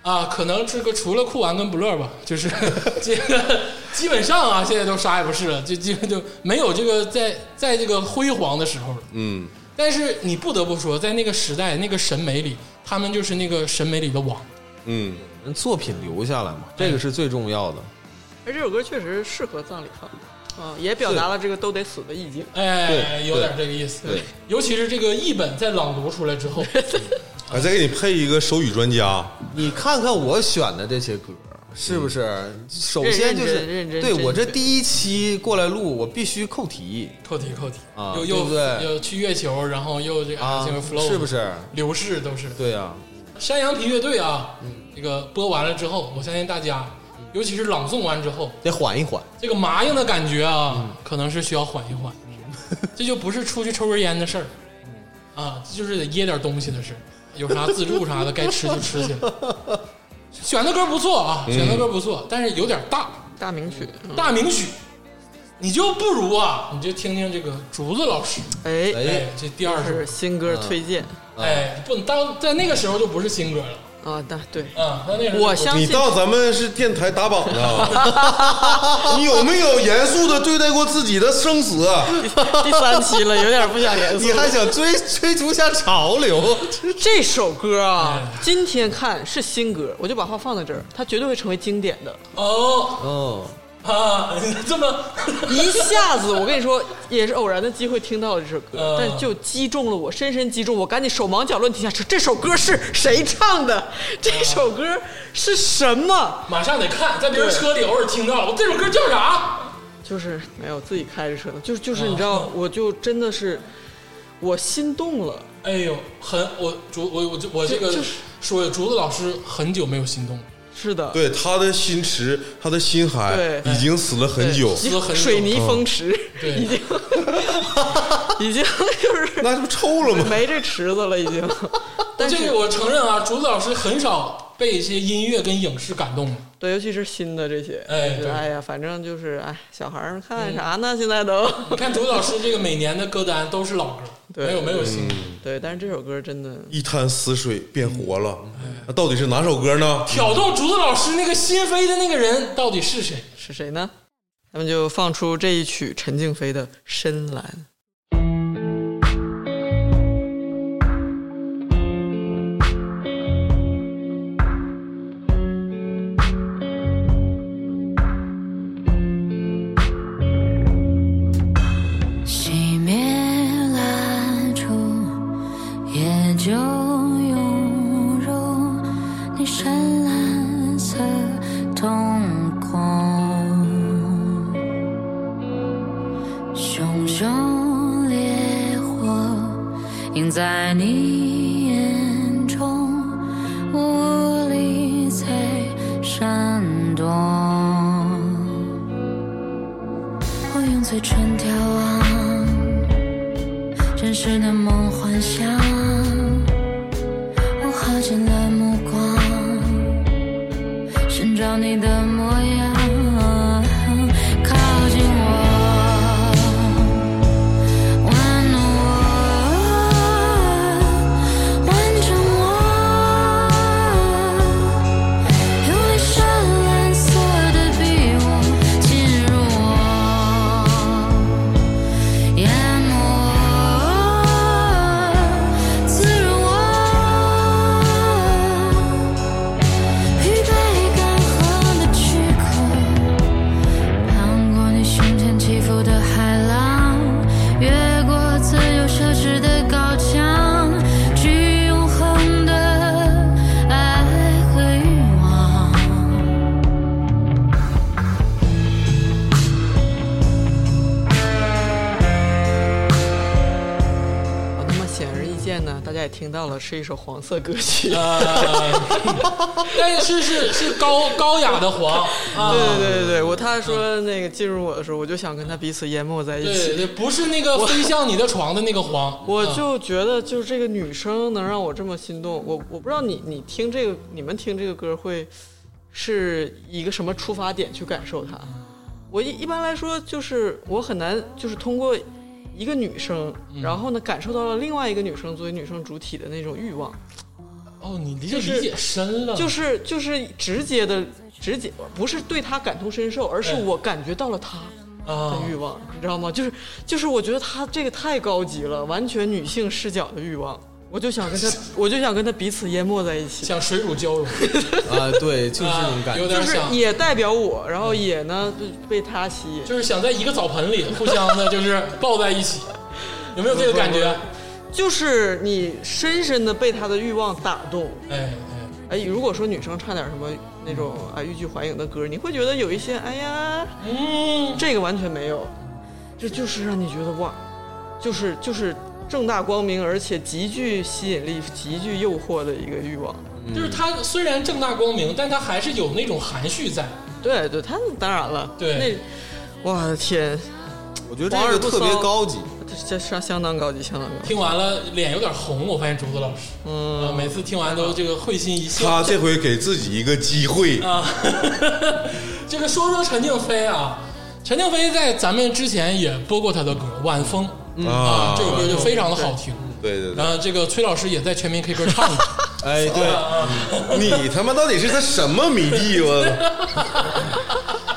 S1: 啊，可能这个除了酷玩跟不乐吧，就是 这个基本上啊，现在都啥也不是了，就基本就没有这个在在这个辉煌的时候了。
S3: 嗯，
S1: 但是你不得不说，在那个时代那个审美里，他们就是那个审美里的王。
S3: 嗯，
S4: 作品留下来嘛，这
S2: 哎
S4: 个是最重要的。
S2: 而这首歌确实适合葬礼放，啊，也表达了这个都得死的意境。
S1: 哎，
S4: 对
S1: 有点这个意思。
S4: 对，
S1: 尤其是这个译本在朗读出来 之后，
S3: 还哎再给你配一个手语专家，
S4: 你看看我选的这些歌，是不是？首先就
S2: 嗯认真认
S4: 是
S2: 真
S4: 对
S2: 真
S4: 我这第一期过来录，我必须扣题
S1: 扣题扣题，
S4: 啊
S1: 又
S4: 对
S1: 又
S4: 不对
S1: 又去月球，然后又这个
S4: 啊
S1: 这个 flow，
S4: 是不？是？
S1: 流逝都是
S4: 对啊，
S1: 山羊皮乐队啊，
S2: 嗯
S1: 这个播完了之后，我相信大家，尤其是朗诵完之后，
S4: 得缓一缓。
S1: 这个麻硬的感觉
S2: 嗯
S1: 啊，可能是需要缓一缓。 这就不是出去抽根烟的事儿，
S2: 嗯
S1: 啊，就是得噎点东西的事儿。有啥自助啥的，该吃就 吃去了。选的歌不错啊，选的歌不错，但是有点大，
S2: 大名曲，嗯
S1: 大名曲。你就不如啊，你就听听这个竹子老师，
S2: 哎，
S4: 哎
S1: 哎，，这第二
S2: 这是
S1: 首，
S2: 新歌推荐
S1: 哎，不，当在那个时候就不是新歌了，
S2: 啊，那对，
S1: 啊，在那个时候
S2: 我相
S3: 你
S2: 信
S3: 当咱们是电台打榜的？ 你有没有严肃的对待过自己的生死？啊
S2: 第三期了，有点不想严肃
S4: 你。还想追追逐下潮流？
S2: 这首歌啊，今天看是新歌，我就把话放在这儿，它绝对会成为经典的。
S1: 哦
S4: 嗯，
S1: 啊， 你这么
S2: 一下子，我跟你说，也是偶然的机会听到了这首歌
S1: 嗯，
S2: 但就击中了我，深深击中我，赶紧手忙脚乱停下车。这首歌是谁唱的？这首歌是什么？
S1: 马上得看，在别人车里偶尔听到了，我这首歌叫啥？
S2: 就是没有自己开着车呢，就是
S1: 啊
S2: 就是你知道，我就真的是我心动了。
S1: 哎呦，很我竹我我这我这个
S2: 就就是
S1: 说竹子老师很久没有心动了，
S2: 是的，
S3: 对，他的心池，他的心海
S2: 对
S3: 已经死了很久，
S1: 死了很久嗯
S2: 水泥风池
S1: 对
S2: 已经已经就是
S3: 那这不臭了吗？
S2: 没这池子了，已经。但
S1: 这
S2: 是
S1: 个我承认啊，竹子老师很少被一些音乐跟影视感动了。
S2: 对，尤其是新的这些，
S1: 哎
S2: 就是
S1: 对嗯
S2: 哎呀，反正就是哎，小孩儿看啥呢？现在都
S1: 你看竹子老师这个每年的歌单都是老歌，
S2: 对嗯
S1: 没有没有新歌。
S2: 对，但是这首歌真的
S3: 一滩死水变活了，
S4: 嗯
S3: 那到底是哪首歌呢？
S1: 挑动竹子老师那个心扉的那个人到底是谁？
S2: 是谁呢？咱们就放出这一曲陈静飞的《深蓝》。
S5: 熄灭蜡烛，也就涌入你深蓝色瞳孔。熊熊烈火映在你眼中，无力再闪躲。我用嘴唇眺望啊真实的梦幻想，我耗尽了目光，寻找你的模样，靠近我，玩弄我，完整我。用你深蓝色的笔墨进入我，淹没我，滋润我，预备干涸的躯壳，趟过你胸前起伏的海浪，越过自由奢侈的高墙，去永恒的爱和欲望。
S2: 啊，那么显而易见呢，大家也听到了，是一首黄色歌曲。
S1: 呃，但是是是高高雅的黄 啊，
S2: 对对对，我他说那个进入我的时候，我就想跟他彼此淹没在一
S1: 对
S2: 起。
S1: 对，嗯不是那个飞向你的床的那个黄， 啊
S2: 我就觉得，就是这个女生能让我这么心动，我我不知道你你听这个，你们听这个歌会是一个什么出发点去感受它？我一一般来说就是我很难就是通过一个女生，
S1: 嗯
S2: 然后呢感受到了另外一个女生作为女生主体的那种欲望，
S1: 哦，你这
S2: 就是
S1: 理解深了，
S2: 就是就是直接的直接，不是对她感同身受，而是
S1: 哎
S2: 我感觉到了她。
S1: 啊
S2: 的，欲望，你知道吗？就是就是，我觉得他这个太高级了，完全女性视角的欲望。我就想 跟他，我就想跟他彼此淹没在一起，
S1: 像水乳交融，
S4: 啊，对，就是这种感
S1: 啊有
S4: 觉。
S1: 点
S2: 就是
S1: 像，嗯
S2: 也代表我，然后也呢被他吸引。
S1: 就是想在一个澡盆里互相的，就是抱在一 起，有没有这个感觉？
S2: 就是你深深的被他的欲望打动。
S1: 哎
S2: 哎，如果说女生唱点什么那种
S1: 嗯
S2: 啊欲拒还迎的歌，你会觉得有一些哎呀，
S1: 哎，嗯，
S2: 这个完全没有，这就是让你觉得哇，就是就是正大光明，而且极具吸引力、极具诱惑的一个欲望。
S1: 就是他虽然正大光明，但他还是有那种含蓄在，
S2: 对对，他当然了，
S1: 对
S2: 那，我的天，
S4: 我觉得这个特别高级，
S2: 这这相相当高级，相当高级。
S1: 听完了脸有点红，我发现竹子老师，嗯，每次听完都这个会心一笑
S3: 他这回给自己一个机会，
S1: 啊。 这个说说陈静飞啊，陈静飞在咱们之前也播过他的歌《晚风》
S3: 啊
S4: 嗯
S1: 啊，这首歌就非常的好听。
S3: 对对
S1: 然
S3: 对，
S1: 后这个崔老师也在全民 K 歌唱过，
S4: 哎，对，
S3: 你他妈到底是他什么迷弟？啊我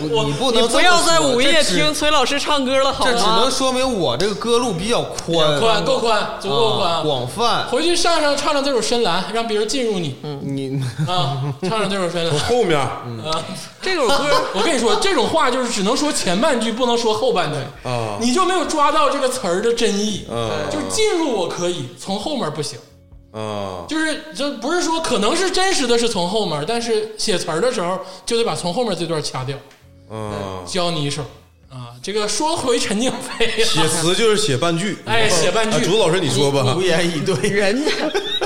S4: 我你不
S2: 你
S4: 能
S2: 不要在午夜
S4: 这
S2: 听啊
S4: 只，
S2: 崔老师唱歌了，好
S4: 这只能
S2: 吗？
S4: 说明我这个歌路比较宽，
S1: 宽够宽，足够
S4: 啊
S1: 宽。
S4: 广泛。
S1: 回去上上唱唱这首《深蓝》，让别人进入你
S2: 嗯
S4: 你
S1: 啊！唱唱这首《深蓝》
S3: 后面
S1: 啊！
S2: 这首歌
S1: 我跟你说，这种话就是只能说前半句，不能说后半句
S3: 啊
S1: 你就没有抓到这个词儿的真意。
S4: 嗯
S3: 啊
S1: 就是进入我可以，从后面不行。
S3: 啊，
S1: 就是就不是说可能是真实的是从后面，但是写词儿的时候就得把从后面这段掐掉。
S3: 啊，
S1: 教你一手啊！这个说回陈静飞，啊
S3: 写词就是写半句，
S1: 哎写半句
S3: 啊竹老师你说吧，
S4: 无言以对，
S2: 人家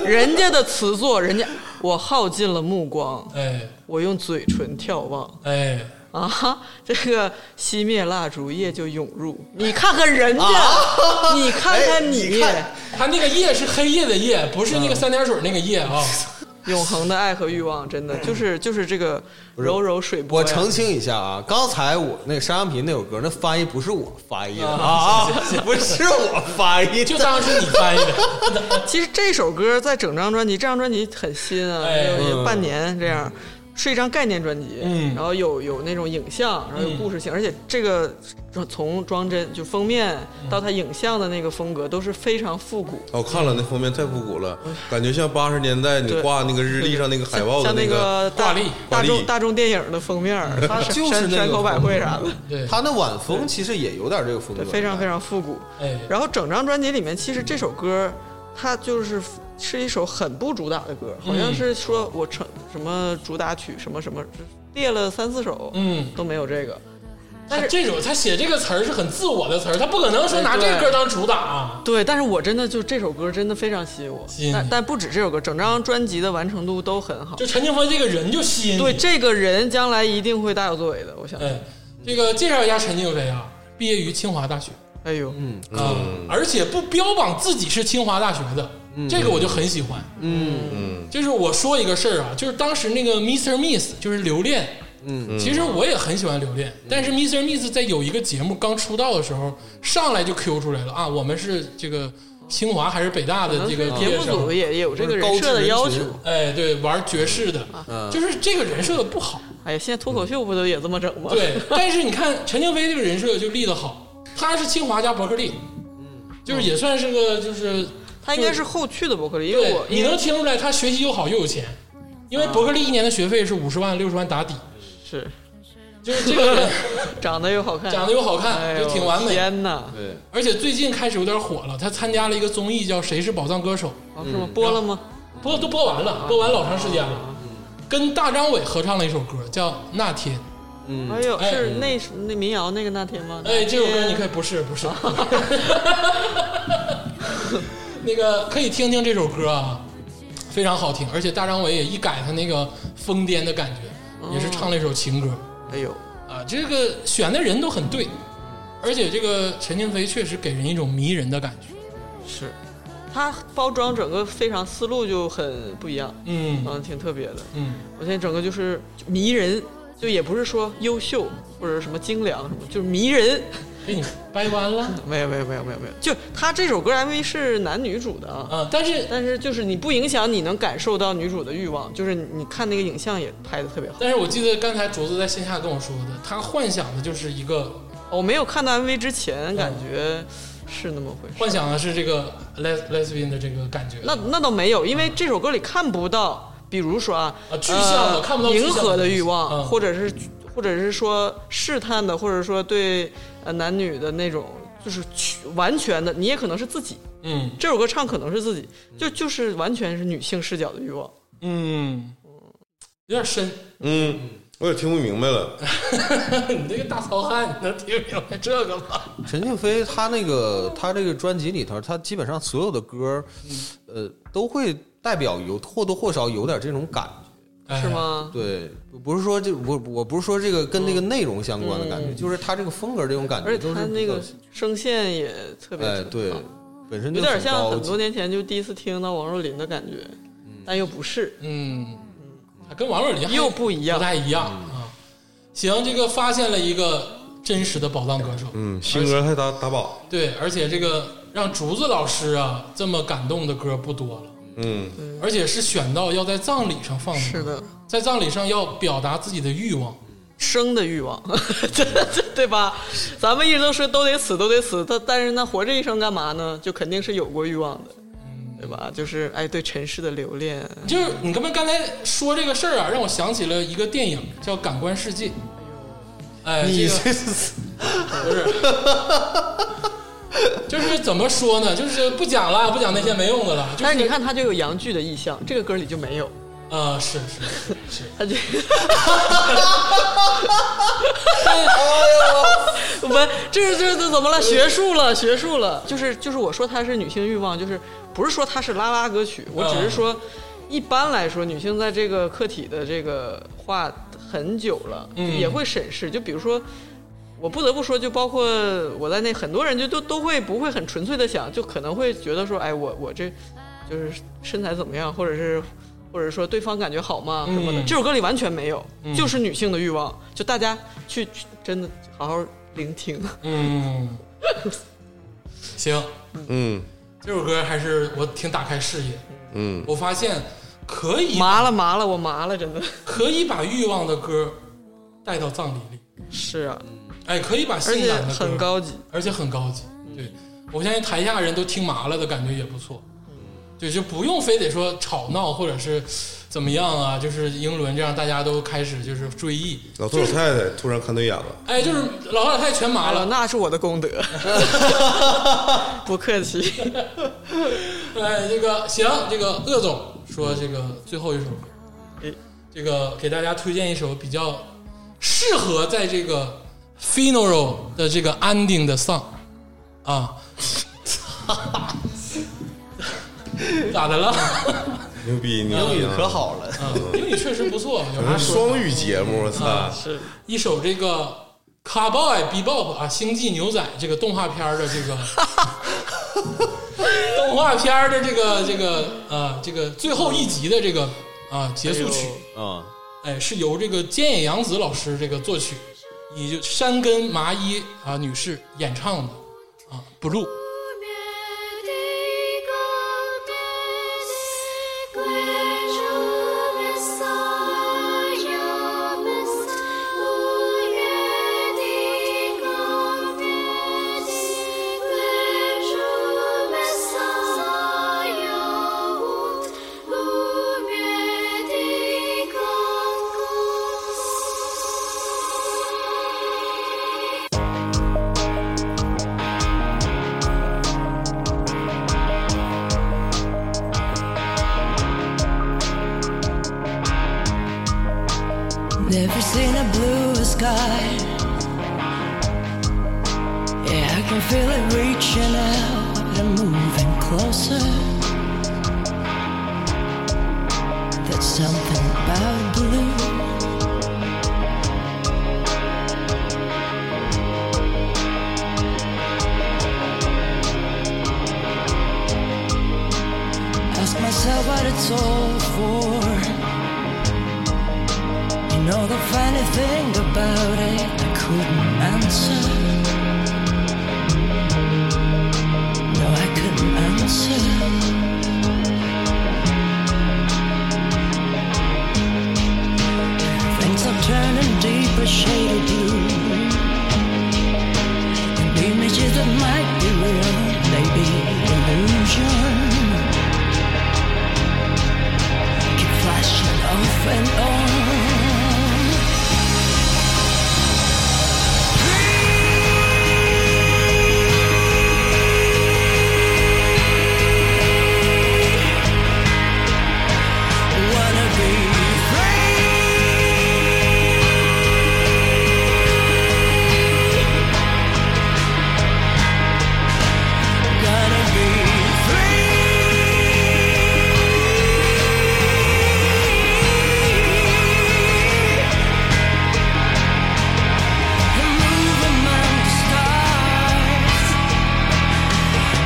S2: 人家的词作，人家我耗尽了目光，
S1: 哎
S2: 我用嘴唇眺望
S1: 哎，
S2: 啊，哈，这个熄灭蜡烛，夜就涌入。你看看人家，你看看你，
S1: 他那个夜是黑夜的夜，不是那个三点水那个夜啊。
S2: 永恒的爱和欲望，真的就是就是这个柔柔水波
S4: 我
S2: 呀。
S4: 澄清一下啊，刚才我那个沙羊皮那首歌，那翻译不是我翻译的啊，不是我翻译
S1: 就
S4: 的，
S1: 当是你翻译的，
S2: 其实这首歌在整张专辑，这张专辑很新啊，
S1: 哎
S2: 有有半年这样，
S4: 嗯
S2: 是一张概念专辑，
S1: 嗯
S2: 然后有有那种影像，然后有故事性，
S4: 嗯
S2: 而且这个从装帧就封面到它影像的那个风格都是非常复古，
S3: 我哦看了那封面太复古
S1: 哎
S3: 了，感觉像八十年代你
S2: 对
S3: 挂那个日历上那个海报
S2: 像
S3: 的
S2: 像那
S3: 个
S2: 个
S1: 挂
S2: 大
S1: 历
S2: 大
S3: 挂历
S2: 众大众电影的封面，
S4: 就是
S2: 山
S4: 那个
S2: 山口百惠
S4: 风格
S2: 啥的，
S1: 对，
S4: 他那晚风其实也有点这个风格
S2: 对，，非常非常复古。
S1: 哎，
S2: 然后整张专辑里面，其实这首歌它就是是一首很不主打的歌，好像是说我成什么主打曲什么什么，列了三四首，
S1: 嗯，
S2: 都没有这个。但
S1: 他
S2: 是
S1: 这种他写这个词儿是很自我的词儿，他不可能说拿这个歌当主打啊。
S2: 对，但是我真的就这首歌真的非常吸引我
S1: 吸引，你
S2: 但但不止这首歌，整张专辑的完成度都很好
S1: 就。陈静飞这个人就吸引你。
S2: 对，这个人将来一定会大有作为的，我想。
S1: 哎，这个介绍一下陈静飞啊，毕业于清华大学
S2: 哎呦，
S1: 啊，而且不标榜自己是清华大学的，这个我就很喜欢。
S3: 嗯
S1: 就是我说一个事儿啊，就是当时那个 Mr. Miss 就是留恋，嗯，其实我也很喜欢留恋，但是 Mr. Miss 在有一个节目刚出道的时候，上来就 Q 出来了啊，我们是这个清华还是北大的这个毕
S2: 节
S1: 业
S2: 目组
S1: 生。
S2: 也也有这个
S4: 高
S2: 人
S4: 质
S2: 设的
S4: 人
S2: 要
S4: 群
S2: 求。
S1: 哎，对，玩爵士的，
S2: 嗯
S1: 就是这个人设的不好，
S2: 哎呀，现在脱口秀不都也这么整吗？
S1: 嗯对， 但是你看陈静飞这个人设就立得好，他是清华加伯克利，嗯，就是也算是个就是
S2: 他应该是后去的伯克利，因为
S1: 对
S2: 我，
S1: 你能听出来他学习又好又有钱，因为伯克利一年的学费是五十万六十万打底，
S2: 是
S1: 就是这 个人
S2: 长得又好看，
S1: 长得又好看，
S2: 哎
S1: 就
S2: 呦
S1: 挺完美。
S2: 天哪，
S4: 对，
S1: 而且最近开始有点火了，他参加了一个综艺叫《谁是宝藏歌手
S2: 啊是吗？
S1: 嗯
S2: 播了吗？》，
S1: 播都播完了，播完老长时间了。
S2: 嗯
S1: 跟大张伟合唱了一首歌，叫《那天》。
S2: 哎呦，
S1: 哎
S2: 是那那民谣那个那天吗？
S1: 哎，这首歌你可
S2: 以
S1: 以不是不 是，那个可以听听这首歌啊，非常好听，而且大张伟也一改他那个疯癫的感觉，也是唱了一首情歌。
S2: 哎呦，
S1: 啊，这个选的人都很对，而且这个陈静飞确实给人一种迷人的感觉。
S2: 是他包装整个非常思路就很不一样，
S1: 嗯
S2: 嗯，挺特别的。
S1: 嗯，
S2: 我现在整个就是迷人，就也不是说优秀或者什么精良什么，就是迷人。
S1: 给你掰弯了
S2: 没有没有没有没有没有，就他这首歌 MV 是男女主的啊，
S1: 啊！但是
S2: 但是就是你不影响你能感受到女主的欲望，就是你看那个影像也拍的特别好。
S1: 但是我记得刚才卓子在线下跟我说的，他幻想的就是一个
S2: 哦我没有看到 MV 之前，感觉是那么回事。
S1: 幻想的是这个 les lesbian 的这个感觉。
S2: 那那倒没有，因为这首歌里看不到，比如说啊，
S1: 啊具象的
S2: 呃
S1: 看不到具象的
S2: 迎合的
S1: 东西
S2: 欲望，
S1: 嗯
S2: 或者是或者是说试探的，或者说对呃男女的那种。就是去完全的，你也可能是自己。
S1: 嗯
S2: 这首歌唱可能是自己，就就是完全是女性视角的欲望。
S1: 嗯，有点深。
S3: 嗯，我也听不明白了。
S1: 你这个大糙汉，你能听明白这个吗？
S4: 陈静飞她那个她这个专辑里头，她基本上所有的歌，
S2: 嗯
S4: 呃，都会代表有或多或少有点这种感觉。
S2: 是？
S1: 哎
S2: 吗？
S4: 对，不是说这我我不是说这
S2: 嗯
S4: 个跟那个内容相关的感觉，就是他这个风格这种感
S2: 而
S4: 觉，
S2: 且
S4: 都
S2: 他
S4: 是
S2: 那
S4: 比较
S2: 个声线也特别
S4: 哎对
S2: 好，
S4: 本身就
S2: 有点像
S4: 高
S2: 很
S4: 级
S2: 多年前就第一次听到王若琳的感觉，但又不是，
S1: 嗯，他跟王若琳还
S2: 又嗯不一样
S1: 不太一样啊。行，这个发现了一个真实的宝藏歌手，
S3: 嗯，新歌还打打榜。
S1: 对，而且这个让竹子老师啊这么感动的歌不多了，
S3: 嗯，
S1: 而且是选到要在葬礼上放的，
S2: 是的，
S1: 在葬礼上要表达自己的欲望，
S2: 生的欲望， 这这对吧？咱们一直都说都得死，都得死，但但是那活这一生干嘛呢？就肯定是有过欲望的，对吧？就是哎，对尘世的留恋，
S1: 就是你刚才刚才说这个事儿啊，让我想起了一个电影叫《感官世界》。哎，
S4: 你
S1: 这
S4: 这
S1: 个
S4: 是
S1: 不是，就是怎么说呢？就是不讲了，不讲那些没用的了。就
S2: 但
S1: 是
S2: 是你看他就有阳具的意象，这个歌里就没有，
S1: 啊、是是是，
S2: 他就。我们这这这怎么了？学术了，学术了，就是就是我说它是女性欲望，就是不是说它是拉拉歌曲，我只是说，一般来说女性在这个客体的这个话很久了，
S1: 嗯
S2: 也会审视。就比如说，我不得不说，就包括我在内，很多人就都都会不会很纯粹的想，就可能会觉得说，哎，我我这就是身材怎么样，或者是。或者说对方感觉好吗什么的，
S1: 嗯
S2: 这首歌里完全没有，就是女性的欲望，就大家去去真的好好聆听。
S1: 嗯，行，
S3: 嗯
S1: 这首歌还是我挺打开视野。
S3: 嗯，
S1: 我发现可以
S2: 麻了麻了，我麻了，真的
S1: 可以把欲望的歌带到葬礼里，
S2: 是啊，
S1: 哎，可以把
S2: 而
S1: 性
S2: 且
S1: 感的歌
S2: 很高级，
S1: 而且很高级。对，我相信台下人都听麻了的感觉也不错。对，就不用非得说吵闹或者是怎么样啊，就是英伦这样，大家都开始就是追忆。
S3: 老头老太太突然看对眼了，
S1: 哎，就是老头老太太全麻
S2: 哎呦，
S1: 了，
S2: 那是我的功德，不客气。
S1: 哎，这个行，这个鄂总说这个最后一首歌，
S2: 哎
S1: 这个给大家推荐一首比较适合在这个 funeral 的这个 ending 的 song 啊，咋的了？啊
S3: 牛逼！你
S4: 英语可好了，
S1: 英语确实不错，有
S3: 我
S1: 啥
S3: 们
S1: 说？
S3: 双语节目，我
S1: 啊
S3: 操！
S2: 是
S1: 一首这个 Cowboy Bebop 啊，《星际牛仔》这个动画片儿的这个动画片儿的这个这个呃这个最后一集的这个啊结束曲，
S4: 嗯，
S1: 哎，是由这个菅野洋子老师这个作曲，以就山根麻衣啊女士演唱的啊 Blue。
S5: Never seen a blue sky. Yeah, I can feel it reaching out and moving closer. There's something about blue. Ask myself what it's all for.
S7: know the funny thing about it, I couldn't answer. No, I couldn't answer. Things are turning deeper shade of blue. And images that might be real, maybe illusion. Keep flashing off and on. Wanna be free. Gonna be free. Move among the stars.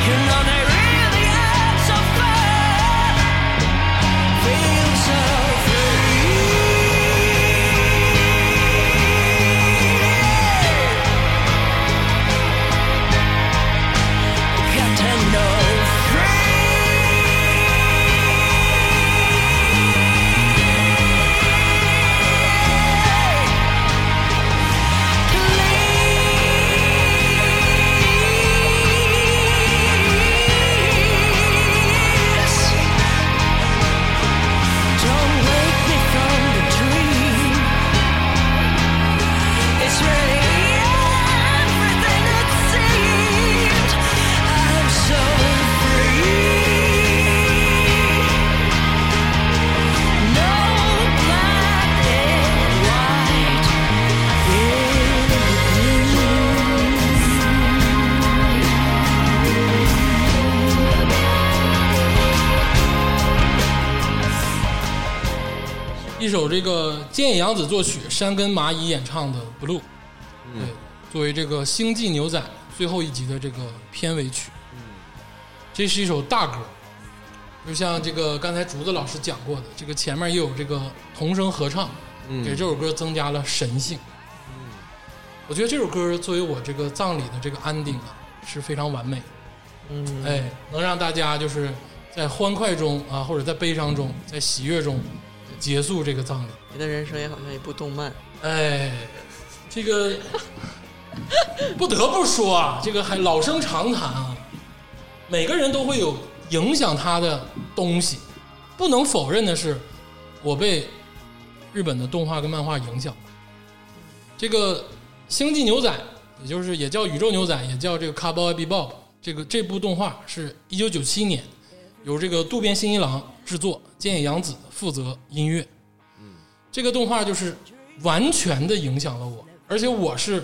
S7: You know they really are so far. Feel so free. Got to know free. Please don't wake me from the dream. It's really everything it seemed. I'm so free. No black and white.
S1: 一首这个菅野洋子作曲、山根麻衣演唱的《Blue》，对，作为这个《星际牛仔》最后一集的这个片尾曲，这是一首大歌，就像这个刚才竹子老师讲过的，这个前面也有这个童声合唱，给这首歌增加了神性。我觉得这首歌作为我这个葬礼的这个 ending 啊，是非常完美的。嗯，哎，能让大家就是在欢快中啊，或者在悲伤中，在喜悦中结束这个葬礼。
S2: 你的人生也好像一部动漫，
S1: 哎，这个不得不说啊，这个还老生常谈啊，每个人都会有影响他的东西。不能否认的是，我被日本的动画跟漫画影响。这个《星际牛仔》，也就是也叫《宇宙牛仔》，也叫这个《Cowboy Bebop》，这个这部动画是一九九七年由这个渡边信一郎制作，菅野洋子负责音乐。这个动画就是完全的影响了我，而且我是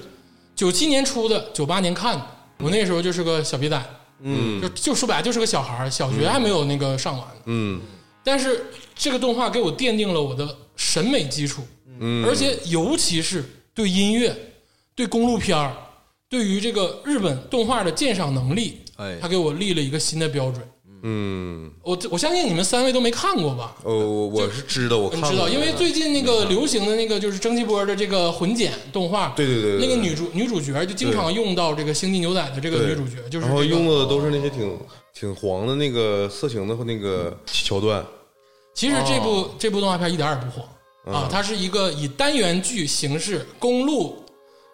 S1: 九七年出的，九八年看的，我那时候就是个小逼崽，嗯，就就说白了就是个小孩儿，小学还没有那个上完，
S3: 嗯
S1: 但是这个动画给我奠定了我的审美基础，嗯，而且尤其是对音乐、对公路片儿、对于这个日本动画的鉴赏能力，
S4: 哎
S1: 它给我立了一个新的标准。
S3: 嗯，
S1: 我我相信你们三位都没看过吧？
S3: 哦，我我是知道，我
S1: 你
S3: 看
S1: 知道，
S3: 过
S1: 因为最近那个流行的那个就是蒸汽波的这个混剪动画，
S3: 对对对对对
S1: 那个女主女主角就经常用到这个《星际牛仔》的这个
S3: 对
S1: 女主角，就是
S3: 然后
S1: 这个
S3: 用的都是那些挺挺黄的那个色情的那个桥段，
S1: 其实这部、
S3: 哦
S1: 这部动画片一点儿也不火
S3: 嗯
S1: 啊，它是一个以单元剧形式公路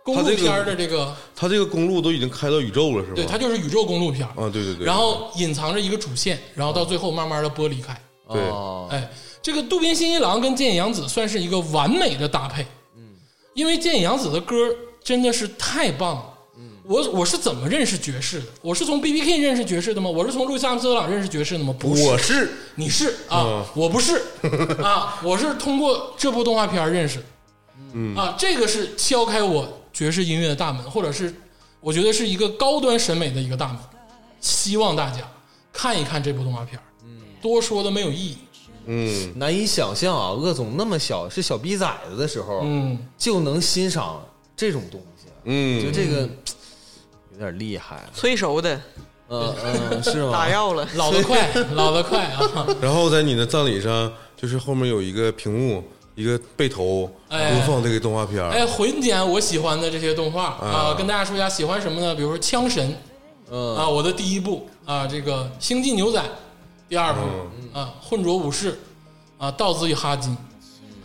S1: 公路
S3: 它这个
S1: 片儿的这个，
S3: 它这个公路都已经开到宇宙了，是吧？
S1: 对，它就是宇宙公路片儿
S3: 啊，对对对，
S1: 然后隐藏着一个主线，然后到最后慢慢的剥离开。
S3: 对，
S4: 哦，
S1: 哎，这个渡边信一郎跟菅野洋子算是一个完美的搭配，嗯，因为菅野洋子的歌真的是太棒了。我我是怎么认识爵士的？我是从 B B King 认识爵士的吗？我是从路易斯阿姆斯特朗认识爵士的吗？不是，
S3: 我是
S1: 你是啊，我不是啊，我是通过这部动画片认识的，啊，这个是敲开我爵士音乐的大门，或者是我觉得是一个高端审美的一个大门。希望大家看一看这部动画片，多说的没有意义。
S3: 嗯，
S4: 难以想象啊，鄂总那么小是小逼崽子的时候，
S1: 嗯，
S4: 就能欣赏这种东西，啊就
S3: 嗯，
S4: 这个有点厉害，啊
S2: 催熟的，
S4: 嗯嗯，是吗？
S2: 打药了，
S1: 哦 老得快，老得快啊！
S3: 然后在你的葬礼上，就是后面有一个屏幕，一个背头
S1: 哎
S3: 播放这个动画片儿
S1: 哎，混剪我喜欢的这些动画啊，跟大家说一下喜欢什么呢？比如说《枪神》，
S3: 嗯
S1: 啊，我的第一部啊，这个《星际牛仔》第二部
S3: 嗯
S1: 啊，《混浊武士》啊，《盗贼与哈金》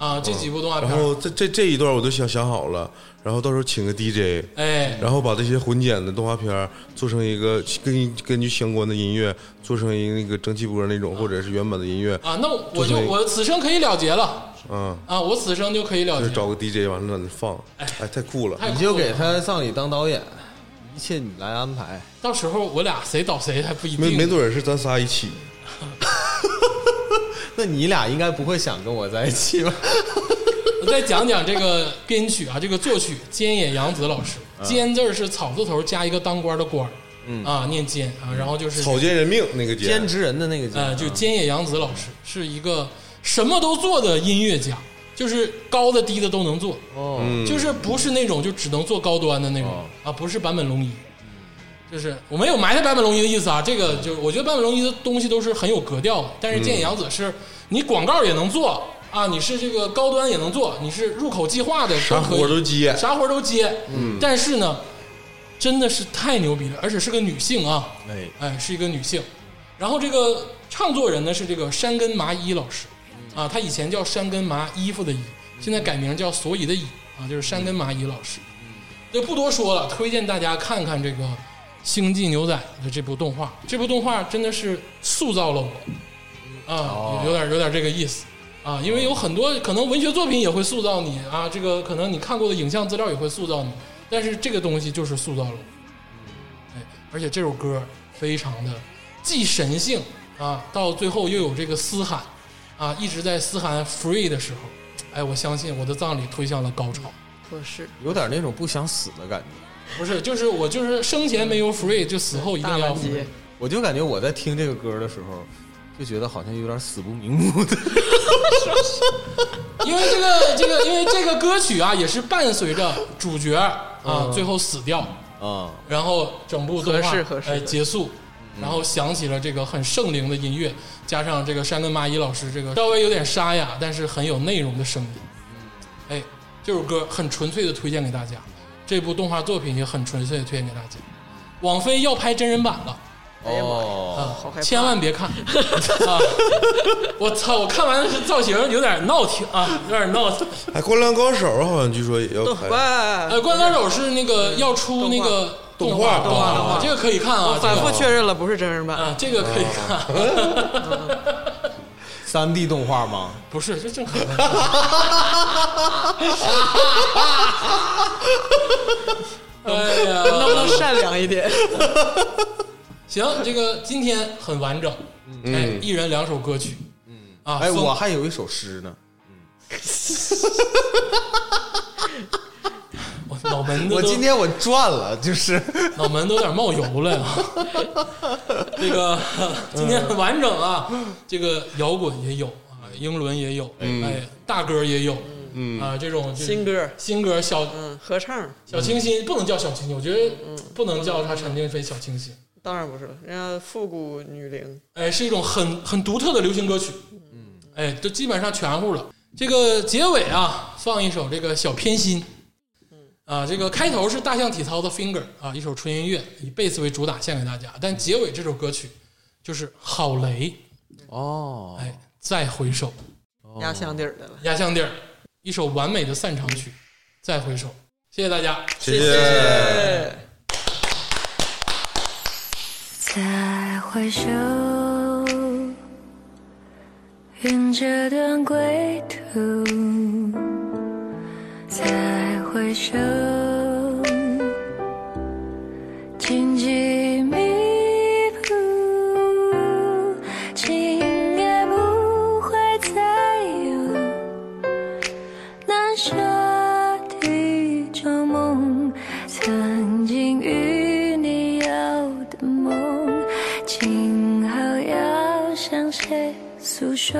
S1: 啊，这几部动画片
S3: 嗯然
S1: 儿，
S3: 后这这这一段我都想想好了，然后到时候请个 DJ，
S1: 哎，
S3: 然后把这些混剪的动画片儿做成一个根根据相关的音乐做成一个那个蒸汽波那种，或者是原版的音乐，
S1: 啊，那我
S3: 就
S1: 就是我此生可以了结了
S3: 嗯，
S1: 啊，我此生就可以了
S3: 就是
S1: 结，
S3: 找个 DJ 完了在那放，哎，太酷了。
S1: 太
S4: 你
S1: 酷
S4: 就
S1: 了
S4: 给他葬礼当导演，一切你来安排。
S1: 到时候我俩谁倒谁还不一
S3: 没
S1: 定，
S3: 没准儿是咱仨一起，
S4: 那你俩应该不会想跟我在一 起吧？
S1: 我再讲讲这个编曲啊，这个作曲菅野洋子老师，
S3: 嗯
S1: 菅字儿是草字头加一个当官的官儿，啊，念菅啊，然后就是
S3: 草菅人命那个
S4: 兼
S3: 菅，
S4: 职人的那个兼
S1: 呃，就菅野洋子老师是一个什么都做的音乐家，就是高的低的都能做，
S4: 哦，
S3: 嗯
S1: 就是不是那种就只能做高端的那种、
S4: 哦
S1: 啊，不是坂本龙一，就是我没有埋汰坂本龙一的意思啊，这个就我觉得坂本龙一的东西都是很有格调的，但是
S3: 嗯
S1: 菅野洋子是你广告也能做啊，你是这个高端也能做，你是入口计划的
S3: 啥
S1: 可以
S3: 活 都接，
S1: 啥活都接，嗯，但是呢，真的是太牛逼了，而且是个女性啊，
S4: 哎，
S1: 哎，是一个女性。然后这个唱作人呢是这个山根麻衣老师，啊，他以前叫山根麻衣服的衣，现在改名叫所以的以啊，就是山根麻衣老师。就不多说了，推荐大家看看这个《星际牛仔》的这部动画，这部动画真的是塑造了我，啊，有有点有点这个意思。啊，因为有很多可能文学作品也会塑造你啊，这个可能你看过的影像资料也会塑造你，但是这个东西就是塑造了我。哎，而且这首歌非常的既神性啊，到最后又有这个嘶喊啊，一直在嘶喊 free 的时候，哎，我相信我的葬礼推向了高潮。
S2: 合适。
S4: 有点那种不想死的感觉。
S1: 不是，就是我就是生前没有 free，就死后一
S2: 大
S1: 定要
S2: 满街
S1: free。，
S4: 我就感觉我在听这个歌的时候，就觉得好像有点死不瞑目的。
S1: 因为这个这个，因为这个歌曲啊，也是伴随着主角啊最后死掉，
S4: 啊，
S1: 然后整部动画
S2: 合适合适嗯
S1: 哎结束，然后响起了这个很圣灵的音乐，加上这个山根麻衣老师这个稍微有点沙哑，但是很有内容的声音。
S2: 嗯
S1: 哎，这首歌很纯粹的推荐给大家，这部动画作品也很纯粹的推荐给大家。网飞要拍真人版了，哎
S4: 哦，
S2: 好害怕！
S1: 千万别 看！啊、我操！我看完造型有点闹挺啊，有点闹挺。
S3: 哎，灌篮高手好像据说也要
S2: 都
S3: 拍，
S1: 呃，
S2: 哇！
S1: 灌篮高手是那个要出那个动画，
S3: 动画
S2: 动画
S1: 这个可以看啊，这
S2: 反
S1: 个
S2: 复确认了，不是真人版。
S1: 啊，这个可以看。
S4: 三 D 动画吗？
S1: 不是，这正可能。 哎
S2: 能
S1: 呀，
S2: 不能善良一点？
S1: 行，这个今天很完整，哎，一人两首歌曲，嗯啊，
S4: 嗯哎，
S1: 风
S4: 我还有一首诗呢，
S1: 我脑门子
S4: 我
S1: 都
S4: 今天我赚了，就是
S1: 脑门都有点冒油了 呀。这个
S4: 嗯
S1: 今天很完整啊，这个摇滚也有啊，英伦也有，
S4: 嗯
S1: 哎，大歌也有，嗯啊，这种就是
S2: 新歌，
S1: 新歌小
S2: 嗯，合唱
S1: 小清
S4: 嗯
S1: 新不能叫小清新，我觉得
S2: 嗯
S1: 不能叫它陈静飞小清新。
S2: 当然不是了，人家复古女伶。
S1: 哎，是一种很很独特的流行歌曲。嗯，哎，都基本上全乎了。这个结尾啊，放一首这个小偏心。啊，这个开头是大象体操的 Finger 啊，一首纯音乐，以贝斯为主打献给大家。但结尾这首歌曲就是郝雷，
S4: 哦，
S1: 哎，再回首，
S2: 压箱底儿的了。
S1: 压箱底儿，一首完美的散场曲，再回首。谢谢大家。
S3: 谢谢。
S8: 再回首，云遮断归途；再回首，荆棘密布，情爱不会再有。南沙的旧梦，曾经与你有的梦，今后要向谁诉说？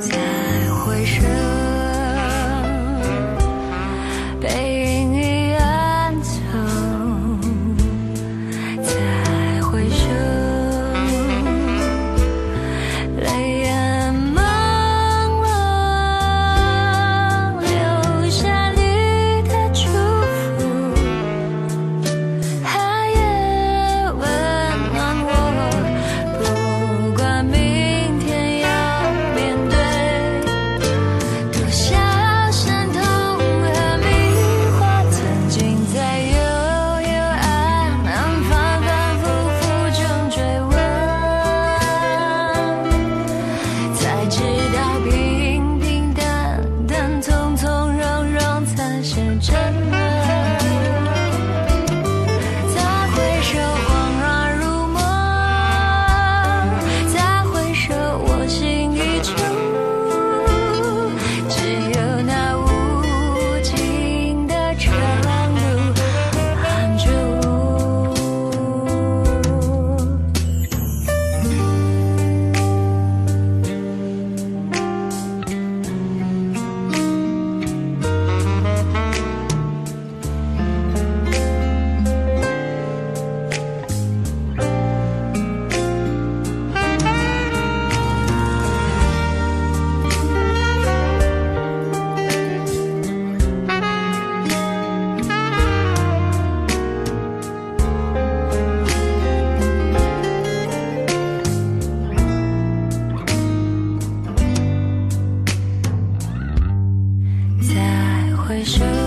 S8: 再回首，背影已暗走，再回首。泪眼朦胧，
S5: 结束。